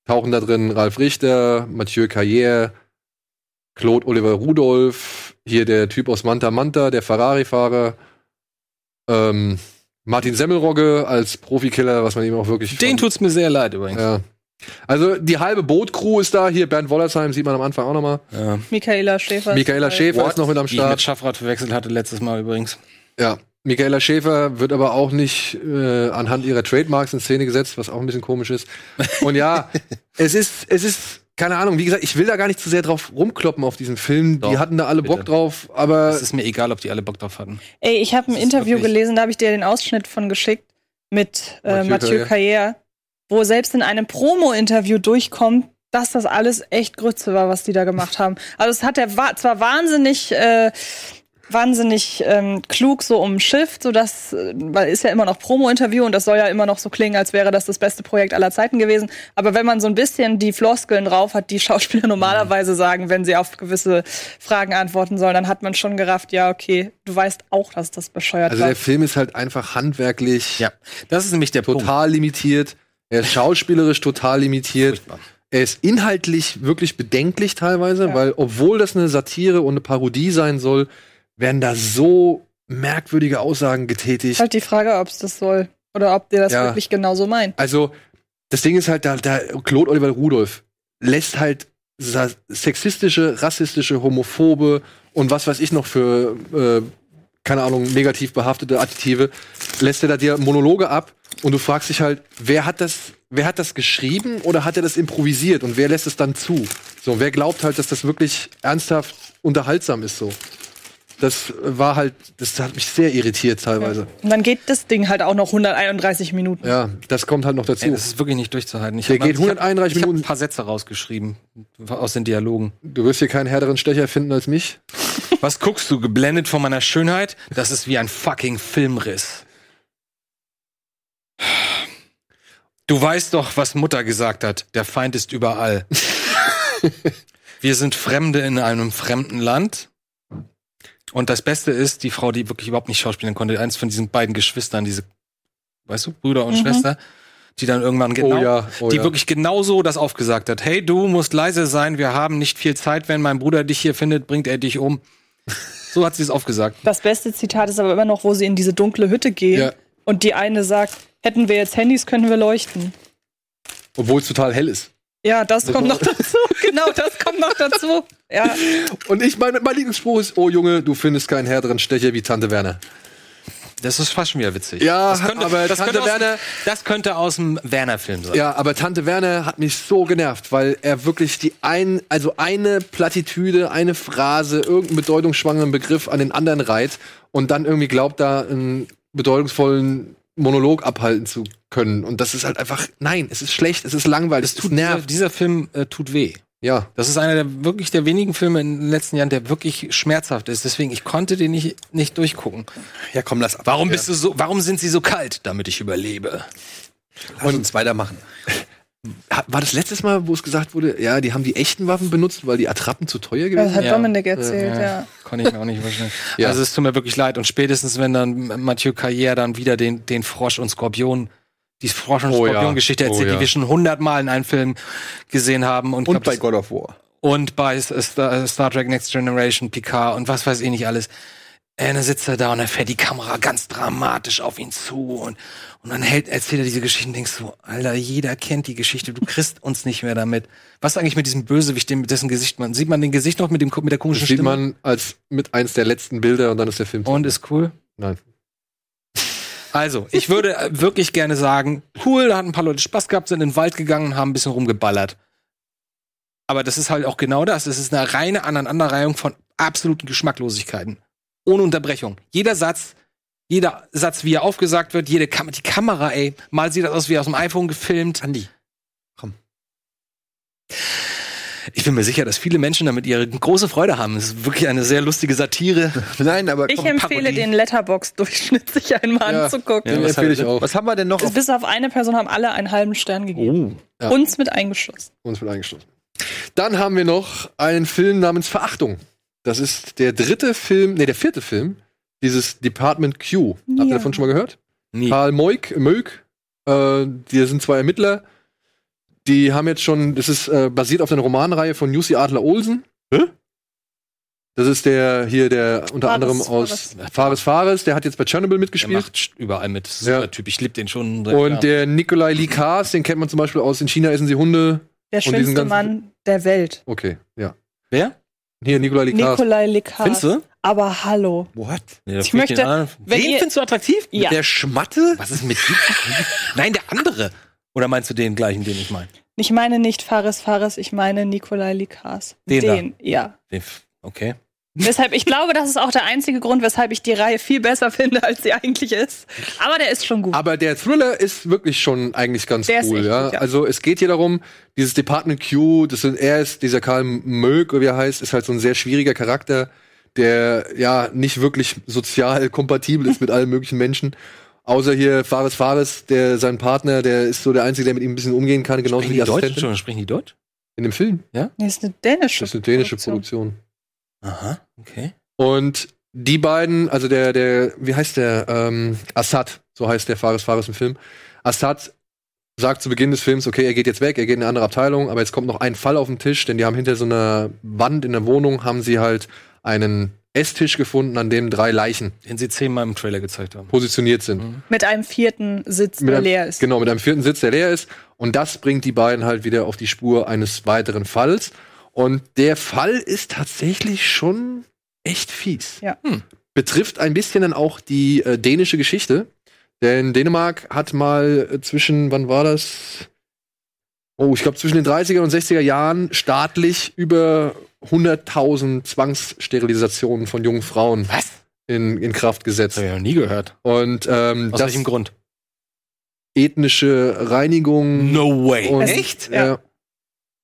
Speaker 1: tauchen da drin Ralf Richter, Mathieu Carrière, Claude Oliver Rudolph, hier der Typ aus Manta Manta, der Ferrari-Fahrer, ähm, Martin Semmelrogge als Profikiller, was man ihm auch wirklich
Speaker 5: Den tut's mir sehr leid übrigens.
Speaker 1: ja. Also die halbe Bootcrew ist da. Hier Bernd Wollersheim sieht man am Anfang auch nochmal.
Speaker 5: Ja.
Speaker 4: Michaela Schäfer.
Speaker 1: Michaela Schäfer ist noch mit am
Speaker 5: Die ich mit
Speaker 1: Start.
Speaker 5: Schaffrat verwechselt hatte letztes Mal übrigens.
Speaker 1: Ja. Michaela Schäfer wird aber auch nicht äh, anhand ihrer Trademarks in Szene gesetzt, was auch ein bisschen komisch ist. Und ja, es ist, es ist, keine Ahnung, wie gesagt, ich will da gar nicht zu sehr drauf rumkloppen auf diesen Film.
Speaker 5: Doch,
Speaker 1: die hatten da alle Bock
Speaker 5: bitte.
Speaker 1: drauf, aber
Speaker 5: Es ist mir egal, ob die alle Bock drauf hatten.
Speaker 4: Ey, ich habe ein
Speaker 5: Das ist
Speaker 4: Interview
Speaker 5: wirklich-
Speaker 4: gelesen, da habe ich dir den Ausschnitt von geschickt mit äh,
Speaker 1: Mathieu
Speaker 4: Mathieu Carrière, wo selbst in einem Promo-Interview durchkommt, dass das alles echt Grütze war, was die da gemacht haben. Also es hat er wa zwar wahnsinnig äh, wahnsinnig ähm, klug so umschifft, so dass äh, weil ist ja immer noch Promo-Interview und das soll ja immer noch so klingen, als wäre das das beste Projekt aller Zeiten gewesen. Aber wenn man so ein bisschen die Floskeln drauf hat, die Schauspieler normalerweise sagen, wenn sie auf gewisse Fragen antworten sollen, dann hat man schon gerafft, ja okay, du weißt auch, dass das bescheuert
Speaker 1: also
Speaker 4: war.
Speaker 1: der Film ist halt einfach handwerklich
Speaker 5: Ja, das ist nämlich der Punkt.
Speaker 1: total limitiert. Er ist schauspielerisch total limitiert. Er ist inhaltlich wirklich bedenklich teilweise,
Speaker 4: Ja.
Speaker 1: weil obwohl das eine Satire und eine Parodie sein soll, werden da so merkwürdige Aussagen
Speaker 4: Ist
Speaker 1: getätigt.
Speaker 4: halt die Frage, ob es das soll oder ob dir das
Speaker 1: Ja.
Speaker 4: wirklich genauso meint.
Speaker 1: Also das Ding ist halt, da, da Claude Oliver Rudolph lässt halt sa- sexistische, rassistische, homophobe und was weiß ich noch für äh, keine Ahnung negativ behaftete Adjektive lässt er da dir Monologe ab und du fragst dich halt, wer hat das, wer hat das geschrieben oder hat er das improvisiert und wer lässt es dann zu? So, wer glaubt halt, dass das wirklich ernsthaft unterhaltsam ist so? Das war halt, das hat mich sehr irritiert teilweise.
Speaker 4: Und dann geht das Ding halt auch noch 131 Minuten.
Speaker 1: Ja, das kommt halt noch dazu.
Speaker 5: Ey, das ist wirklich nicht durchzuhalten. Ich
Speaker 1: Der
Speaker 5: hab-
Speaker 1: geht 131
Speaker 5: ich hab, Ich
Speaker 1: Minuten.
Speaker 5: habe ein paar Sätze rausgeschrieben aus den Dialogen.
Speaker 1: Du wirst hier keinen härteren Stecher finden als mich.
Speaker 5: Was guckst du, geblendet von meiner Schönheit? Das ist wie ein fucking Filmriss. Du weißt doch, was Mutter gesagt hat. Der Feind ist überall. Wir sind Fremde in einem fremden Land. Und das Beste ist, die Frau, die wirklich überhaupt nicht schauspielen konnte, eins von diesen beiden Geschwistern, diese, weißt du, Brüder und Schwester, die dann irgendwann genau,
Speaker 1: ja, oh
Speaker 5: die
Speaker 1: ja.
Speaker 5: wirklich genau so das aufgesagt hat. Hey, du musst leise sein, wir haben nicht viel Zeit. Wenn mein Bruder dich hier findet, bringt er dich um. So hat sie es aufgesagt.
Speaker 4: Das beste Zitat ist aber immer noch, wo sie in diese dunkle Hütte gehen
Speaker 1: Ja.
Speaker 4: und die eine sagt, hätten wir jetzt Handys, können wir leuchten.
Speaker 1: Obwohl es total hell ist.
Speaker 4: Ja, das kommt noch dazu. genau, das kommt noch dazu. Ja.
Speaker 1: Und ich meine, mein Lieblingsspruch ist, oh Junge, du findest keinen härteren Stecher wie Tante Werner.
Speaker 5: Das ist fast schon wieder witzig.
Speaker 1: Ja,
Speaker 5: das könnte,
Speaker 1: aber
Speaker 5: das
Speaker 1: Tante
Speaker 5: könnte, aus,
Speaker 1: Werner-
Speaker 5: das könnte aus dem Werner-Film sein.
Speaker 1: Ja, aber Tante Werner hat mich so genervt, weil er wirklich die ein, also eine Plattitüde, eine Phrase, irgendeinen bedeutungsschwangeren Begriff an den anderen reiht und dann irgendwie glaubt, da einen bedeutungsvollen Monolog abhalten zu können. Und das ist halt einfach, nein, es ist schlecht, es ist langweilig, es,
Speaker 5: Tut, dieser,
Speaker 1: nervt.
Speaker 5: dieser Film äh, tut weh.
Speaker 1: Ja.
Speaker 5: Das ist einer der wirklich der wenigen Filme in den letzten Jahren, der wirklich schmerzhaft ist. Deswegen, ich konnte den nicht, nicht durchgucken.
Speaker 2: Ja, komm, lass ab.
Speaker 5: Warum bist du so, warum sind sie so kalt, damit ich überlebe?
Speaker 2: Lass uns weitermachen.
Speaker 1: Ha- War das letztes Mal, wo es gesagt wurde, ja, die haben die echten Waffen benutzt, weil die Attrappen zu teuer gewesen
Speaker 4: Das
Speaker 1: sind?
Speaker 4: hat
Speaker 5: Ja.
Speaker 4: Dominik erzählt, ja.
Speaker 5: Konnte ich mir auch nicht vorstellen.
Speaker 1: Ja.
Speaker 5: Also es tut mir wirklich leid. Und spätestens, wenn dann Mathieu Carrière dann wieder den, den Frosch und Skorpion, die Frosch und
Speaker 1: Oh ja.
Speaker 5: Skorpion-Geschichte
Speaker 1: Oh
Speaker 5: erzählt,
Speaker 1: ja.
Speaker 5: die wir schon hundertmal in einem Film gesehen haben. Und,
Speaker 2: Und
Speaker 5: glaub,
Speaker 2: bei
Speaker 5: das-
Speaker 2: God of War.
Speaker 5: und bei Star, äh, Star Trek Next Generation, Picard und was weiß ich nicht alles. Äh, dann sitzt er da und dann fährt die Kamera ganz dramatisch auf ihn zu und, und dann hält, erzählt er diese Geschichten und denkst so, Alter, jeder kennt die Geschichte, du kriegst uns nicht mehr damit. Was ist eigentlich mit diesem Bösewicht, dem, dessen Gesicht man, sieht man den Gesicht noch mit, dem, mit der komischen
Speaker 1: Das sieht
Speaker 5: Stimme?
Speaker 1: man als mit eins der letzten Bilder und dann ist der Film. zu
Speaker 5: Und
Speaker 1: Ende.
Speaker 5: ist cool.
Speaker 1: Nein.
Speaker 5: Also, ich würde äh, wirklich gerne sagen, cool, da hatten ein paar Leute Spaß gehabt, sind in den Wald gegangen, haben ein bisschen rumgeballert. Aber das ist halt auch genau das. Es ist eine reine Aneinanderreihung von absoluten Geschmacklosigkeiten. Ohne Unterbrechung. Jeder Satz, jeder Satz, wie er aufgesagt wird, jede Kam die Kamera, ey, mal sieht das aus wie aus dem iPhone gefilmt.
Speaker 2: Andi, komm.
Speaker 5: Ich bin mir sicher, dass viele Menschen damit ihre große Freude haben. Es ist wirklich eine sehr lustige Satire.
Speaker 2: Nein, aber
Speaker 4: Ich
Speaker 2: komm,
Speaker 4: empfehle den Letterbox-Durchschnitt sich einmal
Speaker 1: Ja.
Speaker 4: anzugucken.
Speaker 1: Den
Speaker 5: was
Speaker 1: empfehle ich auch.
Speaker 2: was haben wir denn noch? auf-
Speaker 4: Bis auf eine Person haben alle einen halben Stern gegeben.
Speaker 1: ja.
Speaker 4: Uns mit eingeschlossen.
Speaker 1: uns mit eingeschlossen. Dann haben wir noch einen Film namens Verachtung. Das ist der dritte Film, nee, der vierte Film, dieses Department Q. Habt ihr
Speaker 4: Ja.
Speaker 1: davon schon mal gehört?
Speaker 5: Nie.
Speaker 1: Karl Moik, Möik, äh, die sind zwei Ermittler. Die haben jetzt schon, das ist äh, basiert auf einer Romanreihe von Jussi Adler Olsen. Das ist der hier, der unter
Speaker 4: Fares,
Speaker 1: anderem aus Fares Fares, der hat jetzt bei Tschernobyl
Speaker 5: Der
Speaker 1: mitgespielt.
Speaker 5: macht st- überall mit. Das ist
Speaker 1: Ja.
Speaker 5: der Typ. Ich lieb den schon.
Speaker 1: Und der Nikolai Lee Kaas, den kennt man zum Beispiel aus In China essen sie Hunde.
Speaker 4: Der
Speaker 1: diesen
Speaker 4: schönste
Speaker 1: ganzen-
Speaker 4: Mann der Welt.
Speaker 1: Okay, ja.
Speaker 5: Wer?
Speaker 1: Hier, Nikolai Lee Kaas.
Speaker 4: Nikolai Likas.
Speaker 5: Findest du?
Speaker 4: Aber hallo.
Speaker 2: What?
Speaker 5: Nee,
Speaker 4: Ich möchte- wenn ihr-
Speaker 5: du attraktiv?
Speaker 4: Ja.
Speaker 5: Der Schmatte? Was ist mit Nein, der andere. Oder meinst du den gleichen, den ich meine?
Speaker 4: Ich meine nicht Fares Fares, ich meine Nikolai Likas.
Speaker 5: Den da.
Speaker 4: ja.
Speaker 5: Den F- Okay.
Speaker 4: Weshalb, ich glaube, das ist auch der einzige Grund, weshalb ich die Reihe viel besser finde, als sie eigentlich ist. Aber der ist schon gut.
Speaker 1: Aber der Thriller ist wirklich schon eigentlich ganz
Speaker 4: Der ist
Speaker 1: cool,
Speaker 4: echt
Speaker 1: ja?
Speaker 4: gut, ja.
Speaker 1: Also es geht hier darum, dieses Department Q, das sind, er ist, dieser Karl Möck, oder wie er heißt, ist halt so ein sehr schwieriger Charakter, der ja nicht wirklich sozial kompatibel ist mit allen möglichen Menschen. Außer hier Fares Fares, der sein Partner, der ist so der Einzige, der mit ihm ein bisschen umgehen kann, genauso Genau wie die Assistentin.
Speaker 5: Entschuldigung, sprechen die Deutsch?
Speaker 1: In dem Film.
Speaker 4: Nee, ist eine dänische
Speaker 1: Das ist eine dänische Produktion.
Speaker 5: Aha, okay.
Speaker 1: Und die beiden, also der, der, wie heißt der? Ähm, Assad, so heißt der Fares Fares im Film. Assad sagt zu Beginn des Films, okay, er geht jetzt weg, er geht in eine andere Abteilung, aber jetzt kommt noch ein Fall auf den Tisch, denn die haben hinter so einer Wand in der Wohnung, haben sie halt einen Esstisch gefunden, an dem drei Leichen
Speaker 5: Den sie zehnmal im Trailer gezeigt haben.
Speaker 1: positioniert sind.
Speaker 4: Mit einem vierten Sitz,
Speaker 1: Mit
Speaker 4: der
Speaker 1: einem-
Speaker 4: leer ist.
Speaker 1: Genau, mit einem vierten Sitz, der leer ist. Und das bringt die beiden halt wieder auf die Spur eines weiteren Falls. Und der Fall ist tatsächlich schon echt fies.
Speaker 4: Ja.
Speaker 5: Hm.
Speaker 1: Betrifft ein bisschen dann auch die äh, dänische Geschichte. Denn Dänemark hat mal äh, zwischen, wann war das? Oh, ich glaube, zwischen den 30er und 60er Jahren staatlich über 100.000 Zwangssterilisationen von jungen Frauen
Speaker 5: Was?
Speaker 1: in, in Kraft
Speaker 5: Das
Speaker 1: gesetzt.
Speaker 5: habe ich noch nie gehört.
Speaker 1: Und ähm,
Speaker 5: Aus
Speaker 1: das
Speaker 5: welchem Grund?
Speaker 1: ethnische Reinigung.
Speaker 5: Hm. way.
Speaker 1: Und, äh,
Speaker 5: Echt?
Speaker 1: Ja.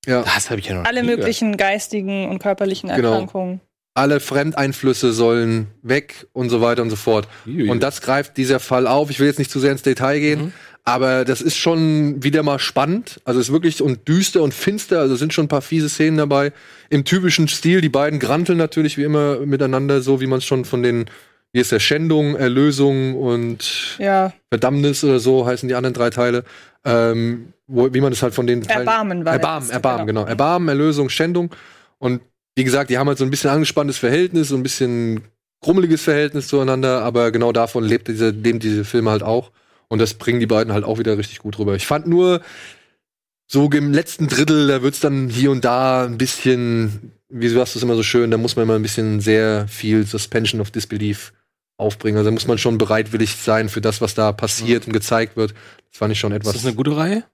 Speaker 1: ja.
Speaker 5: Das habe ich ja noch
Speaker 4: Alle
Speaker 5: nie gehört.
Speaker 4: möglichen geistigen und körperlichen
Speaker 1: Genau.
Speaker 4: Erkrankungen.
Speaker 1: Alle Fremdeinflüsse sollen weg und so weiter und so fort. Und das greift dieser Fall auf. Ich will jetzt nicht zu sehr ins Detail gehen,
Speaker 5: Mhm.
Speaker 1: aber das ist schon wieder mal spannend. Also ist wirklich und düster und finster. Also sind schon ein paar fiese Szenen dabei. Im typischen Stil. Die beiden granteln natürlich wie immer miteinander, so wie man es schon von den, hier ist der Schändung, Erlösung und
Speaker 4: Ja,
Speaker 1: Verdammnis oder so heißen die anderen drei Teile. Ähm, wo, wie man es halt von den Teilen
Speaker 4: Erbarmen war der
Speaker 1: Erbarmen,
Speaker 4: letzte,
Speaker 1: Erbarmen, genau. Erbarmen, Erlösung, Schändung. Und wie gesagt, die haben halt so ein bisschen angespanntes Verhältnis, so ein bisschen grummeliges Verhältnis zueinander, aber genau davon lebt diese, lebt diese Filme halt auch. Und das bringen die beiden halt auch wieder richtig gut rüber. Ich fand nur, so im letzten Drittel, da wird's dann hier und da ein bisschen, wie du hast es immer so schön, da muss man immer ein bisschen sehr viel Suspension of Disbelief aufbringen. Also da muss man schon bereitwillig sein für das, was da passiert und gezeigt wird. Das fand ich schon
Speaker 5: Ist
Speaker 1: etwas.
Speaker 5: das eine gute Reihe?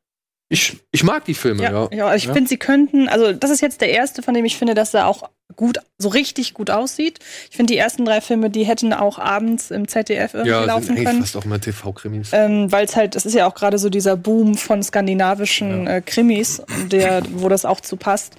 Speaker 1: ich, ich mag die Filme, ja.
Speaker 4: Ja, ja. also ich finde, sie könnten, also das ist jetzt der erste, von dem ich finde, dass er auch gut, so richtig gut aussieht. Ich finde, die ersten drei Filme, die hätten auch abends im ZDF irgendwie
Speaker 1: Ja, sind
Speaker 4: laufen
Speaker 1: eigentlich
Speaker 4: können.
Speaker 1: fast auch mal
Speaker 5: Äh,
Speaker 1: TV-Krimis.
Speaker 4: Ähm, Weil es halt, es ist ja auch gerade so dieser Boom von skandinavischen äh, Krimis, der, wo das auch zu passt.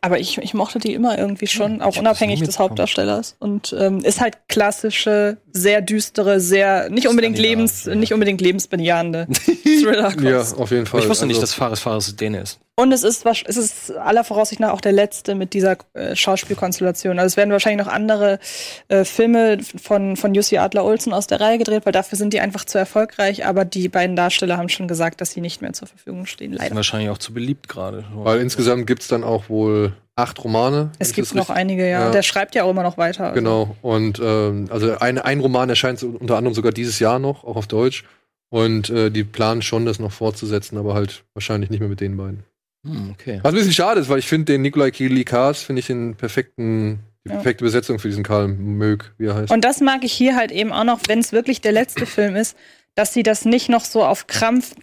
Speaker 4: Aber ich, ich mochte die immer irgendwie schon, auch unabhängig des Hauptdarstellers. Und ähm, ist halt klassische, sehr düstere, sehr nicht unbedingt lebens, nicht unbedingt lebensbejahende Thriller.
Speaker 1: ja, auf jeden Fall.
Speaker 5: Ich wusste nicht,
Speaker 1: Also-
Speaker 5: dass Fares Fares Däne ist.
Speaker 4: Und es ist, wahrsch- es ist aller Voraussicht nach auch der letzte mit dieser äh, Schauspielkonstellation. Also es werden wahrscheinlich noch andere äh, Filme von, von Jussi Adler Olsen aus der Reihe gedreht, weil dafür sind die einfach zu erfolgreich. Aber die beiden Darsteller haben schon gesagt, dass sie nicht mehr zur Verfügung stehen,
Speaker 5: Die sind
Speaker 4: leider.
Speaker 5: wahrscheinlich auch zu beliebt gerade.
Speaker 1: Weil insgesamt gibt's dann auch wohl acht Romane.
Speaker 4: Es
Speaker 1: Ist
Speaker 4: gibt
Speaker 1: das
Speaker 4: noch
Speaker 1: richtig?
Speaker 4: einige, ja.
Speaker 1: Ja.
Speaker 4: Der schreibt ja auch immer noch weiter. Also.
Speaker 1: Genau. Und ähm, also ein, ein Roman erscheint so unter anderem sogar dieses Jahr noch, auch auf Deutsch. Und äh, die planen schon, das noch fortzusetzen, aber halt wahrscheinlich nicht mehr mit den beiden.
Speaker 5: Hm, okay.
Speaker 1: Was ein bisschen schade ist, weil ich finde den Nikolai Kili Kars, finde ich den perfekten, die
Speaker 4: Ja.
Speaker 1: perfekte Besetzung für diesen Karl Mög, wie er heißt.
Speaker 4: Und das mag ich hier halt eben auch noch, wenn es wirklich der letzte Film ist, dass sie das nicht noch so auf Krampf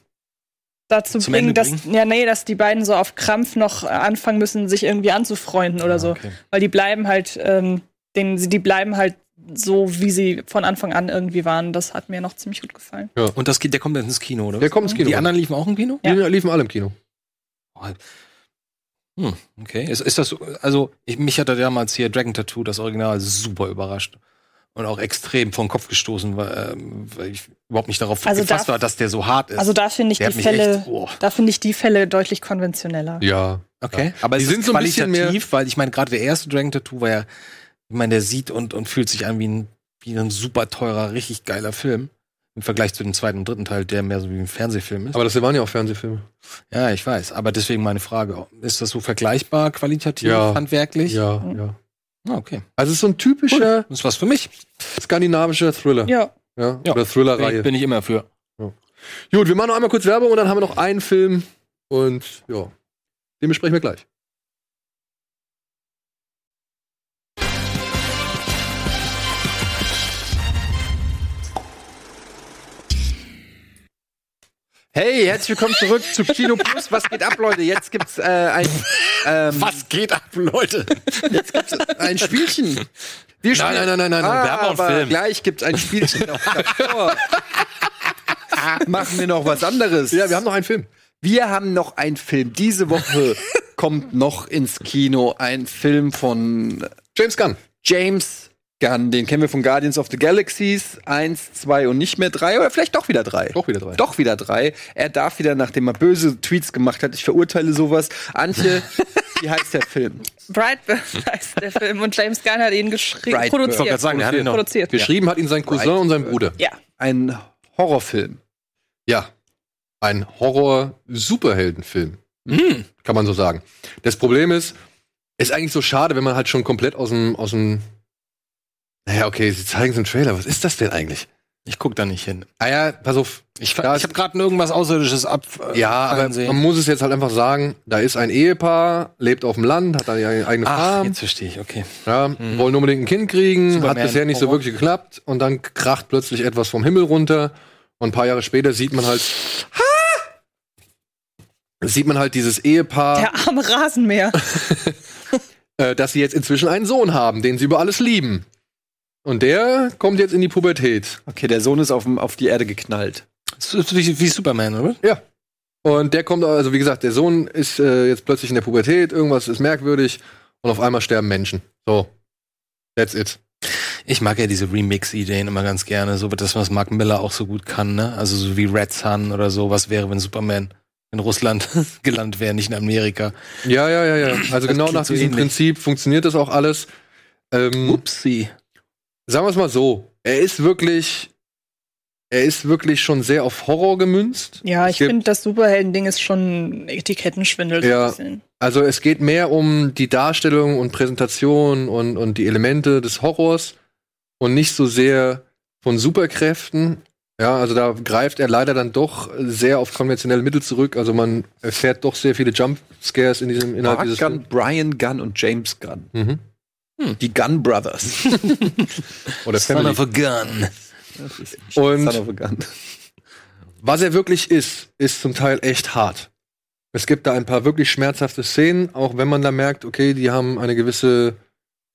Speaker 4: dazu
Speaker 5: Zum
Speaker 4: bringen,
Speaker 5: Ende
Speaker 4: dass ja nee, dass die beiden so auf Krampf noch äh, anfangen müssen, sich irgendwie anzufreunden oder so,
Speaker 5: okay.
Speaker 4: weil die bleiben halt, ähm, den, die bleiben halt so, wie sie von Anfang an irgendwie waren. Das hat mir noch ziemlich gut gefallen.
Speaker 5: Und das geht, der kommt jetzt ins Kino, oder?
Speaker 1: Der kommt ins Kino.
Speaker 5: Die anderen liefen auch im Kino?
Speaker 1: Die liefen alle im Kino.
Speaker 5: Hm, okay. Ist, ist das so- also ich, mich hatte damals hier Dragon Tattoo das Original super überrascht und auch extrem vor den Kopf gestoßen, weil, ähm, weil ich überhaupt nicht darauf
Speaker 4: Also
Speaker 5: gefasst
Speaker 4: da-
Speaker 5: war, dass der so hart ist.
Speaker 4: Also da finde ich
Speaker 5: der hat
Speaker 4: die
Speaker 5: mich
Speaker 4: Fälle,
Speaker 5: echt. Oh.
Speaker 4: da finde ich die Fälle deutlich konventioneller.
Speaker 1: Ja.
Speaker 5: Okay, aber
Speaker 1: Die
Speaker 5: es ist
Speaker 1: sind so ein bisschen
Speaker 5: weil ich meine gerade der erste Dragon Tattoo war ja, ich meine der sieht und und fühlt sich an wie ein wie ein super teurer, richtig geiler Film im Vergleich zu dem zweiten und dritten Teil, der mehr so wie ein Fernsehfilm ist.
Speaker 1: Aber das waren ja auch Fernsehfilme.
Speaker 5: ja, ich weiß. Aber deswegen meine Frage: Ist das so vergleichbar qualitativ,
Speaker 1: Ja.
Speaker 5: handwerklich?
Speaker 1: Ja,
Speaker 4: Mhm.
Speaker 1: ja.
Speaker 5: Ah, okay.
Speaker 1: Also es ist so ein typischer
Speaker 5: Das ist was für mich.
Speaker 1: skandinavischer Thriller.
Speaker 4: Ja,
Speaker 1: Ja.
Speaker 5: Ja.
Speaker 1: Oder
Speaker 5: Bin,
Speaker 1: Thriller-Reihe.
Speaker 5: bin ich immer für.
Speaker 1: Gut, wir machen noch einmal kurz Werbung und dann haben wir noch einen Film und ja, den besprechen wir gleich.
Speaker 2: Hey, herzlich willkommen zurück zu Kino Plus. Was geht ab, Leute? Jetzt gibt's äh, ein, ähm,
Speaker 5: Was geht ab, Leute?
Speaker 2: ein Spielchen. Wir
Speaker 5: Nein, nein, nein, nein, nein.
Speaker 2: Ah,
Speaker 5: wir haben auch
Speaker 2: aber
Speaker 5: einen Film.
Speaker 2: gleich gibt's ein Spielchen noch davor. Machen wir noch was anderes.
Speaker 1: Ja, wir haben noch einen Film.
Speaker 2: Wir haben noch einen Film. Diese Woche kommt noch ins Kino ein Film von
Speaker 1: James Gunn.
Speaker 2: James Gunn. Den kennen wir von Guardians of the Galaxies 1, 2 und nicht mehr 3 oder vielleicht doch wieder 3.
Speaker 1: Doch wieder drei.
Speaker 2: Doch wieder 3. Er darf wieder, nachdem er böse Tweets gemacht hat, ich verurteile sowas. Antje, wie heißt der Film?
Speaker 4: Brightburn heißt der Film und James Gunn hat ihn geschrieben,
Speaker 2: Brightburn. Ich wollte
Speaker 4: produziert.
Speaker 5: gerade sagen, der hat ihn noch-
Speaker 4: produziert. Ja.
Speaker 1: Geschrieben hat ihn sein Cousin und sein Bruder.
Speaker 4: ja.
Speaker 2: Ein Horrorfilm.
Speaker 1: Ja. Ein Horror-Superheldenfilm.
Speaker 5: Mhm.
Speaker 1: Kann man so sagen. Das Problem ist, ist eigentlich so schade, wenn man halt schon komplett aus dem, aus dem, naja, okay, sie zeigen so einen Trailer. Was ist das denn eigentlich?
Speaker 5: Ich guck da nicht hin.
Speaker 1: Ah ja, pass auf.
Speaker 5: Ich,
Speaker 1: Da
Speaker 5: ich
Speaker 1: ist-
Speaker 5: habe gerade irgendwas Außerirdisches ab. äh,
Speaker 1: Ja, aber
Speaker 5: Fernsehen.
Speaker 1: man muss es jetzt halt einfach sagen, da ist ein Ehepaar, lebt auf dem Land, hat da ihre eigene
Speaker 5: Ach,
Speaker 1: Farm.
Speaker 5: Ah, jetzt verstehe ich. Okay.
Speaker 1: Ja, wollen unbedingt ein Kind kriegen,
Speaker 5: Superman,
Speaker 1: hat bisher nicht so
Speaker 5: Horror.
Speaker 1: wirklich geklappt und dann kracht plötzlich etwas vom Himmel runter und ein paar Jahre später sieht man halt sieht man halt dieses Ehepaar,
Speaker 4: Der arme Rasenmäher.
Speaker 1: äh, dass sie jetzt inzwischen einen Sohn haben, den sie über alles lieben. Und der kommt jetzt in die Pubertät.
Speaker 2: Okay, der Sohn ist auf, auf die Erde geknallt.
Speaker 5: Das ist Wie, wie Superman, oder?
Speaker 1: Und der kommt, also wie gesagt, der Sohn ist äh, jetzt plötzlich in der Pubertät, irgendwas ist merkwürdig und auf einmal sterben Menschen. So. That's it.
Speaker 5: Ich mag ja diese Remix-Ideen immer ganz gerne, so das, was Mark Miller auch so gut kann, ne? Also so wie Red Sun oder so, was wäre, wenn Superman in Russland gelandet wäre, nicht in Amerika.
Speaker 1: Ja, ja, ja, ja. Also genau
Speaker 5: klingt
Speaker 1: nach
Speaker 5: so
Speaker 1: diesem
Speaker 5: ähnlich.
Speaker 1: Prinzip funktioniert das auch alles. Ähm,
Speaker 5: Upsi.
Speaker 1: sagen wir es mal so, er ist wirklich, er ist wirklich schon sehr auf Horror gemünzt.
Speaker 4: Ja,
Speaker 1: Es
Speaker 4: ich
Speaker 1: gibt-
Speaker 4: finde, das Superhelden-Ding ist schon Etikettenschwindel. so ein
Speaker 1: Ja.
Speaker 4: bisschen.
Speaker 1: Also es geht mehr um die Darstellung und Präsentation und, und die Elemente des Horrors und nicht so sehr von Superkräften. Ja, also da greift er leider dann doch sehr auf konventionelle Mittel zurück. Also man erfährt doch sehr viele Jumpscares in diesem innerhalb
Speaker 2: Mark
Speaker 1: dieses Mhm.
Speaker 2: Gunn, Brian Gunn und James Gunn. Die Gunn Brothers.
Speaker 1: oder
Speaker 5: Son
Speaker 1: Family.
Speaker 5: of a gun.
Speaker 1: Und-
Speaker 2: Son of a Gun.
Speaker 1: Was er wirklich ist, ist zum Teil echt hart. Es gibt da ein paar wirklich schmerzhafte Szenen, auch wenn man da merkt, okay, die haben eine gewisse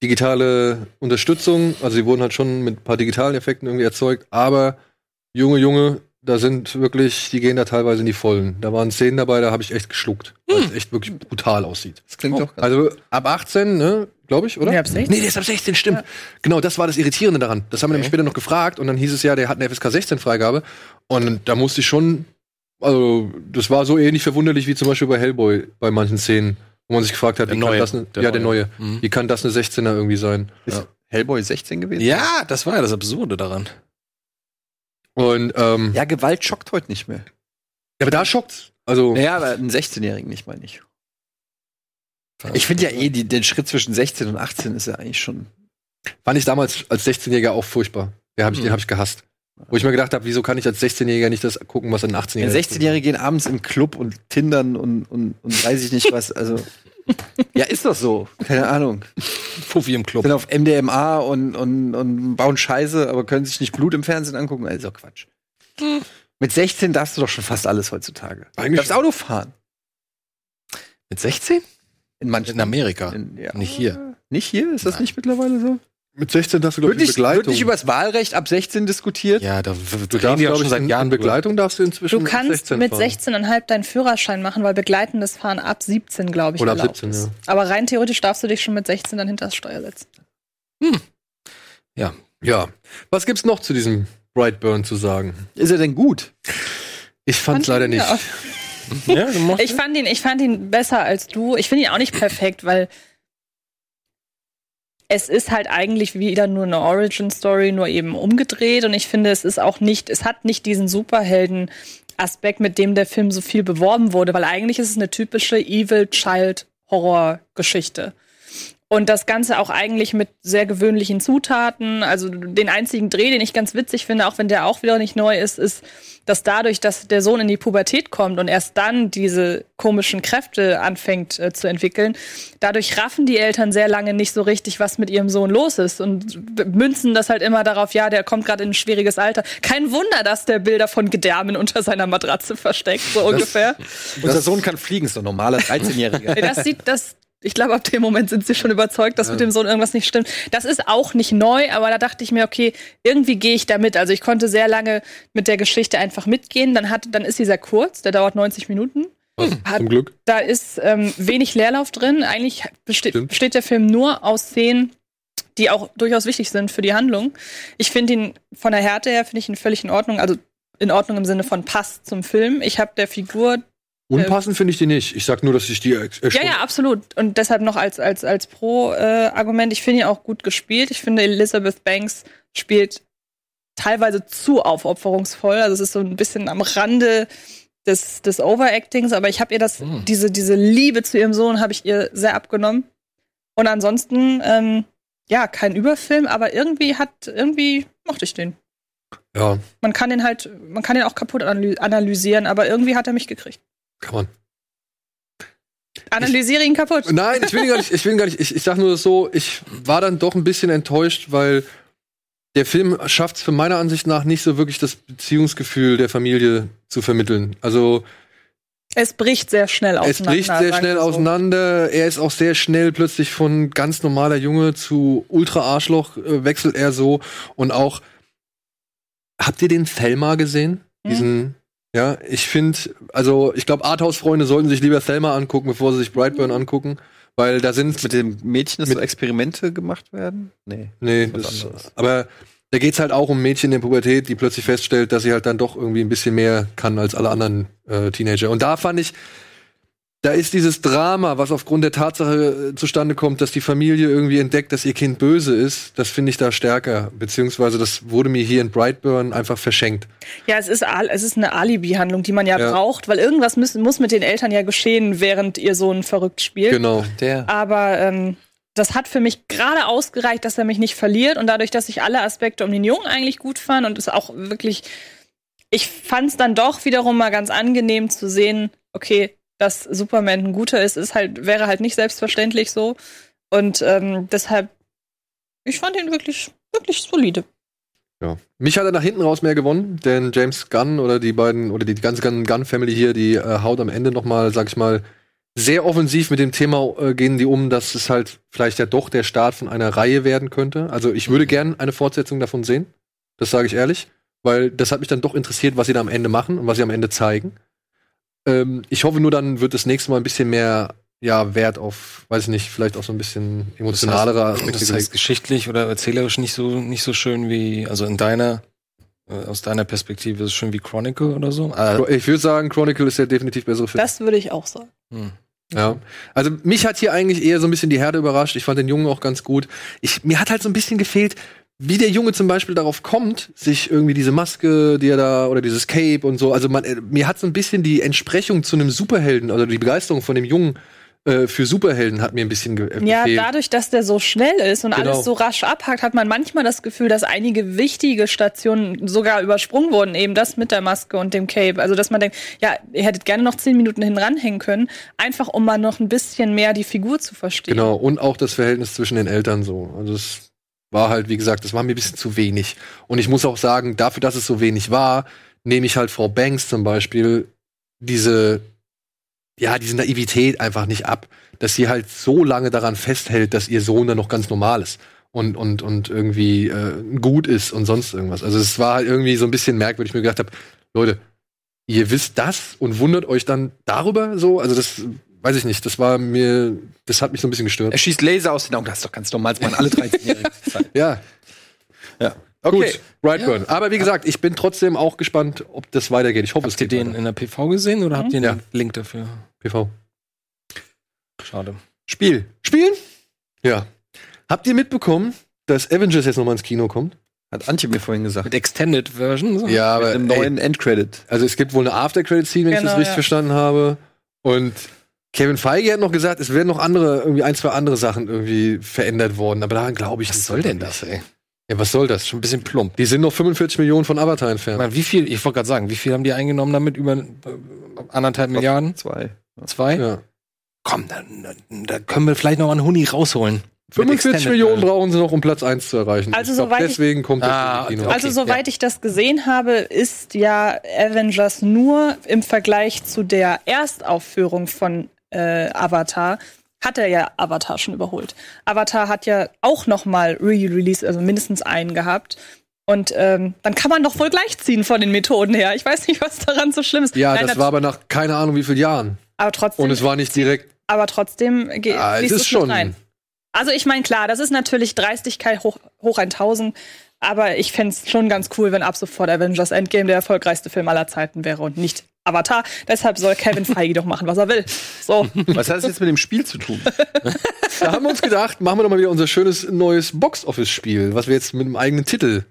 Speaker 1: digitale Unterstützung. Also die wurden halt schon mit ein paar digitalen Effekten irgendwie erzeugt, aber Junge, Junge, da sind wirklich, die gehen da teilweise in die Vollen. Da waren Szenen dabei, da habe ich echt geschluckt, weil es echt wirklich brutal aussieht.
Speaker 2: Das klingt doch ganz
Speaker 1: Also ab 18, ne, glaube ich, oder?
Speaker 4: Nee, ab 16.
Speaker 1: Nee, der ist ab 16, stimmt. Genau, das war das Irritierende daran. Das haben wir nämlich später noch gefragt und dann hieß es ja, der hat eine FSK 16 Freigabe und da musste ich schon also das war so ähnlich verwunderlich wie zum Beispiel bei Hellboy bei manchen Szenen, wo man sich gefragt hat,
Speaker 3: Der
Speaker 1: wie
Speaker 3: neue.
Speaker 1: kann das eine,
Speaker 3: Der
Speaker 1: ja, der neue.
Speaker 5: Mhm.
Speaker 1: Wie kann das eine 16er irgendwie sein?
Speaker 2: Ist Hellboy 16 gewesen?
Speaker 5: Ja, das war ja das Absurde daran.
Speaker 1: Und ähm, ja.
Speaker 2: Ja, Gewalt schockt heute nicht mehr.
Speaker 1: aber da schockt's. Also
Speaker 2: Naja, aber einen 16-Jährigen nicht, meine ich. Ich finde ja eh, die, den Schritt zwischen 16 und 18 ist ja eigentlich schon.
Speaker 1: fand ich damals als 16-Jähriger auch furchtbar. Den habe ich, den hab ich gehasst. Wo ich mir gedacht habe, wieso kann ich als 16-Jähriger nicht das gucken, was ein 18-Jähriger
Speaker 2: Wenn 16-Jährige gehen abends im Club und tindern und, und, und weiß ich nicht was. Also. Ja, ist doch so. Keine Ahnung.
Speaker 5: Puffi im Club.
Speaker 2: Sind auf MDMA und, und, und bauen Scheiße, aber können sich nicht Blut im Fernsehen angucken. Also Quatsch. Mit 16 darfst du doch schon fast alles heutzutage. Du
Speaker 1: Eigentlich
Speaker 2: darfst Auto fahren.
Speaker 5: Mit 16?
Speaker 2: In manchen.
Speaker 5: In Amerika.
Speaker 2: in- ja.
Speaker 5: Nicht hier.
Speaker 2: Nicht hier? Ist das nicht mittlerweile so?
Speaker 1: Mit 16 darfst du, glaub
Speaker 2: Wird nicht, wird nicht über das Wahlrecht ab 16 diskutiert?
Speaker 5: Ja, da w-
Speaker 1: Du darfst, glaube ich, seit Jahren Begleitung darfst du inzwischen
Speaker 4: Du kannst mit 16,5 deinen Führerschein machen, weil begleitendes Fahren ab 17, glaube ich,
Speaker 1: Oder ab
Speaker 4: erlaubt
Speaker 1: 17,
Speaker 4: ist.
Speaker 1: ja.
Speaker 4: Aber rein theoretisch darfst du dich schon mit 16 dann hinter das Steuer setzen.
Speaker 1: Ja. Was gibt's noch zu diesem Brightburn zu sagen?
Speaker 2: Ist er denn gut?
Speaker 1: Ich fand's
Speaker 4: Fand
Speaker 1: leider
Speaker 4: ihn,
Speaker 1: nicht.
Speaker 4: ja.
Speaker 5: Ja, du mochtest-
Speaker 4: Ich fand ihn, ich fand ihn besser als du. Ich finde ihn auch nicht perfekt, weil es ist halt eigentlich wieder nur eine Origin Story, nur eben umgedreht. Und ich finde, es ist auch nicht, es hat nicht diesen Superhelden Aspekt, mit dem der Film so viel beworben wurde, weil eigentlich ist es eine typische Evil Child Horror Geschichte. Und das Ganze auch eigentlich mit sehr gewöhnlichen Zutaten. Also den einzigen Dreh, den ich ganz witzig finde, auch wenn der auch wieder nicht neu ist, ist, dass dadurch, dass der Sohn in die Pubertät kommt und erst dann diese komischen Kräfte anfängt äh, zu entwickeln, dadurch raffen die Eltern sehr lange nicht so richtig, was mit ihrem Sohn los ist und b- münzen das halt immer darauf, ja, der kommt gerade in ein schwieriges Alter. Kein Wunder, dass der Bilder von Gedärmen unter seiner Matratze versteckt, so ungefähr.
Speaker 2: Unser Sohn kann fliegen, ist doch ein normaler 13-Jähriger.
Speaker 4: Nee, das sieht das. Ich glaube, ab dem Moment sind sie schon überzeugt, dass mit dem Sohn irgendwas nicht stimmt. Das ist auch nicht neu, aber da dachte ich mir, okay, irgendwie gehe ich da mit. Also ich konnte sehr lange mit der Geschichte einfach mitgehen. Dann, hat, dann ist dieser kurz, der dauert 90 Minuten. Hat-
Speaker 1: Zum Glück.
Speaker 4: Da ist ähm, wenig Leerlauf drin. Eigentlich besteht,
Speaker 1: Stimmt.
Speaker 4: besteht der Film nur aus Szenen, die auch durchaus wichtig sind für die Handlung. Ich finde ihn von der Härte her, finde ich ihn völlig in Ordnung. Also in Ordnung im Sinne von passt zum Film. Ich habe der Figur
Speaker 1: Unpassend finde ich die nicht. Ich sag nur, dass ich die äh, er- erschrocken-
Speaker 4: ja, ja, absolut. Und deshalb noch als, als, als Pro-Argument, ich finde ihn auch gut gespielt. Ich finde, Elizabeth Banks spielt teilweise zu aufopferungsvoll. Also es ist so ein bisschen am Rande des, des Overactings, aber ich habe ihr das, diese, diese Liebe zu ihrem Sohn habe ich ihr sehr abgenommen. Und ansonsten, ähm, ja, kein Überfilm, aber irgendwie hat, irgendwie mochte ich den.
Speaker 1: ja,
Speaker 4: Man kann den halt, man kann den auch kaputt analy- analysieren, aber irgendwie hat er mich gekriegt.
Speaker 1: kann man.
Speaker 4: Analysiere ihn kaputt.
Speaker 1: Nein, ich will ihn gar nicht, ich will ihn gar nicht, ich, ich sag nur so, ich war dann doch ein bisschen enttäuscht, weil der Film schafft es für meiner Ansicht nach nicht so wirklich das Beziehungsgefühl der Familie zu vermitteln. Also
Speaker 4: Es bricht sehr schnell auseinander.
Speaker 1: es bricht sehr
Speaker 4: sagen wir
Speaker 1: schnell
Speaker 4: so.
Speaker 1: auseinander, er ist auch sehr schnell plötzlich von ganz normaler Junge zu Ultra-Arschloch äh, wechselt er so und auch habt ihr den Thelma gesehen?
Speaker 4: Hm.
Speaker 1: Diesen ja, ich finde, also ich glaube, Arthouse-Freunde sollten sich lieber Thelma angucken, bevor sie sich Brightburn angucken, weil da sind
Speaker 2: Mit dem Mädchen, dass
Speaker 1: Mit-
Speaker 2: so Experimente gemacht werden? Nee.
Speaker 1: Nee,
Speaker 2: was
Speaker 1: das,
Speaker 2: anderes.
Speaker 1: aber da geht's halt auch um Mädchen in der Pubertät, die plötzlich feststellt, dass sie halt dann doch irgendwie ein bisschen mehr kann als alle anderen äh, Teenager. Und da fand ich, da ist dieses Drama, was aufgrund der Tatsache äh, zustande kommt, dass die Familie irgendwie entdeckt, dass ihr Kind böse ist, das finde ich da stärker. Beziehungsweise das wurde mir hier in Brightburn einfach verschenkt.
Speaker 4: Ja, es ist, al- es ist eine Alibi-Handlung, die man ja,
Speaker 1: Ja.
Speaker 4: braucht, weil irgendwas müssen, muss mit den Eltern ja geschehen, während ihr Sohn verrückt spielt.
Speaker 1: Genau.
Speaker 2: Der.
Speaker 4: Aber ähm, das hat für mich gerade ausgereicht, dass er mich nicht verliert. Und dadurch, dass ich alle Aspekte um den Jungen eigentlich gut fand und es auch wirklich ich fand es dann doch wiederum mal ganz angenehm zu sehen, okay, dass Superman ein guter ist, ist halt, wäre halt nicht selbstverständlich so. Und ähm, deshalb, ich fand ihn wirklich, wirklich solide.
Speaker 1: Ja. Mich hat er nach hinten raus mehr gewonnen, denn James Gunn oder die beiden oder die ganze Gunn, Gunn Family hier, die äh, haut am Ende noch mal, sag ich mal, sehr offensiv mit dem Thema äh, gehen die um, dass es halt vielleicht ja doch der Start von einer Reihe werden könnte. Also ich
Speaker 5: Mhm.
Speaker 1: würde gern eine Fortsetzung davon sehen. Das sage ich ehrlich, weil das hat mich dann doch interessiert, was sie da am Ende machen und was sie am Ende zeigen. Ähm, ich hoffe nur, dann wird das nächste Mal ein bisschen mehr ja, Wert auf, weiß ich nicht, vielleicht auch so ein bisschen emotionalere Aspekte
Speaker 5: Das heißt,
Speaker 1: gelegt.
Speaker 5: geschichtlich oder erzählerisch nicht so, nicht so schön wie, also in deiner, äh, aus deiner Perspektive ist es schön wie Chronicle oder so. Ah,
Speaker 1: Ich würde sagen, Chronicle ist der definitiv bessere Film.
Speaker 4: Das würde ich auch sagen.
Speaker 5: hm.
Speaker 1: Ja. Also mich hat hier eigentlich eher so ein bisschen die Herde überrascht. Ich fand den Jungen auch ganz gut. Ich, mir hat halt so ein bisschen gefehlt, wie der Junge zum Beispiel darauf kommt, sich irgendwie diese Maske, die er da, oder dieses Cape und so. Also man, äh, mir hat so ein bisschen die Entsprechung zu einem Superhelden, also die Begeisterung von dem Jungen äh, für Superhelden hat mir ein bisschen ge äh,
Speaker 4: Ja,
Speaker 1: gefehlt.
Speaker 4: dadurch, dass der so schnell ist und
Speaker 1: Genau.
Speaker 4: alles so rasch abhakt, hat man manchmal das Gefühl, dass einige wichtige Stationen sogar übersprungen wurden, eben das mit der Maske und dem Cape. Also, dass man denkt, ja, ihr hättet gerne noch zehn Minuten hin ranhängen können, einfach um mal noch ein bisschen mehr die Figur zu verstehen.
Speaker 1: Genau, und auch das Verhältnis zwischen den Eltern so. Also es war halt, wie gesagt, das war mir ein bisschen zu wenig. Und ich muss auch sagen, dafür, dass es so wenig war, nehme ich halt Frau Banks zum Beispiel diese, ja, diese Naivität einfach nicht ab, dass sie halt so lange daran festhält, dass ihr Sohn dann noch ganz normal ist und, und, und irgendwie äh, gut ist und sonst irgendwas. Also es war halt irgendwie so ein bisschen merkwürdig, wo ich mir gedacht habe, Leute, ihr wisst das und wundert euch dann darüber so? Also das weiß ich nicht, das war mir, das hat mich so ein bisschen gestört.
Speaker 2: Er schießt Laser aus den Augen. Das ist doch ganz normal, das machen alle 13-Jährigen.
Speaker 1: Ja,
Speaker 2: ja.
Speaker 1: okay.
Speaker 2: Okay.
Speaker 1: gut. Brightburn. Aber wie gesagt, ich bin trotzdem auch gespannt, ob das weitergeht. Ich hoffe, es
Speaker 5: Habt ihr
Speaker 1: geht
Speaker 5: den
Speaker 1: weiter.
Speaker 5: in der PV gesehen oder habt ihr
Speaker 1: Ja.
Speaker 5: einen Link dafür?
Speaker 1: PV.
Speaker 5: Schade.
Speaker 1: Spiel. Spielen? Ja. Habt ihr mitbekommen, dass Avengers jetzt nochmal ins Kino kommt?
Speaker 2: Hat Antje mir vorhin gesagt.
Speaker 5: Mit Extended Version? So?
Speaker 1: Ja,
Speaker 2: Mit einem neuen Endcredit.
Speaker 1: also es gibt wohl eine After-Credit-Scene, wenn ich
Speaker 4: Genau,
Speaker 1: das richtig
Speaker 4: ja.
Speaker 1: verstanden habe. Und Kevin Feige hat noch gesagt, es werden noch andere, irgendwie ein, zwei andere Sachen irgendwie verändert worden. Aber daran glaube ich
Speaker 5: Was soll denn das, ey?
Speaker 1: Ja, was soll das?
Speaker 5: Schon ein bisschen plump.
Speaker 1: Die sind noch 45 Millionen von Avatar
Speaker 5: Ich
Speaker 1: entfernt.
Speaker 5: meine, wie viel, ich wollte gerade sagen, wie viel haben die eingenommen damit? Über äh, anderthalb Milliarden?
Speaker 2: Zwei.
Speaker 5: Zwei?
Speaker 1: Ja.
Speaker 5: Komm, dann, dann, da können wir vielleicht noch einen Huni rausholen. Mit
Speaker 1: 45
Speaker 5: Extended
Speaker 1: Millionen
Speaker 5: Version.
Speaker 1: brauchen sie noch, um Platz 1 zu erreichen.
Speaker 4: Also
Speaker 1: ich glaub,
Speaker 4: soweit ich-
Speaker 1: deswegen kommt das
Speaker 5: Ah,
Speaker 1: in die Kino.
Speaker 5: okay.
Speaker 4: Also, soweit ich das gesehen habe, ist ja Avengers nur im Vergleich zu der Erstaufführung von äh, Avatar, hat er ja Avatar schon überholt. Avatar hat ja auch noch mal Re-Release, also mindestens einen gehabt. Und ähm, dann kann man doch wohl gleichziehen von den Methoden her. Ich weiß nicht, was daran so schlimm ist.
Speaker 1: Ja,
Speaker 4: Nein,
Speaker 1: das war aber nach keine Ahnung wie vielen Jahren.
Speaker 4: Aber trotzdem,
Speaker 1: Und es war nicht direkt.
Speaker 4: aber trotzdem geht
Speaker 1: Ah, es
Speaker 4: fließt
Speaker 1: ist
Speaker 4: mit
Speaker 1: schon.
Speaker 4: rein. Also ich meine, klar, das ist natürlich Dreistigkeit hoch, hoch 1000, aber ich fänd's schon ganz cool, wenn ab sofort Avengers Endgame der erfolgreichste Film aller Zeiten wäre und nicht Avatar. Deshalb soll Kevin Feige doch machen, was er will. So,
Speaker 2: Was hat das jetzt mit dem Spiel zu tun?
Speaker 1: Da haben wir uns gedacht, machen wir doch mal wieder unser schönes neues Box-Office-Spiel, was wir jetzt mit einem eigenen Titel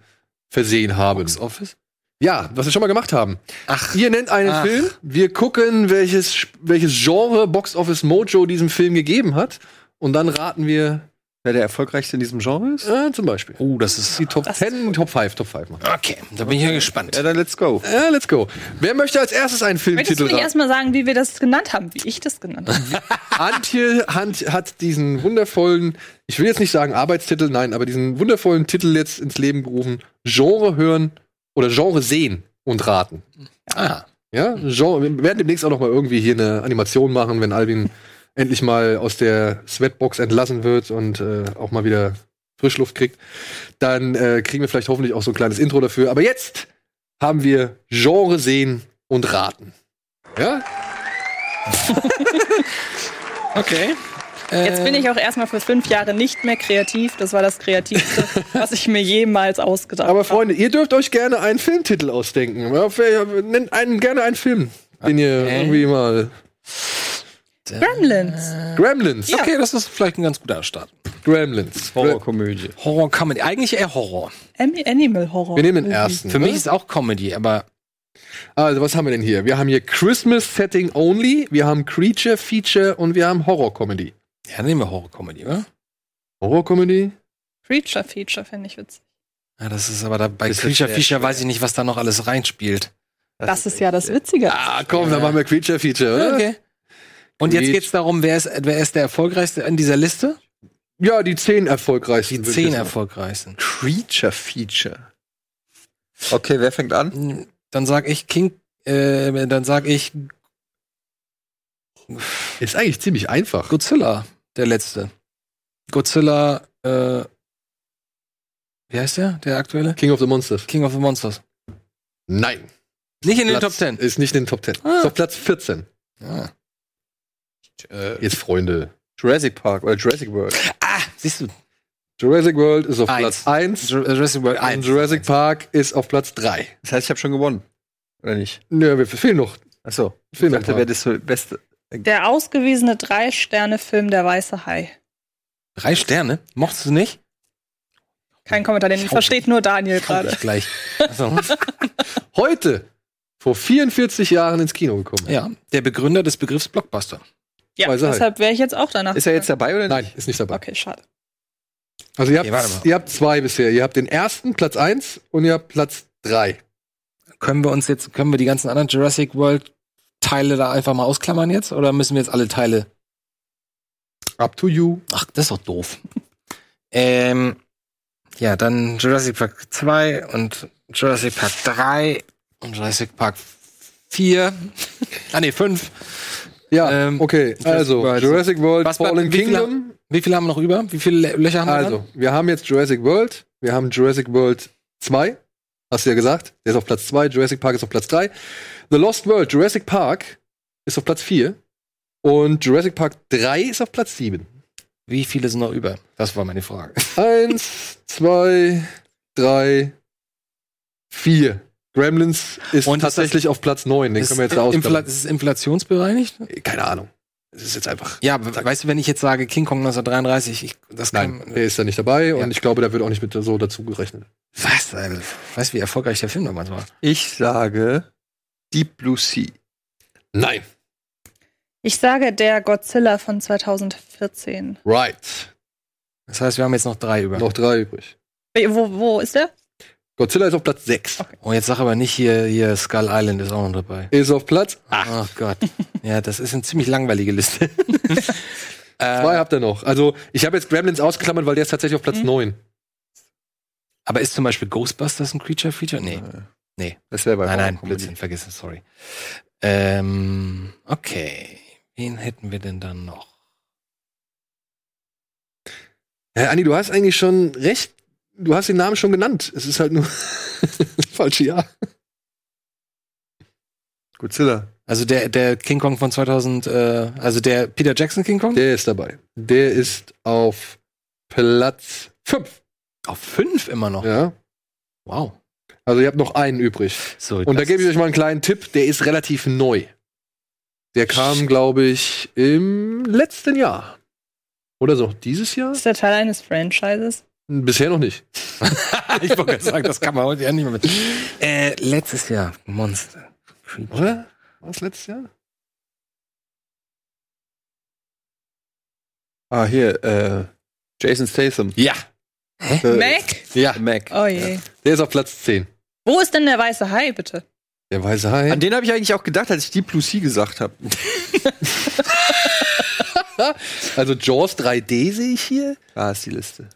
Speaker 1: versehen haben. Box-Office? Ja, was wir schon mal gemacht haben. Ach. Ihr nennt einen
Speaker 5: Ach.
Speaker 1: Film, wir gucken, welches, Sp- welches Genre Box-Office Mojo diesem Film gegeben hat. Und dann raten wir
Speaker 2: Wer der erfolgreichste in diesem Genre ist?
Speaker 1: äh, zum Beispiel
Speaker 5: Oh, das ist.
Speaker 1: die Top 10, Top 5, Top 5 machen.
Speaker 5: Okay, da bin ich ja gespannt.
Speaker 2: Ja, dann let's go.
Speaker 1: Ja, let's go. Wer möchte als erstes einen
Speaker 4: möchtest du
Speaker 1: Filmtitel
Speaker 4: nicht
Speaker 1: raten?
Speaker 4: erstmal sagen, wie wir das genannt haben, wie ich das genannt habe?
Speaker 1: Antje Hand hat diesen wundervollen, ich will jetzt nicht sagen Arbeitstitel, nein, aber diesen wundervollen Titel jetzt ins Leben gerufen: Genre hören oder Genre sehen und raten.
Speaker 5: Ah,
Speaker 1: Ja, Genre, wir werden demnächst auch noch mal irgendwie hier eine Animation machen, wenn Albin endlich mal aus der Sweatbox entlassen wird und äh, auch mal wieder Frischluft kriegt. Dann äh, kriegen wir vielleicht hoffentlich auch so ein kleines Intro dafür. Aber jetzt haben wir Genre sehen und raten. Ja,
Speaker 5: okay.
Speaker 1: Äh.
Speaker 4: Jetzt bin ich auch erstmal für fünf Jahre nicht mehr kreativ. Das war das Kreativste, was ich mir jemals ausgedacht
Speaker 1: Aber
Speaker 4: habe.
Speaker 1: Freunde, ihr dürft euch gerne einen Filmtitel ausdenken. Ja, wer- Nennt einen gerne einen Film, den ihr
Speaker 5: Äh?
Speaker 1: irgendwie mal.
Speaker 4: Gremlins.
Speaker 1: Äh. Gremlins.
Speaker 5: Okay, das ist vielleicht ein ganz guter Start.
Speaker 1: Gremlins.
Speaker 5: Oh,
Speaker 2: Horrorkomödie.
Speaker 5: Horror Comedy, eigentlich eher Horror.
Speaker 4: Ami- Animal Horror.
Speaker 1: Wir nehmen den ersten.
Speaker 5: Für
Speaker 1: ne?
Speaker 5: mich ist auch Comedy, aber
Speaker 1: also, was haben wir denn hier? Wir haben hier Christmas Setting Only, wir haben Creature Feature und wir haben Horror Comedy.
Speaker 5: ja, nehmen wir Horror Comedy, oder?
Speaker 1: Horror Comedy?
Speaker 4: Creature Feature fände ich witzig.
Speaker 5: Ja, das ist aber da bei
Speaker 2: Das ist
Speaker 5: Creature
Speaker 2: sehr
Speaker 5: Feature weiß ich nicht, was da noch alles reinspielt.
Speaker 4: Das ist ja das Witzige.
Speaker 1: Ah, komm, dann machen wir Creature-Feature, oder?
Speaker 5: Okay. Und jetzt
Speaker 1: Geht.
Speaker 5: geht's darum, wer ist, wer ist der erfolgreichste in dieser Liste?
Speaker 1: Ja, die zehn erfolgreichsten.
Speaker 5: Die
Speaker 1: würd ich
Speaker 5: zehn
Speaker 1: jetzt mal-
Speaker 5: erfolgreichsten.
Speaker 2: Creature Feature. Okay, wer fängt an?
Speaker 5: Dann sag ich King, äh, dann sag ich
Speaker 1: Ist eigentlich ziemlich einfach.
Speaker 5: Godzilla, der letzte. Godzilla, äh, wie heißt der, der aktuelle?
Speaker 1: King of the Monsters.
Speaker 5: King of the Monsters.
Speaker 1: Nein.
Speaker 5: Nicht in den Top
Speaker 1: Platz-
Speaker 5: 10.
Speaker 1: Ist nicht in den Top 10.
Speaker 5: Ah.
Speaker 1: Ist auf Platz 14.
Speaker 5: Ah.
Speaker 1: Jetzt, Freunde.
Speaker 2: Jurassic Park oder Jurassic World.
Speaker 5: Siehst du,
Speaker 1: Jurassic World ist auf
Speaker 5: Eins.
Speaker 1: Platz 1.
Speaker 5: Jur- Jurassic World 1.
Speaker 1: Und Jurassic Park ist auf Platz 3.
Speaker 2: Das heißt, ich habe schon gewonnen. Oder nicht?
Speaker 1: Nö, wir fehlen noch.
Speaker 2: Achso. Ich
Speaker 1: Fehlen noch ein
Speaker 2: dachte,
Speaker 1: paar.
Speaker 2: wäre das so beste.
Speaker 4: Der ausgewiesene Drei-Sterne-Film Der Weiße Hai.
Speaker 5: Drei Sterne? Mochtest du nicht?
Speaker 4: Kein Kommentar, den versteht nur Daniel gerade.
Speaker 5: Gleich. gleich. Also,
Speaker 1: Heute, vor 44 Jahren ins Kino gekommen.
Speaker 5: ja, der Begründer des Begriffs Blockbuster.
Speaker 4: Ja,
Speaker 1: Weiße Hai.
Speaker 4: deshalb wäre ich jetzt auch danach.
Speaker 2: Ist er jetzt dabei oder
Speaker 1: Nein,
Speaker 2: nicht?
Speaker 1: ist nicht dabei.
Speaker 4: Okay, schade.
Speaker 1: Also ihr
Speaker 5: Okay, warte mal.
Speaker 1: habt, ihr habt zwei bisher. Ihr habt den ersten, Platz 1 und ihr habt Platz 3.
Speaker 5: Können wir uns jetzt, können wir die ganzen anderen Jurassic World Teile da einfach mal ausklammern jetzt? Oder müssen wir jetzt alle Teile?
Speaker 1: Up to you.
Speaker 5: Ach, das ist doch doof. ähm, ja, dann Jurassic Park 2 und Jurassic Park 3 und Jurassic Park 4. ah, nee, 5.
Speaker 1: Ja,
Speaker 5: Ähm,
Speaker 1: okay.
Speaker 5: Jurassic
Speaker 1: Also,
Speaker 5: World.
Speaker 1: Jurassic World,
Speaker 5: Was
Speaker 1: Fallen
Speaker 5: bleibt- wie viele-
Speaker 1: Kingdom.
Speaker 5: Wie viele haben wir noch über? Wie viele Lä- Löcher haben wir?
Speaker 1: Also, wir haben jetzt Jurassic World, wir haben Jurassic World 2, hast du ja gesagt, der ist auf Platz 2, Jurassic Park ist auf Platz 3. The Lost World, Jurassic Park ist auf Platz 4 und Jurassic Park 3 ist auf Platz 7.
Speaker 5: Wie viele sind noch über? Das war meine Frage.
Speaker 1: Eins, zwei, drei, vier. Gremlins ist
Speaker 5: Und ist das-
Speaker 1: tatsächlich auf Platz 9, den können wir jetzt da
Speaker 5: Infla
Speaker 1: ausklammern.
Speaker 5: ist es inflationsbereinigt?
Speaker 1: Keine Ahnung. Es ist jetzt einfach.
Speaker 5: Ja, aber weißt du, wenn ich jetzt sage King Kong 1933, ich, das kann.
Speaker 1: Nein, der ist da nicht dabei
Speaker 5: Ja.
Speaker 1: und ich glaube, da wird auch nicht mit so dazu gerechnet.
Speaker 5: Was? Alter? Weißt du, wie erfolgreich der Film damals war?
Speaker 2: Ich sage Deep Blue Sea.
Speaker 1: Nein.
Speaker 4: Ich sage der Godzilla von 2014.
Speaker 1: Right.
Speaker 5: Das heißt, wir haben jetzt noch drei über.
Speaker 1: Noch drei übrig.
Speaker 4: Äh, Wo, wo ist der?
Speaker 1: Godzilla ist auf Platz 6.
Speaker 5: Oh, jetzt sag aber nicht hier, hier Skull Island ist auch noch dabei.
Speaker 1: ist auf Platz.
Speaker 5: Ach Gott. Ja, das ist eine ziemlich langweilige Liste.
Speaker 1: Zwei
Speaker 5: äh,
Speaker 1: habt ihr noch. Also, ich habe jetzt Gremlins ausgeklammert, weil der ist tatsächlich auf Platz neun.
Speaker 5: aber ist zum Beispiel Ghostbusters ein Creature-Feature?
Speaker 1: Äh,
Speaker 5: Nee. Nee.
Speaker 2: Das wäre bei
Speaker 5: Nein, nein,
Speaker 2: Blödsinn.
Speaker 5: Blödsinn, vergiss es, sorry. Ähm, okay. Wen hätten wir denn dann noch?
Speaker 1: Herr Anni, du hast eigentlich schon recht. Du hast den Namen schon genannt. Es ist halt nur falsche Jahr.
Speaker 2: Godzilla.
Speaker 5: Also der, der King Kong von 2000, äh, also der Peter Jackson King Kong?
Speaker 1: Der ist dabei. Der ist auf Platz fünf.
Speaker 5: Auf fünf immer noch.
Speaker 1: Ja.
Speaker 5: Wow.
Speaker 1: Also, ihr habt noch einen übrig.
Speaker 5: So,
Speaker 1: Und da
Speaker 5: das-
Speaker 1: gebe ich euch mal einen kleinen Tipp. Der ist relativ neu. Der kam, glaube ich, im letzten Jahr. Oder so. Dieses Jahr?
Speaker 4: Ist der Teil eines Franchises?
Speaker 1: Bisher noch nicht.
Speaker 5: ich wollte gerade sagen, das kann man heute ja nicht mehr mit. Äh, letztes Jahr, Monster.
Speaker 1: Oder? War es letztes Jahr?
Speaker 2: Ah, hier, äh, Jason Statham.
Speaker 5: Ja.
Speaker 2: Äh,
Speaker 4: Mac?
Speaker 1: Ja.
Speaker 2: Mac.
Speaker 4: Oh je.
Speaker 1: Der ist auf Platz zehn.
Speaker 4: Wo ist denn der weiße Hai, bitte?
Speaker 1: Der weiße Hai.
Speaker 2: Äh, An den habe ich eigentlich auch gedacht, als ich Deep Blue Sea gesagt habe.
Speaker 1: Also Jaws 3D sehe ich hier.
Speaker 2: Da ist die Liste.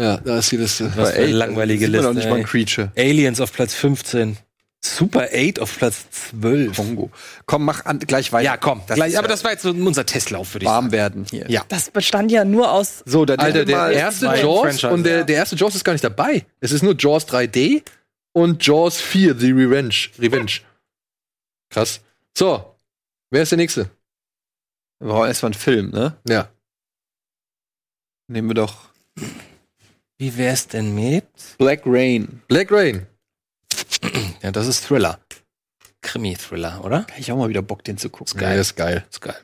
Speaker 1: Ja, da ist äh, die Liste.
Speaker 5: Was für eine langweilige
Speaker 2: sieht man doch
Speaker 5: Liste.
Speaker 2: nicht mal ein
Speaker 5: ey.
Speaker 2: Creature.
Speaker 5: Aliens auf Platz 15. Super 8 auf Platz 12.
Speaker 2: Kongo. Komm, mach an, gleich weiter.
Speaker 5: Ja, komm.
Speaker 2: Das
Speaker 5: gleich,
Speaker 2: ist
Speaker 5: aber
Speaker 2: ja
Speaker 5: das war jetzt so unser Testlauf für dich.
Speaker 2: warm werden hier.
Speaker 5: Ja.
Speaker 4: Das bestand ja nur aus.
Speaker 2: So, dann
Speaker 1: Alter,
Speaker 2: nimm
Speaker 1: der
Speaker 2: mal-
Speaker 1: erste
Speaker 5: zwei
Speaker 1: Jaws
Speaker 5: Franchise,
Speaker 1: und der,
Speaker 5: ja.
Speaker 1: der erste Jaws ist gar nicht dabei. Es ist nur Jaws 3D und Jaws 4, The Revenge. Revenge. Krass. So, wer ist der nächste?
Speaker 2: Wir brauchen erstmal einen Film, ne?
Speaker 1: Ja.
Speaker 2: Nehmen wir doch
Speaker 5: Wie wär's denn mit?
Speaker 2: Black Rain.
Speaker 1: Black Rain.
Speaker 5: Ja, das ist Thriller. Krimi-Thriller, oder?
Speaker 2: Hab Ich auch mal wieder Bock, den zu gucken.
Speaker 1: Geil. ist geil.
Speaker 5: Ist geil.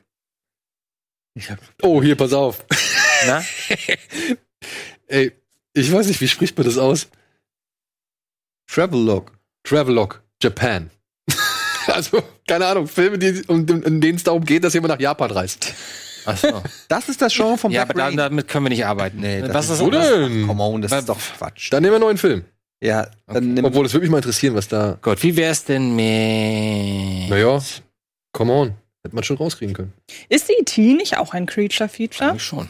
Speaker 2: Ich hab,
Speaker 1: Oh, hier, pass auf.
Speaker 5: Na?
Speaker 1: Ey, ich weiß nicht, wie spricht man das aus?
Speaker 2: Travelogue.
Speaker 1: Travelogue, Japan. also, keine Ahnung, Filme, die, um, in denen es darum geht, dass jemand nach Japan reist.
Speaker 5: Ach so.
Speaker 2: Das ist das Genre von
Speaker 5: ja,
Speaker 2: Black
Speaker 5: aber da-
Speaker 2: Rain.
Speaker 5: damit können wir nicht arbeiten.
Speaker 2: Nee, das
Speaker 5: was
Speaker 2: ist ne?
Speaker 5: ist
Speaker 1: Wo
Speaker 5: das?
Speaker 1: denn?
Speaker 2: Come on, das
Speaker 5: Was-
Speaker 2: ist doch Quatsch.
Speaker 1: Dann nehmen wir einen neuen Film.
Speaker 2: Ja, dann nimm
Speaker 1: Obwohl, es würde mich mal interessieren, was da.
Speaker 5: Gott, wie wär's denn mit.
Speaker 1: Naja, come on. Hätte man schon rauskriegen können.
Speaker 4: Ist E.T. nicht auch ein Creature-Feature?
Speaker 5: Eigentlich schon.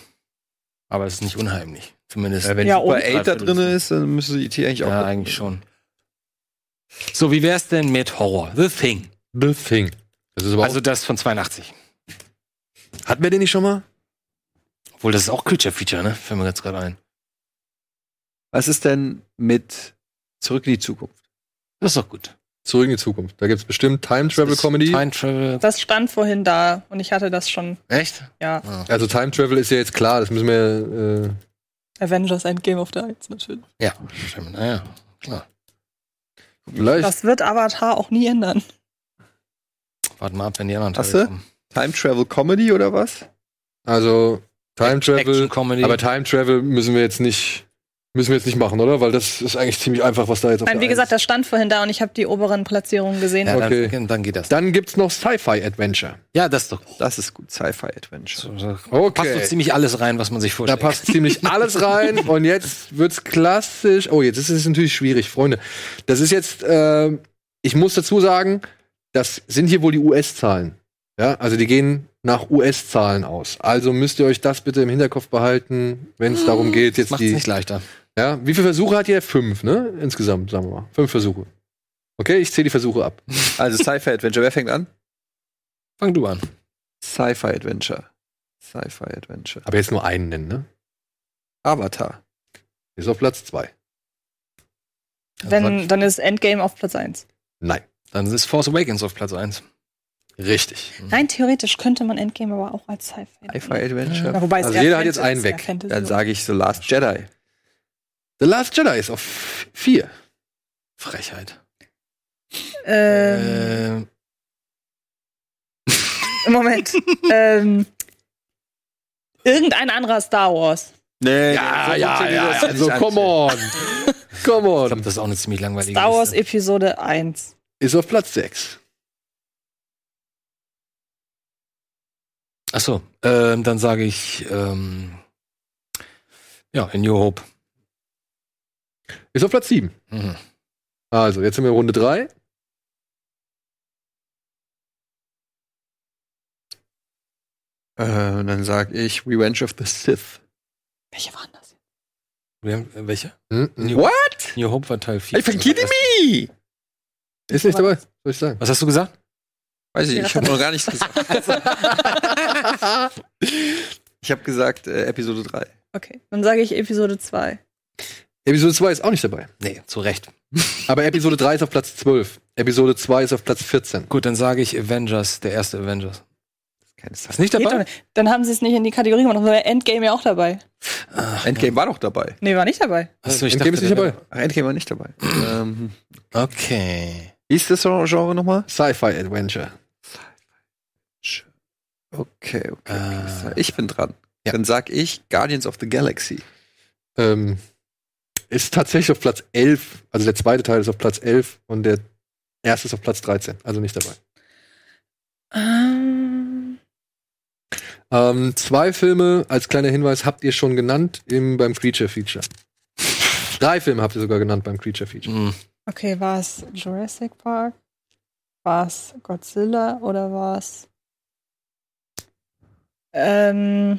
Speaker 5: Aber es ist nicht unheimlich. Zumindest.
Speaker 2: Äh, wenn
Speaker 4: Ja,
Speaker 2: Super
Speaker 4: und-
Speaker 2: 8 da drin ist, dann müsste IT eigentlich auch.
Speaker 5: ja, eigentlich schon. So, wie wär's denn mit Horror? The Thing.
Speaker 1: The Thing. Das ist aber
Speaker 5: Also das von 82.
Speaker 1: auch, hatten wir den nicht schon mal?
Speaker 5: Obwohl, das ist auch Creature-Feature, ne? Fällt mir jetzt gerade ein.
Speaker 2: Was ist denn mit Zurück in die Zukunft?
Speaker 5: Das ist doch gut.
Speaker 1: Zurück in die Zukunft. Da gibt es bestimmt Time Travel
Speaker 5: Das ist
Speaker 1: Comedy.
Speaker 5: Time Travel.
Speaker 4: Das stand vorhin da und ich hatte das schon,
Speaker 5: Echt?
Speaker 4: ja.
Speaker 1: also Time Travel ist ja jetzt klar, das müssen wir. Äh,
Speaker 4: Avengers Endgame auf der 1 natürlich.
Speaker 5: Ja. Stimmt. Naja.
Speaker 1: vielleicht.
Speaker 4: Das wird Avatar auch nie ändern.
Speaker 5: Warten mal ab, wenn die anderen
Speaker 2: Hast du? Time Travel Comedy oder was?
Speaker 1: Also Time Travel.
Speaker 5: Action-Comedy.
Speaker 1: Aber Time Travel müssen wir jetzt nicht. Müssen wir jetzt nicht machen, oder? Weil das ist eigentlich ziemlich einfach, was da jetzt auf
Speaker 4: Nein,
Speaker 1: der
Speaker 4: wie
Speaker 1: Eins-
Speaker 4: gesagt, das stand vorhin da und ich habe die oberen Platzierungen gesehen.
Speaker 5: ja,
Speaker 1: okay.
Speaker 5: dann, dann geht das.
Speaker 1: Dann gibt's noch Sci-Fi Adventure.
Speaker 5: Ja, das ist doch gut.
Speaker 2: Das ist gut, Sci-Fi Adventure.
Speaker 1: Okay.
Speaker 5: Passt so ziemlich alles rein, was man sich
Speaker 1: Da
Speaker 5: vorstellt.
Speaker 1: passt ziemlich alles rein und jetzt wird's klassisch. Oh, jetzt ist es natürlich schwierig, Freunde. Das ist jetzt, ähm, ich muss dazu sagen, das sind hier wohl die US-Zahlen. Ja, also die gehen nach US-Zahlen aus. Also müsst ihr euch das bitte im Hinterkopf behalten, wenn es darum geht, jetzt
Speaker 5: Oh, Macht's
Speaker 1: die.
Speaker 5: nicht leichter.
Speaker 1: Ja, wie viele Versuche hat ihr? Fünf, ne? Insgesamt, sagen wir mal. Fünf Versuche. Okay, ich zähle die Versuche ab.
Speaker 2: Also Sci-Fi Adventure, wer fängt an?
Speaker 5: Fang du an.
Speaker 2: Sci-Fi Adventure. Sci-Fi Adventure.
Speaker 1: Aber jetzt nur einen nennen, ne?
Speaker 2: Avatar.
Speaker 1: Ist auf Platz zwei.
Speaker 4: Wenn, dann ist Endgame auf Platz 1.
Speaker 1: Nein.
Speaker 5: Also Dann ist Force Awakens auf Platz 1.
Speaker 1: Richtig.
Speaker 5: Mhm.
Speaker 4: Nein, theoretisch könnte man Endgame aber auch als Sci-Fi.
Speaker 2: Sci-Fi Adventure.
Speaker 4: Ja, wobei es
Speaker 1: Also
Speaker 4: eher
Speaker 1: jeder hat jetzt
Speaker 4: Fantasy-
Speaker 1: einen weg.
Speaker 4: ja, Fantasy-
Speaker 2: Dann sage ich The Last Jedi.
Speaker 1: The Last Jedi ist auf vier.
Speaker 5: Frechheit.
Speaker 4: Ähm,
Speaker 5: Ähm,
Speaker 4: Moment. ähm, irgendein anderer Star Wars.
Speaker 2: Nee,
Speaker 1: Ja, ja, ja. Also, come on. come
Speaker 5: ich glaube,
Speaker 1: on.
Speaker 5: das ist auch eine ziemlich langweilige
Speaker 4: Star Wars
Speaker 5: Liste.
Speaker 4: Episode 1.
Speaker 1: Ist auf Platz 6.
Speaker 5: Achso, ähm, dann sage ich, ähm, ja, in New Hope.
Speaker 1: Ist auf Platz 7.
Speaker 5: Mhm.
Speaker 1: Also, jetzt sind wir in Runde 3.
Speaker 2: Äh, dann sag ich Revenge of the Sith.
Speaker 4: Welche waren das?
Speaker 5: Wir haben, äh, welche?
Speaker 1: Hm?
Speaker 2: What?
Speaker 5: New Hope war Teil 4.
Speaker 2: Are you fucking kidding me?
Speaker 1: Ist nicht dabei, soll ich sagen.
Speaker 5: Was hast du gesagt?
Speaker 2: Weiß ich, ich habe noch gar nichts gesagt. ich habe gesagt äh, Episode 3.
Speaker 4: Okay, dann sage ich Episode 2.
Speaker 1: Episode 2 ist auch nicht dabei.
Speaker 5: Nee, zu Recht.
Speaker 1: Aber Episode 3 ist auf Platz 12. Episode 2 ist auf Platz 14.
Speaker 5: Gut, dann sage ich Avengers, der erste Avengers.
Speaker 2: Keine Sci-
Speaker 5: Ist nicht
Speaker 4: Geht doch
Speaker 5: dabei?
Speaker 4: nicht. Dann haben sie es nicht in die Kategorie gemacht. Dann war Endgame ja auch dabei.
Speaker 2: Endgame war doch dabei.
Speaker 4: Nee, war nicht dabei.
Speaker 5: Achso, ich
Speaker 1: Endgame ist nicht
Speaker 5: der-
Speaker 1: dabei.
Speaker 2: Ach, Endgame war nicht dabei. ähm,
Speaker 5: Okay.
Speaker 2: wie ist das Genre nochmal?
Speaker 1: Sci-Fi Adventure.
Speaker 2: Okay, okay. okay.
Speaker 5: Äh.
Speaker 2: Ich bin dran.
Speaker 5: Ja.
Speaker 2: Dann sag ich Guardians of the Galaxy.
Speaker 1: Ähm, ist tatsächlich auf Platz 11. Also, der zweite Teil ist auf Platz 11 und der erste ist auf Platz 13. Also nicht dabei.
Speaker 4: Ähm,
Speaker 1: Ähm, zwei Filme als kleiner Hinweis habt ihr schon genannt im, beim Creature Feature. Drei Filme habt ihr sogar genannt beim Creature Feature.
Speaker 5: Mhm.
Speaker 4: okay, war es Jurassic Park? War es Godzilla oder war es ähm,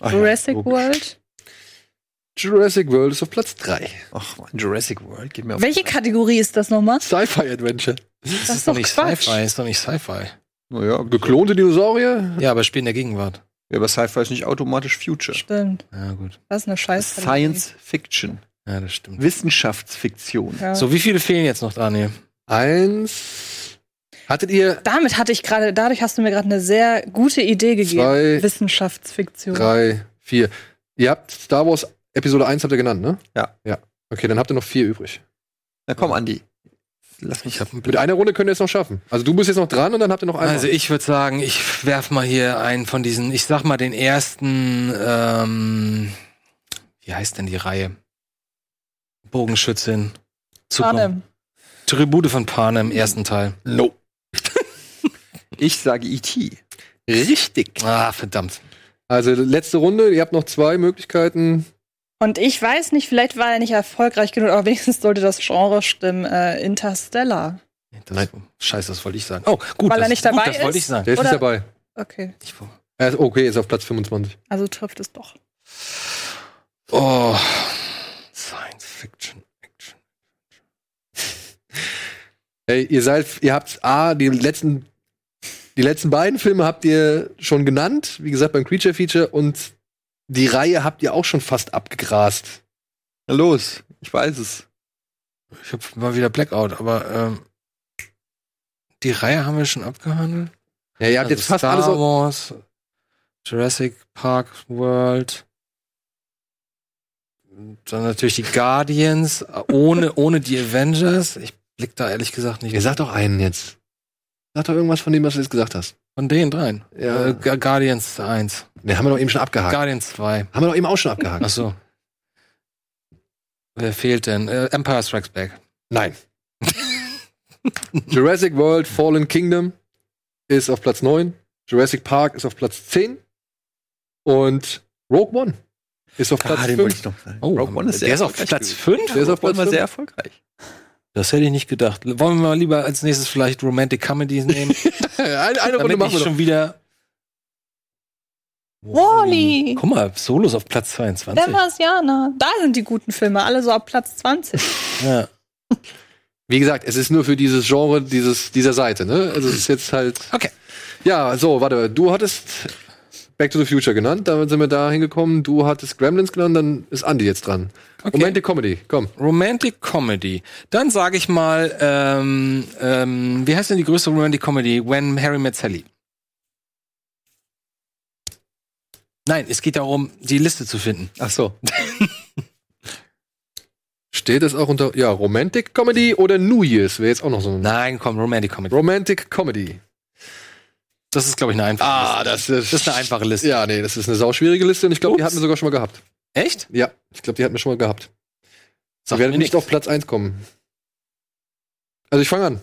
Speaker 4: Ah,
Speaker 2: Ach ja,
Speaker 4: Jurassic
Speaker 2: logisch.
Speaker 4: World?
Speaker 1: Jurassic World ist auf Platz 3.
Speaker 2: Ach man, Jurassic World geht mir auf.
Speaker 4: Welche Kategorie ist das nochmal?
Speaker 1: Sci-Fi Adventure.
Speaker 4: Das,
Speaker 5: Ist doch nicht Sci-Fi, ist doch nicht Sci-Fi.
Speaker 2: Naja,
Speaker 1: Geklonte Dinosaurier?
Speaker 5: Ja, aber spielt in der Gegenwart.
Speaker 2: Ja, aber Sci-Fi ist nicht automatisch Future.
Speaker 4: Stimmt,
Speaker 5: Ja, gut.
Speaker 4: das ist eine Scheiße.
Speaker 2: Science Fiction.
Speaker 5: Ja, das stimmt.
Speaker 2: Wissenschaftsfiktion.
Speaker 4: Ja.
Speaker 5: So, wie viele fehlen jetzt noch, Daniel?
Speaker 1: Eins. Hattet ihr
Speaker 4: Damit hatte ich gerade, dadurch hast du mir gerade eine sehr gute Idee gegeben.
Speaker 1: Zwei,
Speaker 4: Wissenschaftsfiktion.
Speaker 1: drei, vier. Ihr habt Star Wars Episode 1 habt ihr genannt, ne?
Speaker 2: Ja.
Speaker 1: Ja. Okay, dann habt ihr noch vier übrig.
Speaker 2: Na komm, Andi. Lass mich.
Speaker 5: Ich habe
Speaker 1: Mit einer Runde könnt ihr es noch schaffen. Also du bist jetzt noch dran und dann habt ihr noch einen.
Speaker 5: Also ich würde sagen, ich werf mal hier einen von diesen, ich sag mal den ersten, ähm, wie heißt denn die Reihe? Bogenschützin. Zukunft.
Speaker 4: Arne,
Speaker 5: Tribute von
Speaker 4: Mhm.
Speaker 5: Panem, ersten Teil.
Speaker 1: no.
Speaker 2: Ich sage E E.T.
Speaker 1: Richtig.
Speaker 5: Ah, verdammt.
Speaker 1: Also letzte Runde, ihr habt noch zwei Möglichkeiten.
Speaker 4: Und ich weiß nicht, vielleicht war er nicht erfolgreich genug, aber wenigstens sollte das Genre stimmen, äh, Interstellar.
Speaker 5: Nein. Scheiße, das wollte ich sagen. Oh, gut.
Speaker 4: Weil er
Speaker 5: das
Speaker 4: nicht
Speaker 5: ist gut,
Speaker 4: dabei
Speaker 5: Das wollte
Speaker 4: ist?
Speaker 5: ich sagen.
Speaker 1: Der ist
Speaker 4: Oder-
Speaker 1: nicht dabei.
Speaker 4: Okay,
Speaker 1: Er ist okay, ist auf Platz 25.
Speaker 4: also trifft es doch.
Speaker 5: Oh. Science Fiction. Action.
Speaker 1: Ey, ihr seid, ihr habt A, die letzten, die letzten beiden Filme habt ihr schon genannt, wie gesagt, beim Creature Feature und die Reihe habt ihr auch schon fast abgegrast.
Speaker 2: Na los, ich weiß es.
Speaker 5: Ich habe mal wieder Blackout, aber ähm, die Reihe haben wir schon abgehandelt.
Speaker 1: Ja, ihr habt
Speaker 5: Also
Speaker 1: jetzt fast
Speaker 5: Star
Speaker 1: alles. au-
Speaker 5: Wars, Jurassic Park World. Dann natürlich die Guardians, äh, ohne, ohne die Avengers. Ich blick da ehrlich gesagt nicht
Speaker 1: Ihr sagt doch einen jetzt. Sag doch irgendwas von dem, was du jetzt gesagt hast.
Speaker 5: von denen dreien.
Speaker 1: Ja.
Speaker 5: Äh, Gu- Guardians 1,
Speaker 1: Ne, haben wir doch eben schon abgehakt.
Speaker 5: Guardians 2.
Speaker 1: haben wir doch eben auch schon abgehakt.
Speaker 5: Ach so. Wer fehlt denn? Äh, Empire Strikes Back.
Speaker 1: Nein. Jurassic World Fallen Kingdom ist auf Platz 9. Jurassic Park ist auf Platz 10. Und Rogue One ist auf Platz
Speaker 2: Ah, den wollte
Speaker 1: 5.
Speaker 2: ich noch sagen.
Speaker 5: Oh,
Speaker 2: Rogue One ist
Speaker 5: der
Speaker 2: sehr
Speaker 5: ist auf
Speaker 2: erfolgreich
Speaker 5: Platz
Speaker 2: gewesen.
Speaker 5: 5?
Speaker 1: Der ist auf
Speaker 2: Rogue
Speaker 1: Platz
Speaker 2: One war sehr
Speaker 1: 5.
Speaker 2: erfolgreich.
Speaker 5: Das hätte ich nicht gedacht. Wollen wir mal lieber als nächstes vielleicht Romantic Comedies nehmen?
Speaker 1: Eine, eine Runde
Speaker 5: damit
Speaker 1: machen
Speaker 5: ich
Speaker 1: wir noch.
Speaker 5: schon wieder.
Speaker 4: Wally.
Speaker 5: Guck mal, Solos auf Platz 22.
Speaker 4: Demaciana. Da sind die guten Filme, alle so ab Platz 20.
Speaker 5: Ja.
Speaker 1: Wie gesagt, es ist nur für dieses Genre dieses, dieser Seite. Ne? Also es ist jetzt halt.
Speaker 5: Okay.
Speaker 1: Ja, so, warte. Du hattest Back to the Future genannt. Damit sind wir da hingekommen. Du hattest Gremlins genannt. Dann ist Andy jetzt dran.
Speaker 5: Okay.
Speaker 1: Romantic Comedy. Komm.
Speaker 5: Romantic Comedy. Dann sage ich mal, ähm, ähm, wie heißt denn die größte Romantic Comedy? When Harry Met Sally. Nein, es geht darum, die Liste zu finden.
Speaker 2: Ach so.
Speaker 1: Steht es auch unter. Ja, Romantic Comedy oder New Year's wäre jetzt auch noch so ein.
Speaker 5: Nein, komm, Romantic Comedy.
Speaker 1: Romantic Comedy.
Speaker 5: Das ist, glaube ich, eine einfache Liste.
Speaker 1: das ist,
Speaker 5: Ah, Das ist eine einfache Liste.
Speaker 1: Ja, nee, das ist eine sauschwierige Liste und ich glaube, die
Speaker 5: Ups.
Speaker 1: hatten wir sogar schon mal gehabt.
Speaker 5: Echt?
Speaker 1: Ja, ich glaube, die hatten wir schon mal gehabt. Wir
Speaker 5: Sag
Speaker 1: werden
Speaker 5: mir
Speaker 1: nicht
Speaker 5: nichts.
Speaker 1: auf Platz 1 kommen. Also ich fange an.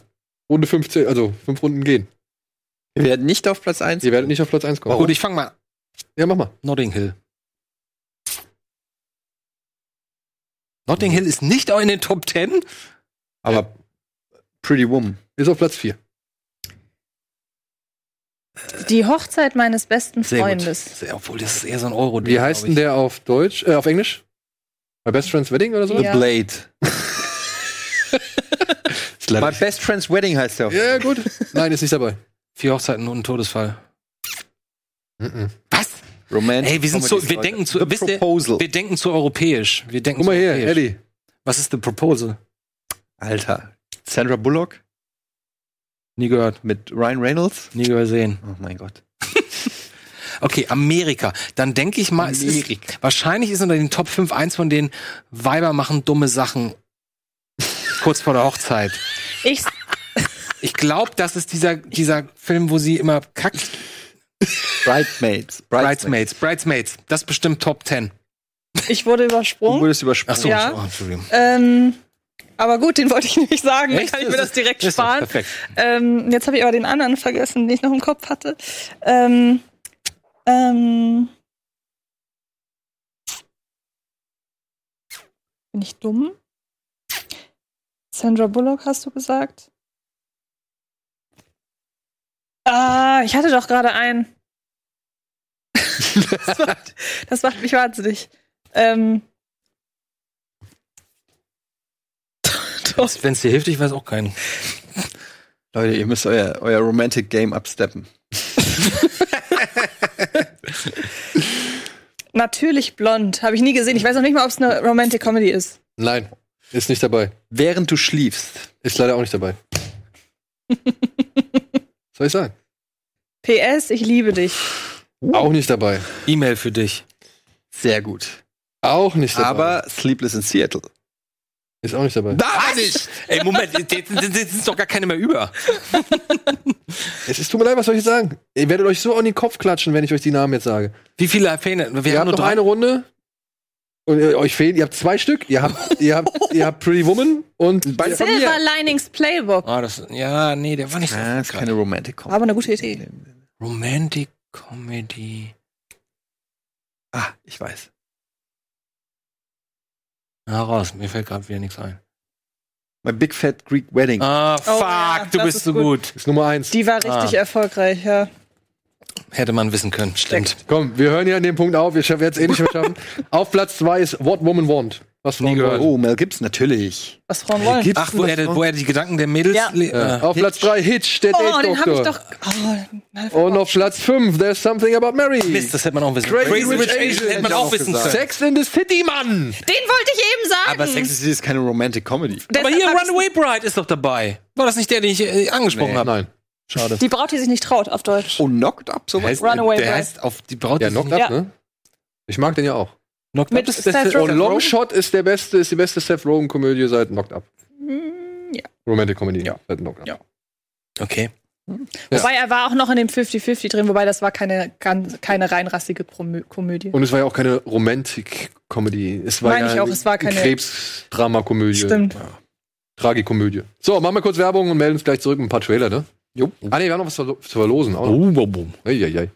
Speaker 1: Runde 15, also fünf Runden gehen.
Speaker 2: Wir werden nicht auf Platz 1.
Speaker 1: Ihr werdet nicht auf Platz 1 kommen.
Speaker 5: Gut, ich fange mal an.
Speaker 1: ja, mach mal.
Speaker 5: Notting Hill. Notting Hill ist nicht auch in den Top 10?
Speaker 2: Aber Pretty Woman.
Speaker 1: Ist auf Platz 4.
Speaker 4: Die Hochzeit meines besten Freundes.
Speaker 5: Sehr, obwohl, das ist eher so ein euro
Speaker 1: Wie heißt denn der auf Deutsch, äh, auf Englisch? Bei Best Friends Wedding oder so?
Speaker 4: Ja.
Speaker 2: Blade. My Best Friend's Wedding heißt der.
Speaker 1: Ja, gut. Nein, ist nicht dabei.
Speaker 5: Vier Hochzeiten und ein Todesfall.
Speaker 1: Mhm.
Speaker 5: Was?
Speaker 2: Romantic.
Speaker 5: Ey, wir sind
Speaker 2: Comedy,
Speaker 5: so- wir
Speaker 2: Leute.
Speaker 5: denken zu-
Speaker 2: The
Speaker 5: wisst ihr-
Speaker 2: Proposal.
Speaker 5: Wir denken zu europäisch. Wir denken
Speaker 1: Guck mal
Speaker 5: zu
Speaker 1: her,
Speaker 5: europäisch.
Speaker 1: Eddie.
Speaker 5: Was ist The Proposal?
Speaker 2: Alter. Sandra Bullock
Speaker 5: Nie gehört.
Speaker 2: mit Ryan Reynolds.
Speaker 5: Nie gesehen.
Speaker 2: Oh mein Gott.
Speaker 5: Okay, Amerika. Dann denke ich mal, es ist, wahrscheinlich ist unter den Top 5 eins von den Weiber machen dumme Sachen. Kurz vor der Hochzeit.
Speaker 4: Ich,
Speaker 5: Ich glaube, das ist dieser, dieser Film, wo sie immer kackt.
Speaker 2: Bridesmaids.
Speaker 5: Bridesmaids. Bridesmaids. Das ist bestimmt Top 10.
Speaker 4: ich wurde
Speaker 2: Du
Speaker 4: übersprungen.
Speaker 2: wurdest übersprungen.
Speaker 4: so. Ja.
Speaker 5: oh, Entschuldigung.
Speaker 4: Ähm, aber gut, den wollte ich nicht sagen, dann
Speaker 5: Echt?
Speaker 4: kann ich mir
Speaker 5: Ist
Speaker 4: das
Speaker 5: es-
Speaker 4: direkt
Speaker 5: Ist so,
Speaker 4: sparen.
Speaker 5: perfekt.
Speaker 4: Ähm, jetzt habe ich aber den anderen vergessen, den ich noch im Kopf hatte. Ähm, ähm, bin ich dumm? Sandra Bullock hast du gesagt? Ah, ich hatte doch gerade einen. das, macht, das macht mich wahnsinnig. Ähm,
Speaker 5: Wenn es dir hilft, ich weiß auch keinen.
Speaker 2: Leute, ihr müsst euer, euer Romantic Game absteppen.
Speaker 4: natürlich blond. Habe ich nie gesehen. Ich weiß noch nicht mal, ob es eine Romantic Comedy ist.
Speaker 1: Nein, ist nicht dabei.
Speaker 2: Während du schliefst.
Speaker 1: Ist leider auch nicht dabei. Soll ich sagen?
Speaker 4: PS, ich liebe dich.
Speaker 1: Auch nicht dabei.
Speaker 5: E-Mail für dich.
Speaker 2: Sehr gut.
Speaker 1: Auch nicht dabei.
Speaker 2: Aber Sleepless in Seattle.
Speaker 1: ist auch nicht dabei.
Speaker 2: Da nicht!
Speaker 5: Ey, Moment, jetzt- jetzt jetzt sind doch gar keine mehr über.
Speaker 1: Es ist, tut mir leid, was soll ich sagen? Ihr werdet euch so an den Kopf klatschen, wenn ich euch die Namen jetzt sage.
Speaker 5: Wie viele fehlen? Wir
Speaker 1: ihr habt
Speaker 5: haben nur
Speaker 1: noch
Speaker 5: drei.
Speaker 1: eine Runde. Und äh, euch fehlen, ihr habt zwei Stück. Ihr habt, ihr habt, ihr habt Pretty Woman und
Speaker 2: Beide von
Speaker 4: Silver
Speaker 2: mir.
Speaker 4: Linings Playbook.
Speaker 5: Ah, das, ja, nee, der war nicht so.
Speaker 2: Ah, ist keine Romantic Comedy.
Speaker 4: Aber eine gute Idee.
Speaker 5: Romantic Comedy.
Speaker 2: Ah, ich weiß.
Speaker 5: Na raus, mir fällt gerade wieder nichts ein.
Speaker 2: My Big Fat Greek Wedding.
Speaker 5: Ah, fuck,
Speaker 4: ja,
Speaker 5: du
Speaker 4: das
Speaker 5: bist
Speaker 4: ist
Speaker 5: so gut.
Speaker 1: Ist Nummer eins.
Speaker 4: Die war richtig
Speaker 1: Ah.
Speaker 4: erfolgreich, ja.
Speaker 5: Hätte man wissen können, stimmt.
Speaker 1: Komm, wir hören hier an dem Punkt auf. Wir werden es eh nicht mehr schaffen. auf Platz zwei ist What Woman Want. Was von nie gehört.
Speaker 2: Oh, Mel Gibson, natürlich.
Speaker 4: Was Frauen wollen.
Speaker 5: Ach, wo er, wo er die Gedanken der Mädels.
Speaker 4: Ja.
Speaker 5: le- äh,
Speaker 1: Auf Platz drei Hitch, der
Speaker 4: Oh, den hab ich
Speaker 1: Date-Doktor.
Speaker 4: doch. Oh,
Speaker 1: Und auf Platz fünf There's Something About Mary.
Speaker 5: Mist, das hätte man auch wissen können.
Speaker 1: Crazy Rich Asians
Speaker 5: hätte man
Speaker 1: hätte ich
Speaker 5: auch
Speaker 1: auch
Speaker 5: wissen können.
Speaker 1: Sex in the City, Mann!
Speaker 6: Den wollte ich eben sagen.
Speaker 2: Aber Sex and the City ist keine Romantic Comedy.
Speaker 5: Aber
Speaker 4: Deshalb
Speaker 5: hier,
Speaker 4: hab ich's-
Speaker 5: Runaway Bride ist doch dabei. War das nicht der, den ich äh, angesprochen habe?
Speaker 1: Nein.
Speaker 5: Schade.
Speaker 4: Die Braut, die sich nicht traut, auf Deutsch.
Speaker 2: Oh, Knocked Up, sowas?
Speaker 5: Heißt,
Speaker 4: Runaway
Speaker 5: der
Speaker 4: Bride.
Speaker 5: heißt auf die Braut.
Speaker 1: Ja,
Speaker 5: ist
Speaker 1: Knocked
Speaker 5: nicht-
Speaker 1: Up,
Speaker 4: Ja.
Speaker 1: ne? Ich mag den ja auch.
Speaker 5: Knocked Up
Speaker 4: Mit
Speaker 5: ist,
Speaker 4: Seth
Speaker 5: ist
Speaker 1: Und
Speaker 4: Rogen.
Speaker 1: Longshot ist der beste, ist die beste Seth Rogen-Komödie seit Knocked Up.
Speaker 4: Mm, ja.
Speaker 1: Romantic Comedy
Speaker 2: Ja.
Speaker 1: seit Knocked Up.
Speaker 2: Ja.
Speaker 5: Okay.
Speaker 4: Wobei er war auch noch in dem 50-50 drin, wobei das war keine, ganz- keine reinrassige Promö Komödie.
Speaker 1: Und es war ja auch keine Romantik-Comedy. Es war
Speaker 4: Meine
Speaker 1: ja
Speaker 4: ich auch,
Speaker 1: eine-
Speaker 4: es war
Speaker 1: eine
Speaker 4: keine-
Speaker 1: Krebsdramakomödie.
Speaker 4: Stimmt.
Speaker 1: Tragikomödie. So, machen wir kurz Werbung und melden uns gleich zurück mit ein paar Trailer, ne? Jo. Ah, ne, wir haben noch was zu verlo- zu verlosen. Auch noch.
Speaker 5: boom, boom.
Speaker 1: Eieiei.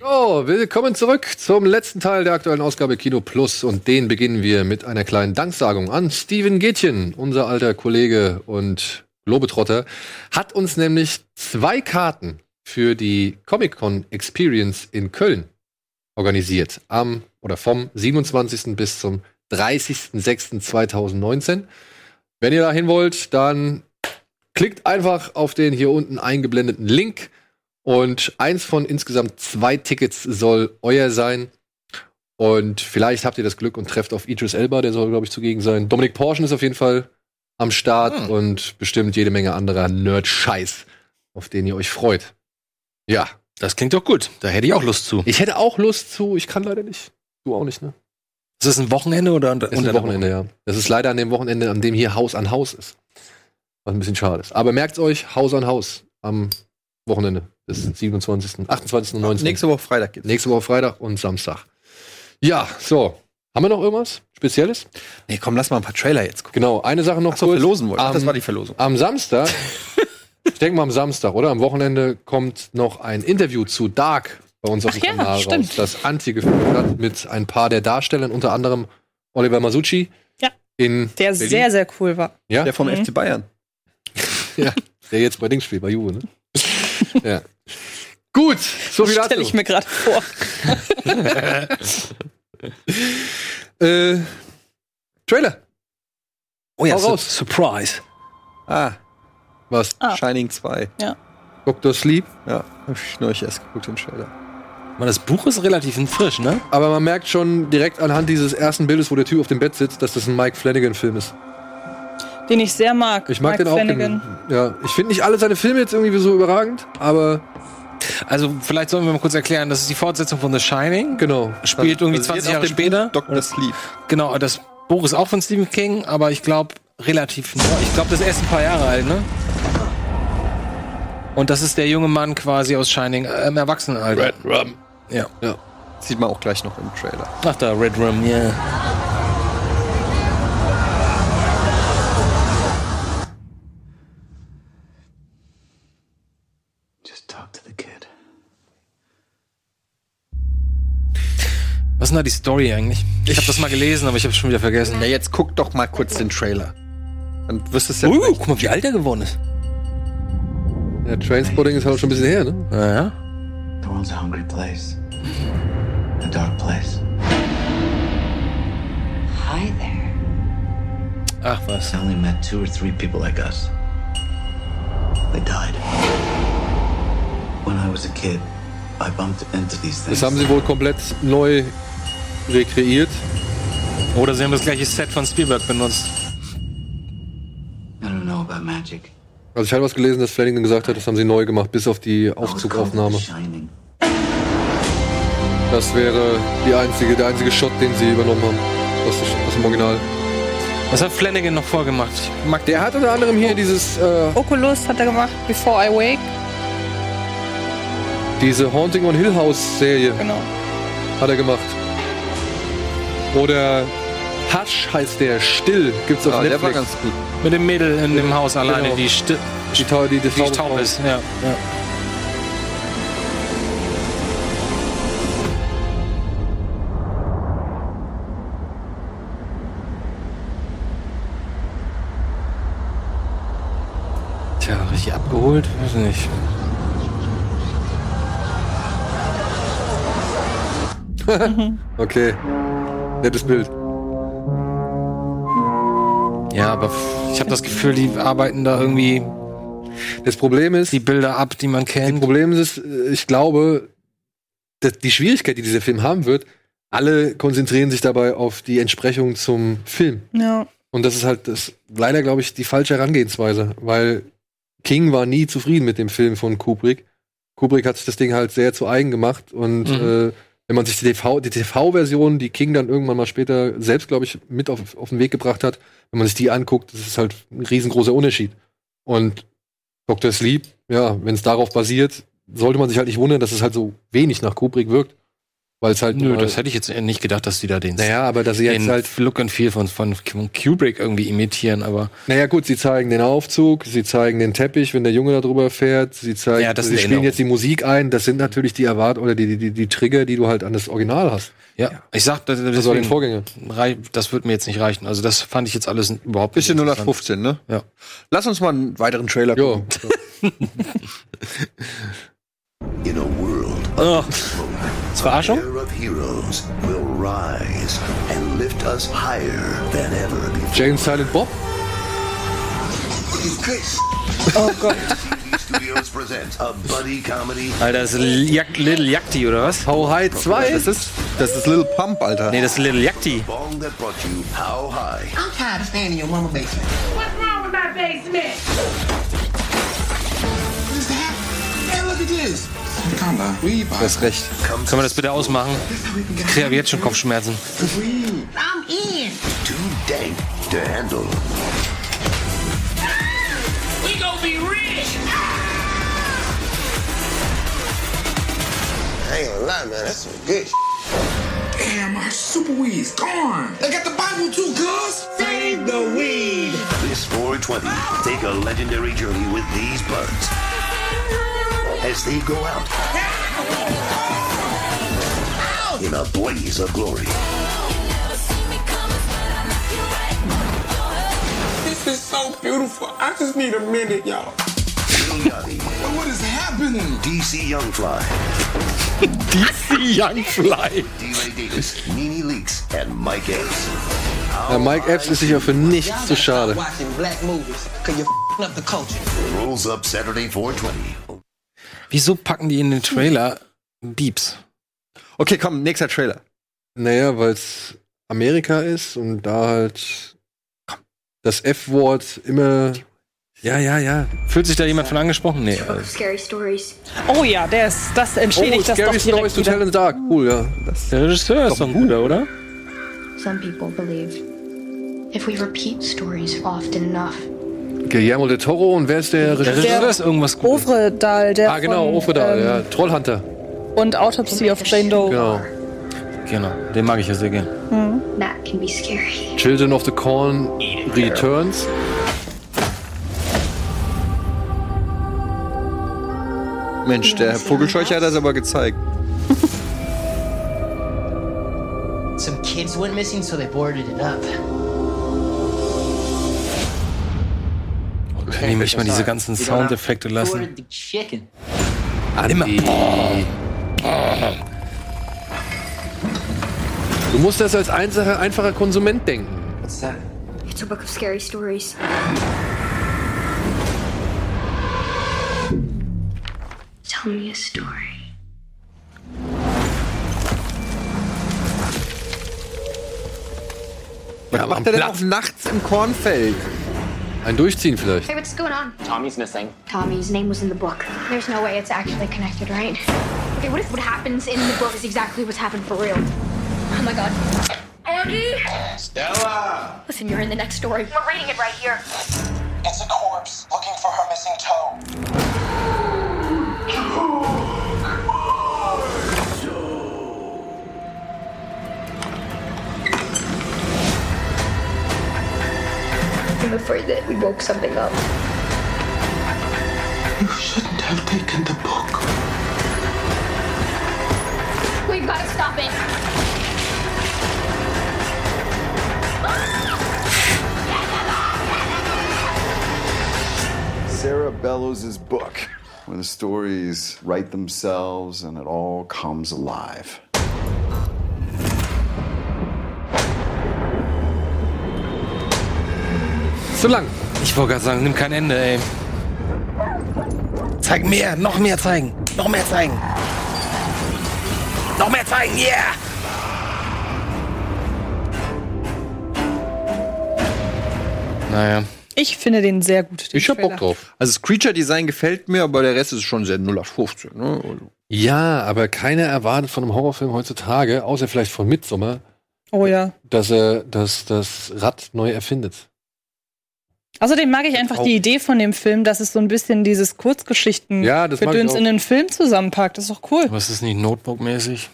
Speaker 1: So, willkommen zurück zum letzten Teil der aktuellen Ausgabe Kino Plus und den beginnen wir mit einer kleinen Danksagung an Steven Gätchen, unser alter Kollege und Globetrotter, hat uns nämlich zwei Karten für die Comic-Con Experience in Köln organisiert. Am oder vom 27. bis zum 30.06.2019. Wenn ihr da hin wollt, dann klickt einfach auf den hier unten eingeblendeten Link und eins von insgesamt zwei Tickets soll euer sein. Und vielleicht habt ihr das Glück und trefft auf Idris Elba, der soll, glaube ich, zugegen sein. Dominik Porschen ist auf jeden Fall am Start
Speaker 2: Hm.
Speaker 1: und bestimmt jede Menge anderer Nerd-Scheiß, auf den ihr euch freut. Ja,
Speaker 5: Das klingt doch gut. Da hätte ich auch Lust zu.
Speaker 1: ich hätte auch Lust zu, ich kann leider nicht. Du auch nicht, ne?
Speaker 5: Ist das ein Wochenende oder unter,
Speaker 1: Ist ein Wochenende, ja. Das ist leider an dem Wochenende, an dem hier Haus an Haus ist. Was ein bisschen schade ist. Aber merkt euch, Haus an Haus am Wochenende des 27., 28. und 29.
Speaker 2: Nächste Woche Freitag geht's.
Speaker 1: Nächste Woche Freitag und Samstag. Ja, so. Haben wir noch irgendwas Spezielles?
Speaker 2: Nee, komm, lass mal ein paar Trailer jetzt gucken. Ähm,
Speaker 1: Genau, eine Sache noch
Speaker 2: Ach so,
Speaker 1: kurz.
Speaker 2: verlosen wollen. Ach,
Speaker 1: Am-
Speaker 2: das war die Verlosung.
Speaker 1: Am Samstag, ich denke mal am Samstag, oder? Am Wochenende kommt noch ein Interview zu Dark bei uns auf
Speaker 4: Ach
Speaker 1: dem
Speaker 4: ja,
Speaker 1: Kanal raus,
Speaker 4: stimmt.
Speaker 1: das Anti geführt hat mit ein paar der Darstellern, unter anderem Oliver Masucci.
Speaker 4: Ja.
Speaker 1: In
Speaker 4: Der
Speaker 1: Berlin.
Speaker 4: sehr, sehr cool war.
Speaker 1: Ja?
Speaker 2: Der vom
Speaker 4: Mhm.
Speaker 2: FC Bayern.
Speaker 1: Der jetzt bei Dings spielt, bei Juve, ne? ja. Gut, so viel dazu.
Speaker 4: Stelle ich mir gerade vor.
Speaker 1: Äh, Trailer.
Speaker 5: Oh ja,
Speaker 1: Hau
Speaker 5: Su
Speaker 1: raus.
Speaker 5: Surprise.
Speaker 2: Ah,
Speaker 1: Was?
Speaker 4: Ah.
Speaker 2: Shining 2.
Speaker 1: Dr. Sleep.
Speaker 2: Ja, hab ich neulich erst geguckt, den Trailer.
Speaker 5: Man, das Buch ist relativ frisch, ne?
Speaker 1: Aber man merkt schon direkt anhand dieses ersten Bildes, wo der Typ auf dem Bett sitzt, dass das ein Mike Flanagan-Film ist.
Speaker 4: Den ich sehr mag.
Speaker 1: Ich mag
Speaker 4: Mike
Speaker 1: den auch. Den, ja, ich finde nicht alle seine Filme jetzt irgendwie so überragend, aber
Speaker 5: Also vielleicht sollen wir mal kurz erklären, das ist die Fortsetzung von The Shining.
Speaker 1: genau.
Speaker 5: Spielt irgendwie
Speaker 2: Basiert Also
Speaker 5: 20
Speaker 2: auf
Speaker 5: Jahre
Speaker 2: dem
Speaker 5: später.
Speaker 2: Dr. Sleep.
Speaker 5: Genau, das Buch ist auch von Stephen King, aber ich glaube relativ neu. Ich glaube, das ist erst ein paar Jahre alt, ne? Und das ist der junge Mann quasi aus Shining äh, im Erwachsenenalter. Red Rum. Ja.
Speaker 2: Sieht man auch gleich noch im Trailer.
Speaker 5: Ach da, Red Rum, ja.
Speaker 7: Just talk to the kid.
Speaker 5: Was ist denn da die Story eigentlich? Ich habe das mal gelesen, aber ich habe schon wieder vergessen.
Speaker 2: Na, jetzt guck doch mal kurz den Trailer. Dann wirst du es ja.
Speaker 5: Uh, guck mal, wie alt er geworden ist.
Speaker 1: Ja, Trainspotting ist halt schon ein bisschen her, ne?
Speaker 5: Naja.
Speaker 7: The world's a hungry place. A dark place.
Speaker 8: Hi there.
Speaker 5: Ach was.
Speaker 7: I only met two or three people like us. They died. When I was a kid, I bumped into these things.
Speaker 1: Das haben sie wohl komplett neu rekreiert.
Speaker 5: Oder sie haben das gleiche Set von Spielberg benutzt.
Speaker 7: I don't know about magic.
Speaker 1: Also ich habe was gelesen, dass Flanagan gesagt hat, das haben sie neu gemacht, bis auf die
Speaker 7: I was called
Speaker 1: Aufzugaufnahme.
Speaker 7: The Shining.
Speaker 1: Das wäre die einzige, der einzige Shot, den sie übernommen haben. Aus, aus dem Original.
Speaker 5: Was hat Flanagan noch vorgemacht? Ich mag
Speaker 1: Der hat unter anderem hier dieses, äh,
Speaker 4: Oculus hat er gemacht, Before I Wake.
Speaker 1: diese Haunting on Hill House Serie
Speaker 4: Genau.
Speaker 1: hat er gemacht. Oder Hush heißt der, Still gibt's auf
Speaker 2: Ah, der
Speaker 1: Netflix.
Speaker 2: war ganz gut.
Speaker 5: mit dem Mädel in dem Haus alleine,
Speaker 1: Genau.
Speaker 5: die, sti
Speaker 1: die, Tau- die, die,
Speaker 5: die taub ist. Ja. ja. ja richtig abgeholt? Weiß nicht.
Speaker 1: Okay. Nettes Bild.
Speaker 5: Ja, aber f- ich habe das Gefühl, die arbeiten da irgendwie
Speaker 1: Das Problem ist,
Speaker 5: die Bilder ab, die man
Speaker 1: das
Speaker 5: kennt.
Speaker 1: Problem ist, äh, ich glaube, dass die Schwierigkeit, die dieser Film haben wird, alle konzentrieren sich dabei auf die Entsprechung zum Film.
Speaker 4: Ja.
Speaker 1: Und das ist halt das, leider, glaube ich, die falsche Herangehensweise, weil King war nie zufrieden mit dem Film von Kubrick. Kubrick hat sich das Ding halt sehr zu eigen gemacht und
Speaker 5: Mhm.
Speaker 1: äh, wenn man sich die TV, die TV-Version, die King dann irgendwann mal später selbst, glaube ich, mit auf, auf den Weg gebracht hat, wenn man sich die anguckt, das ist halt ein riesengroßer Unterschied. Und Dr. Sleep, ja, wenn es darauf basiert, sollte man sich halt nicht wundern, dass es halt so wenig nach Kubrick wirkt, weil es halt
Speaker 5: Nö,
Speaker 1: nur-
Speaker 5: das hätte ich jetzt eher nicht gedacht, dass die da den,
Speaker 1: naja, aber dass sie jetzt
Speaker 5: den
Speaker 1: halt
Speaker 5: Look and Feel von, von Kubrick irgendwie imitieren, aber
Speaker 1: Naja gut, sie zeigen den Aufzug, sie zeigen den Teppich, wenn der Junge da drüber fährt, sie zeigen,
Speaker 5: Ja, das
Speaker 1: sie
Speaker 5: sind
Speaker 1: spielen
Speaker 5: Erinnerungen.
Speaker 1: jetzt die Musik ein, das sind natürlich die Erwart oder die, die- die, die Trigger, die du halt an das Original hast.
Speaker 5: ja, ich sag, das,
Speaker 1: Das war den Vorgänger.
Speaker 5: rei- das wird mir jetzt nicht reichen. Also das fand ich jetzt alles überhaupt
Speaker 2: Bisschen
Speaker 5: nicht
Speaker 2: 015, ne?
Speaker 5: Ja.
Speaker 2: Lass uns mal einen weiteren Trailer
Speaker 1: Jo.
Speaker 9: In a world
Speaker 5: Ist Verarschung?
Speaker 9: pair of heroes will rise and lift us higher than ever before.
Speaker 1: Jane Silent Bob?
Speaker 9: Chris.
Speaker 4: Oh Gott.
Speaker 9: TV Studios presents a buddy comedy
Speaker 5: Alter, das ist Yak- Little Yakti oder was?
Speaker 1: How High 2?
Speaker 2: Das ist, das ist Little Pump, Alter.
Speaker 5: Nee, das ist Little Yakti.
Speaker 9: bong that brought you how high.
Speaker 8: I'm tired of staying in your mama basement.
Speaker 10: What's wrong with my basement?
Speaker 8: What is that? Hey, look at this. Come on, we
Speaker 2: Du hast recht.
Speaker 5: Können wir das bitte ausmachen? Ich kriege aber jetzt schon Kopfschmerzen.
Speaker 8: I'm in.
Speaker 9: Too dank to handle.
Speaker 10: We gonna be rich!
Speaker 9: I ain't gonna lie, man. That's some good
Speaker 8: Damn, our super weed's gone. They got the Bible too, cuz. Save the weed.
Speaker 9: This 420, take a legendary journey with these buds as they go out in a blaze of glory.
Speaker 8: This is so beautiful. I just need a minute, y'all.
Speaker 9: Lil Yachty,
Speaker 8: What is happening?
Speaker 9: DC Youngfly,
Speaker 5: Youngfly.
Speaker 9: D-Ray Davis, Nene Leakes, and Mike Epps.
Speaker 1: Ja, Mike Epps ist sicher für nichts zu schade.
Speaker 8: Watching black movies, cause you're f***ing up the culture.
Speaker 9: Rolls up Saturday 420.
Speaker 5: Wieso packen die in den Trailer Beeps?
Speaker 2: Okay, komm, nächster Trailer.
Speaker 1: Naja, weil es Amerika ist und da halt das F-Wort immer. Ja, ja, ja.
Speaker 5: Fühlt sich da jemand von angesprochen? Nee. äh,
Speaker 6: Scary stories.
Speaker 4: Oh ja, der ist, das entschädigt das doch
Speaker 1: Oh, Scary Stories
Speaker 4: direkt
Speaker 1: to Tell
Speaker 4: wieder.
Speaker 1: in the Dark. Cool, ja.
Speaker 5: Der Regisseur ist doch ein guter, oder?
Speaker 6: Some people believe if we repeat stories often enough,
Speaker 1: Guillermo del Toro und wer ist der
Speaker 5: Der
Speaker 1: Regisseur?
Speaker 5: Regisseur ist irgendwas gut.
Speaker 4: Ofredal, der
Speaker 1: Ah, genau,
Speaker 4: von,
Speaker 1: Ofredal,
Speaker 4: ähm,
Speaker 1: ja. Trollhunter.
Speaker 4: Und Autopsy of Jane Doe.
Speaker 1: Genau.
Speaker 5: Genau, den mag ich ja sehr gerne.
Speaker 6: that can be scary.
Speaker 1: Children of the Corn Returns.
Speaker 2: Mensch, der Vogelscheucher hat das aber gezeigt.
Speaker 8: Some kids went missing, so they boarded it up.
Speaker 5: Nehme ich mal diese ganzen Soundeffekte lassen.
Speaker 8: the chicken.
Speaker 5: Immer.
Speaker 1: Du musst das als einfacher, einfacher Konsument denken.
Speaker 8: What's that?
Speaker 6: It's a book of scary stories. Tell me a story.
Speaker 2: Was macht er denn auch nachts im Kornfeld?
Speaker 1: Ein Durchziehen vielleicht.
Speaker 6: Hey, what's going on?
Speaker 11: Tommy's missing.
Speaker 6: Tommy's name was in the book. There's no way it's actually connected, right? Okay, what if what happens in the book is exactly what's happened for real? Oh my god. Andy!
Speaker 11: Stella!
Speaker 6: Listen, you're in the next story. We're reading it right here.
Speaker 11: It's a corpse looking for her missing toe.
Speaker 6: I'm afraid that we woke something up.
Speaker 8: You shouldn't have taken the book.
Speaker 6: We've got to stop it.
Speaker 9: Sarah
Speaker 12: Bellows' book, where the stories write themselves and it all comes alive.
Speaker 1: Zu lang.
Speaker 5: Ich wollte gerade sagen, nimm kein Ende, ey. Zeig mehr, noch mehr zeigen, noch mehr zeigen. Noch mehr zeigen, yeah!
Speaker 2: Naja.
Speaker 4: Ich finde den sehr gut. Den
Speaker 2: Ich hab Bock
Speaker 4: Trailer.
Speaker 2: drauf. Also das Creature-Design gefällt mir, aber der Rest ist schon sehr 0815. Ne? Also,
Speaker 1: Ja, aber keiner erwartet von einem Horrorfilm heutzutage, außer vielleicht von Midsommar,
Speaker 4: Oh ja.
Speaker 1: dass er das, das Rad neu erfindet.
Speaker 4: Außerdem mag ich einfach die Idee von dem Film, dass es so ein bisschen dieses Kurzgeschichten
Speaker 1: Ja, das mag ich
Speaker 4: Gedöns
Speaker 1: auch.
Speaker 4: in den Film zusammenpackt. Das ist doch cool.
Speaker 5: Was ist nicht Notebook-mäßig?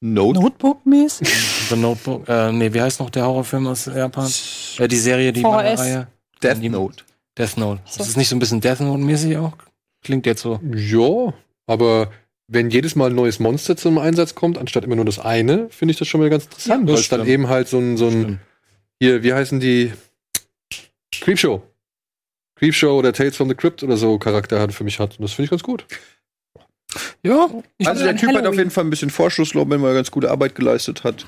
Speaker 2: Note?
Speaker 4: Notebook-mäßig?
Speaker 5: The Notebook, äh, nee, wie heißt noch der Horrorfilm aus Japan? Äh, die Serie, die
Speaker 4: VHS.
Speaker 5: Reihe.
Speaker 2: Death Note.
Speaker 5: Death Note. Ist das nicht so ein bisschen Death Note-mäßig auch? Klingt jetzt so.
Speaker 1: Ja, aber wenn jedes Mal ein neues Monster zum Einsatz kommt, anstatt immer nur das eine, finde ich das schon mal ganz interessant,
Speaker 5: Ja, das
Speaker 1: weil es dann
Speaker 5: stimmt.
Speaker 1: eben halt so ein, so ein hier, wie heißen die? Creepshow. Creepshow oder Tales from the Crypt oder so Charakter hat für mich hat. Und das finde ich ganz gut.
Speaker 5: Ja, ich
Speaker 2: also
Speaker 4: will
Speaker 2: der
Speaker 4: an
Speaker 2: Typ hat auf
Speaker 4: Halloween.
Speaker 2: jeden Fall ein bisschen Vorschusslorbeeren, wenn man ganz gute Arbeit geleistet hat.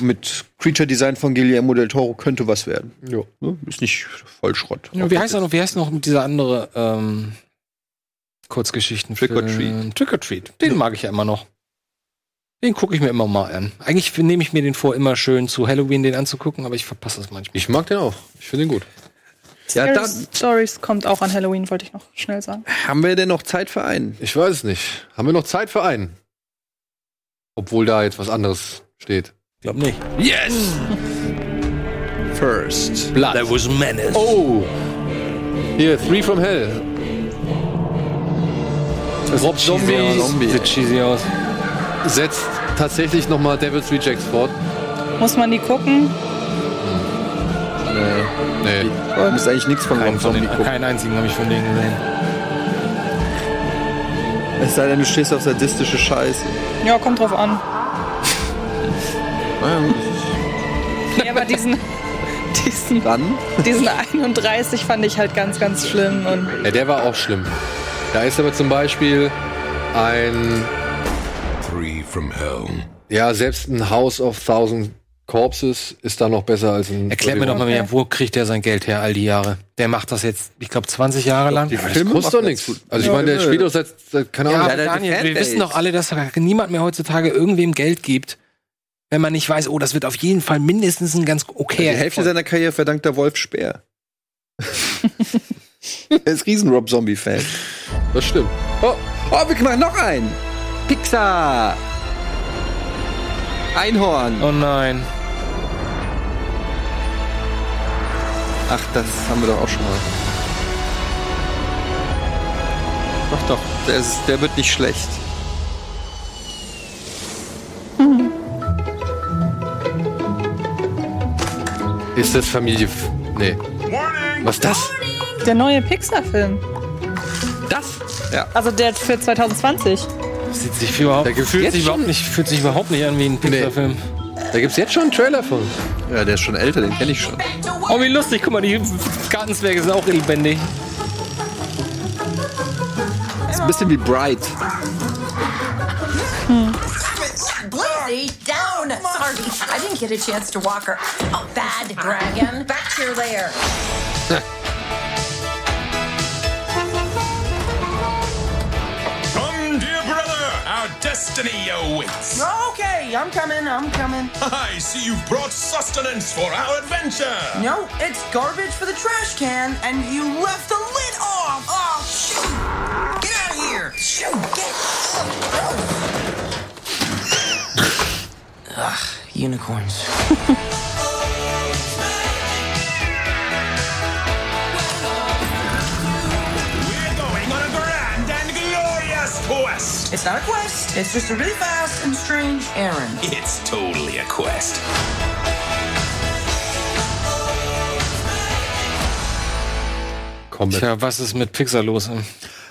Speaker 2: Mit Creature-Design von Guillermo del Toro könnte was werden.
Speaker 1: Ja.
Speaker 2: Ne? Ist nicht voll Schrott.
Speaker 5: Ja, wie heißt er noch? Wie heißt noch dieser andere ähm, Kurzgeschichten?
Speaker 2: Trick or Treat.
Speaker 5: Trick or Treat. Den mag ich ja immer noch. Den gucke ich mir immer mal an. Eigentlich nehme ich mir den vor, immer schön zu Halloween den anzugucken, aber ich verpasse es manchmal.
Speaker 1: Ich mag den auch. Ich finde den gut.
Speaker 2: Ja,
Speaker 4: Scary
Speaker 2: dann
Speaker 4: Stories kommt auch an Halloween, wollte ich noch schnell sagen.
Speaker 2: haben wir denn noch Zeit für einen.
Speaker 1: Ich weiß es nicht. Haben wir noch Zeit für einen? Obwohl da jetzt was anderes steht.
Speaker 5: Ich glaube nicht.
Speaker 2: Yes! First.
Speaker 1: Blood.
Speaker 5: There was menace.
Speaker 1: Oh! Hier, Three from Hell. Rob Zombie
Speaker 5: Sieht cheesy aus.
Speaker 1: setzt tatsächlich nochmal Devil's Rejects fort.
Speaker 4: Muss man die gucken?
Speaker 1: Nee.
Speaker 2: Du musst eigentlich nichts von Rob
Speaker 5: Keinen, von
Speaker 2: Zombie
Speaker 5: den,
Speaker 2: gucken.
Speaker 5: äh, keinen einzigen habe ich von denen gesehen.
Speaker 2: Es sei denn, du stehst auf sadistische Scheiße.
Speaker 4: Ja, kommt drauf an. Nee, aber diesen, diesen,
Speaker 2: Dann
Speaker 4: diesen 31 fand ich halt ganz, ganz schlimm. Und
Speaker 1: Ja, der war auch schlimm. Da ist aber zum Beispiel ein,
Speaker 9: Three from hell.
Speaker 1: ja, selbst ein House of Thousand Corpses ist da noch besser als ein.
Speaker 5: Erklär mir doch mal,
Speaker 4: Okay.
Speaker 5: wieder, wo kriegt der sein Geld her all die Jahre? Der macht das jetzt, ich glaube, 20 Jahre lang.
Speaker 1: Ja, das kostet doch nichts. Also ich meine, der spielt doch seit, seit keine
Speaker 5: Ja,
Speaker 1: Ahnung.
Speaker 5: aber
Speaker 2: der-
Speaker 5: Daniel,
Speaker 2: der
Speaker 5: wir
Speaker 2: Fanbase.
Speaker 5: wissen doch alle, dass niemand mehr heutzutage irgendwem Geld gibt, wenn man nicht weiß, oh, das wird auf jeden Fall mindestens ein ganz
Speaker 2: die
Speaker 5: okayer.
Speaker 2: Hälfte
Speaker 5: Erfolg.
Speaker 2: seiner Karriere verdankt der Wolf Speer. er ist riesen Rob Zombie-Fan.
Speaker 1: Das stimmt.
Speaker 2: Oh, oh, wir machen noch einen. Pixar. Einhorn.
Speaker 5: Oh nein.
Speaker 2: Ach, das haben wir doch auch schon mal. Doch, doch. Der, ist, der wird nicht schlecht.
Speaker 1: Ist das Familie. F- Nee. Was ist das?
Speaker 4: der neue Pixar-Film.
Speaker 1: Das?
Speaker 4: Also der für 2020.
Speaker 5: Sieht sich überhaupt,
Speaker 1: Da gibt's
Speaker 5: fühlt,
Speaker 1: jetzt
Speaker 5: sich überhaupt
Speaker 1: schon-
Speaker 5: nicht, fühlt sich überhaupt nicht an wie ein Pixar-Film.
Speaker 1: Da gibt's jetzt schon einen Trailer von.
Speaker 2: Ja, der ist schon älter, den kenne ich schon.
Speaker 5: Oh, wie lustig. Guck mal, die Gartenzwerge sind auch lebendig.
Speaker 2: Ist ein bisschen wie Bright.
Speaker 13: Blizzy, down! Sorry, I didn't get a chance to walk her. Oh, bad dragon, back to your lair.
Speaker 11: Come, dear brother, our destiny awaits.
Speaker 13: Okay, I'm coming, I'm coming.
Speaker 11: I see you've brought sustenance for our adventure.
Speaker 13: No, it's garbage for the trash can, and you left the lid off! Oh, shoot! Get out of here! Shoot, get out! Ugh, unicorns.
Speaker 11: We're going on a grand and glorious quest.
Speaker 13: It's not a quest, it's just a really fast and strange errand.
Speaker 11: It's totally a quest.
Speaker 1: Komm mit.
Speaker 5: Tja, was ist mit Pixar los? ey?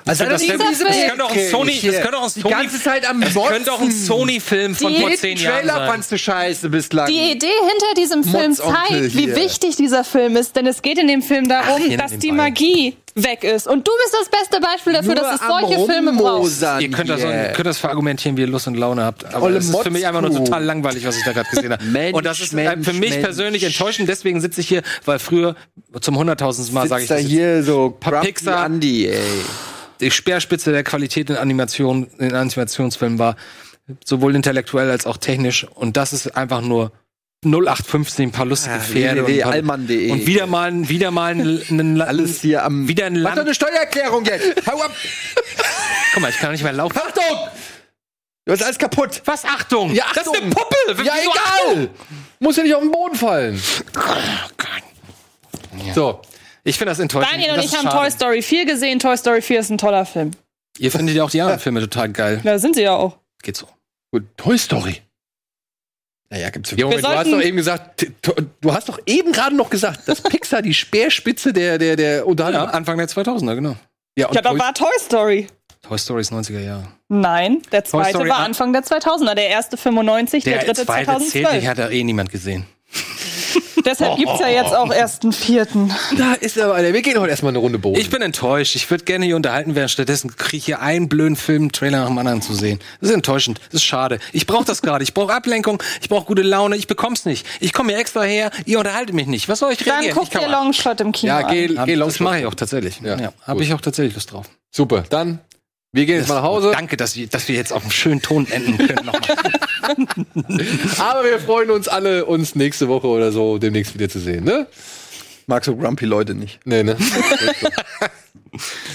Speaker 5: Also
Speaker 3: das,
Speaker 5: dieser
Speaker 3: das, das
Speaker 5: Film.
Speaker 3: könnte auch ein Sony, das könnte auch ein
Speaker 5: Die
Speaker 3: Sony,
Speaker 5: ganze Zeit am
Speaker 3: das könnte auch ein
Speaker 5: Motzen.
Speaker 3: Sony-Film von
Speaker 5: Die
Speaker 3: vor zehn Jahren
Speaker 5: Trailer
Speaker 3: sein.
Speaker 5: fandst du scheiße bislang.
Speaker 4: Die Idee hinter diesem Film
Speaker 5: Motzonkel
Speaker 4: zeigt, wie
Speaker 5: hier.
Speaker 4: wichtig dieser Film ist, denn es geht in dem Film darum,
Speaker 5: hier
Speaker 4: dass
Speaker 5: in dem
Speaker 4: die
Speaker 5: Ball.
Speaker 4: Magie weg ist. Und du bist das beste Beispiel dafür,
Speaker 5: Nur
Speaker 4: dass es
Speaker 5: am
Speaker 4: solche Filme braucht.
Speaker 5: Rummosern Ihr könnt das,
Speaker 3: hier.
Speaker 5: könnt das verargumentieren, wie ihr Lust und Laune habt. Aber
Speaker 3: Olle
Speaker 5: es ist für mich einfach nur
Speaker 3: Motzkuh.
Speaker 5: total langweilig, was ich da gerade gesehen habe.
Speaker 3: Mensch,
Speaker 5: und das ist äh,
Speaker 3: Mensch,
Speaker 5: für mich
Speaker 3: Mensch.
Speaker 5: persönlich enttäuschend. Deswegen sitze ich hier, weil früher zum hunderttausendsten Mal sage ich
Speaker 2: da
Speaker 5: das jetzt.
Speaker 2: hier so
Speaker 5: Pixar-
Speaker 2: Pixar Andy, ey.
Speaker 5: die Speerspitze der Qualität in Animation, in Animationsfilmen war, sowohl intellektuell als auch technisch. Und das ist einfach nur 0815, ein paar lustige
Speaker 2: Ah,
Speaker 5: Pferde. und ein paar-
Speaker 2: www.allmann.de.
Speaker 5: Und wieder mal, ein- wieder mal ein, ein,
Speaker 2: Alles hier am.
Speaker 5: wieder ein
Speaker 2: Mach doch
Speaker 5: Land.
Speaker 2: eine Steuererklärung jetzt! Hau ab!
Speaker 5: Guck mal, ich kann nicht mehr laufen.
Speaker 2: Achtung! Du hast alles kaputt!
Speaker 5: Was? Achtung!
Speaker 1: Ja,
Speaker 5: Das ist eine
Speaker 1: Achtung!
Speaker 5: Puppe!
Speaker 1: Ja,
Speaker 5: Wieso
Speaker 1: egal!
Speaker 5: Achtung? Oh
Speaker 1: Muss ja nicht auf den Boden fallen. So.
Speaker 5: Ich finde das enttäuschend.
Speaker 4: Daniel und
Speaker 5: das
Speaker 4: ich
Speaker 5: ist
Speaker 4: haben
Speaker 5: schade.
Speaker 4: Toy Story 4 gesehen. Toy Story 4 ist ein toller Film.
Speaker 5: Ihr findet ja auch die anderen Filme total geil.
Speaker 4: Da sind sie ja auch.
Speaker 5: Geht so.
Speaker 1: Gut, Toy Story.
Speaker 2: Naja, gibt's
Speaker 1: Ja, Moment, du hast
Speaker 4: sollten-
Speaker 1: doch eben gesagt, t- to- du hast doch eben gerade noch gesagt, dass Pixar die Speerspitze der, der, der
Speaker 5: Ja,
Speaker 1: Unterhaltung.
Speaker 5: Anfang der 2000er, genau.
Speaker 1: Ja, und
Speaker 4: Ja, da
Speaker 1: Toy-
Speaker 4: war Toy Story.
Speaker 5: Toy Story ist 90er Jahre.
Speaker 4: Nein, der zweite
Speaker 5: Story
Speaker 4: war
Speaker 5: an-
Speaker 4: Anfang der 2000er. Der erste 95, der, dritte
Speaker 5: zweite zählt nicht,
Speaker 4: 2012.
Speaker 5: hat da eh niemand gesehen.
Speaker 1: Oh,
Speaker 4: Deshalb gibt's ja jetzt auch erst einen vierten.
Speaker 1: da ist aber einer. Wir gehen heute erstmal eine Runde Boden.
Speaker 5: Ich bin enttäuscht. Ich würde gerne hier unterhalten werden. Stattdessen kriege ich hier einen blöden Film, Trailer nach dem anderen zu sehen. Das ist enttäuschend. Das ist schade. Ich brauche das gerade. Ich brauche Ablenkung. Ich brauche gute Laune. Ich bekomm's nicht. Ich komme hier extra her. Ihr unterhaltet mich nicht. Was soll ich
Speaker 4: Dann
Speaker 5: reagieren?
Speaker 4: guck
Speaker 5: ich kann
Speaker 4: dir
Speaker 5: mal-
Speaker 4: Longshot im Kino
Speaker 1: ja, geh,
Speaker 4: an.
Speaker 1: geh
Speaker 5: das
Speaker 1: Longshot.
Speaker 5: mache ich auch tatsächlich.
Speaker 1: Ja,
Speaker 5: Ja,
Speaker 1: gut.
Speaker 5: habe ich auch tatsächlich Lust drauf.
Speaker 1: Super, dann, wir gehen jetzt mal nach Hause.
Speaker 5: Danke, dass wir, dass wir jetzt auf einem schönen Ton enden können. nochmal.
Speaker 1: Aber wir freuen uns alle, uns nächste Woche oder so demnächst wieder zu sehen, ne?
Speaker 2: Mag so grumpy Leute nicht.
Speaker 1: Nee, ne?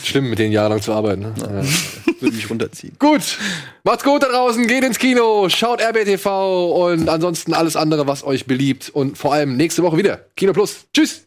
Speaker 1: Schlimm, mit denen jahrelang zu arbeiten, ne? Ja.
Speaker 2: Würde mich runterziehen.
Speaker 1: Gut, macht's gut da draußen, geht ins Kino, schaut RBTV und ansonsten alles andere, was euch beliebt. Und vor allem nächste Woche wieder. Kino Plus. Tschüss!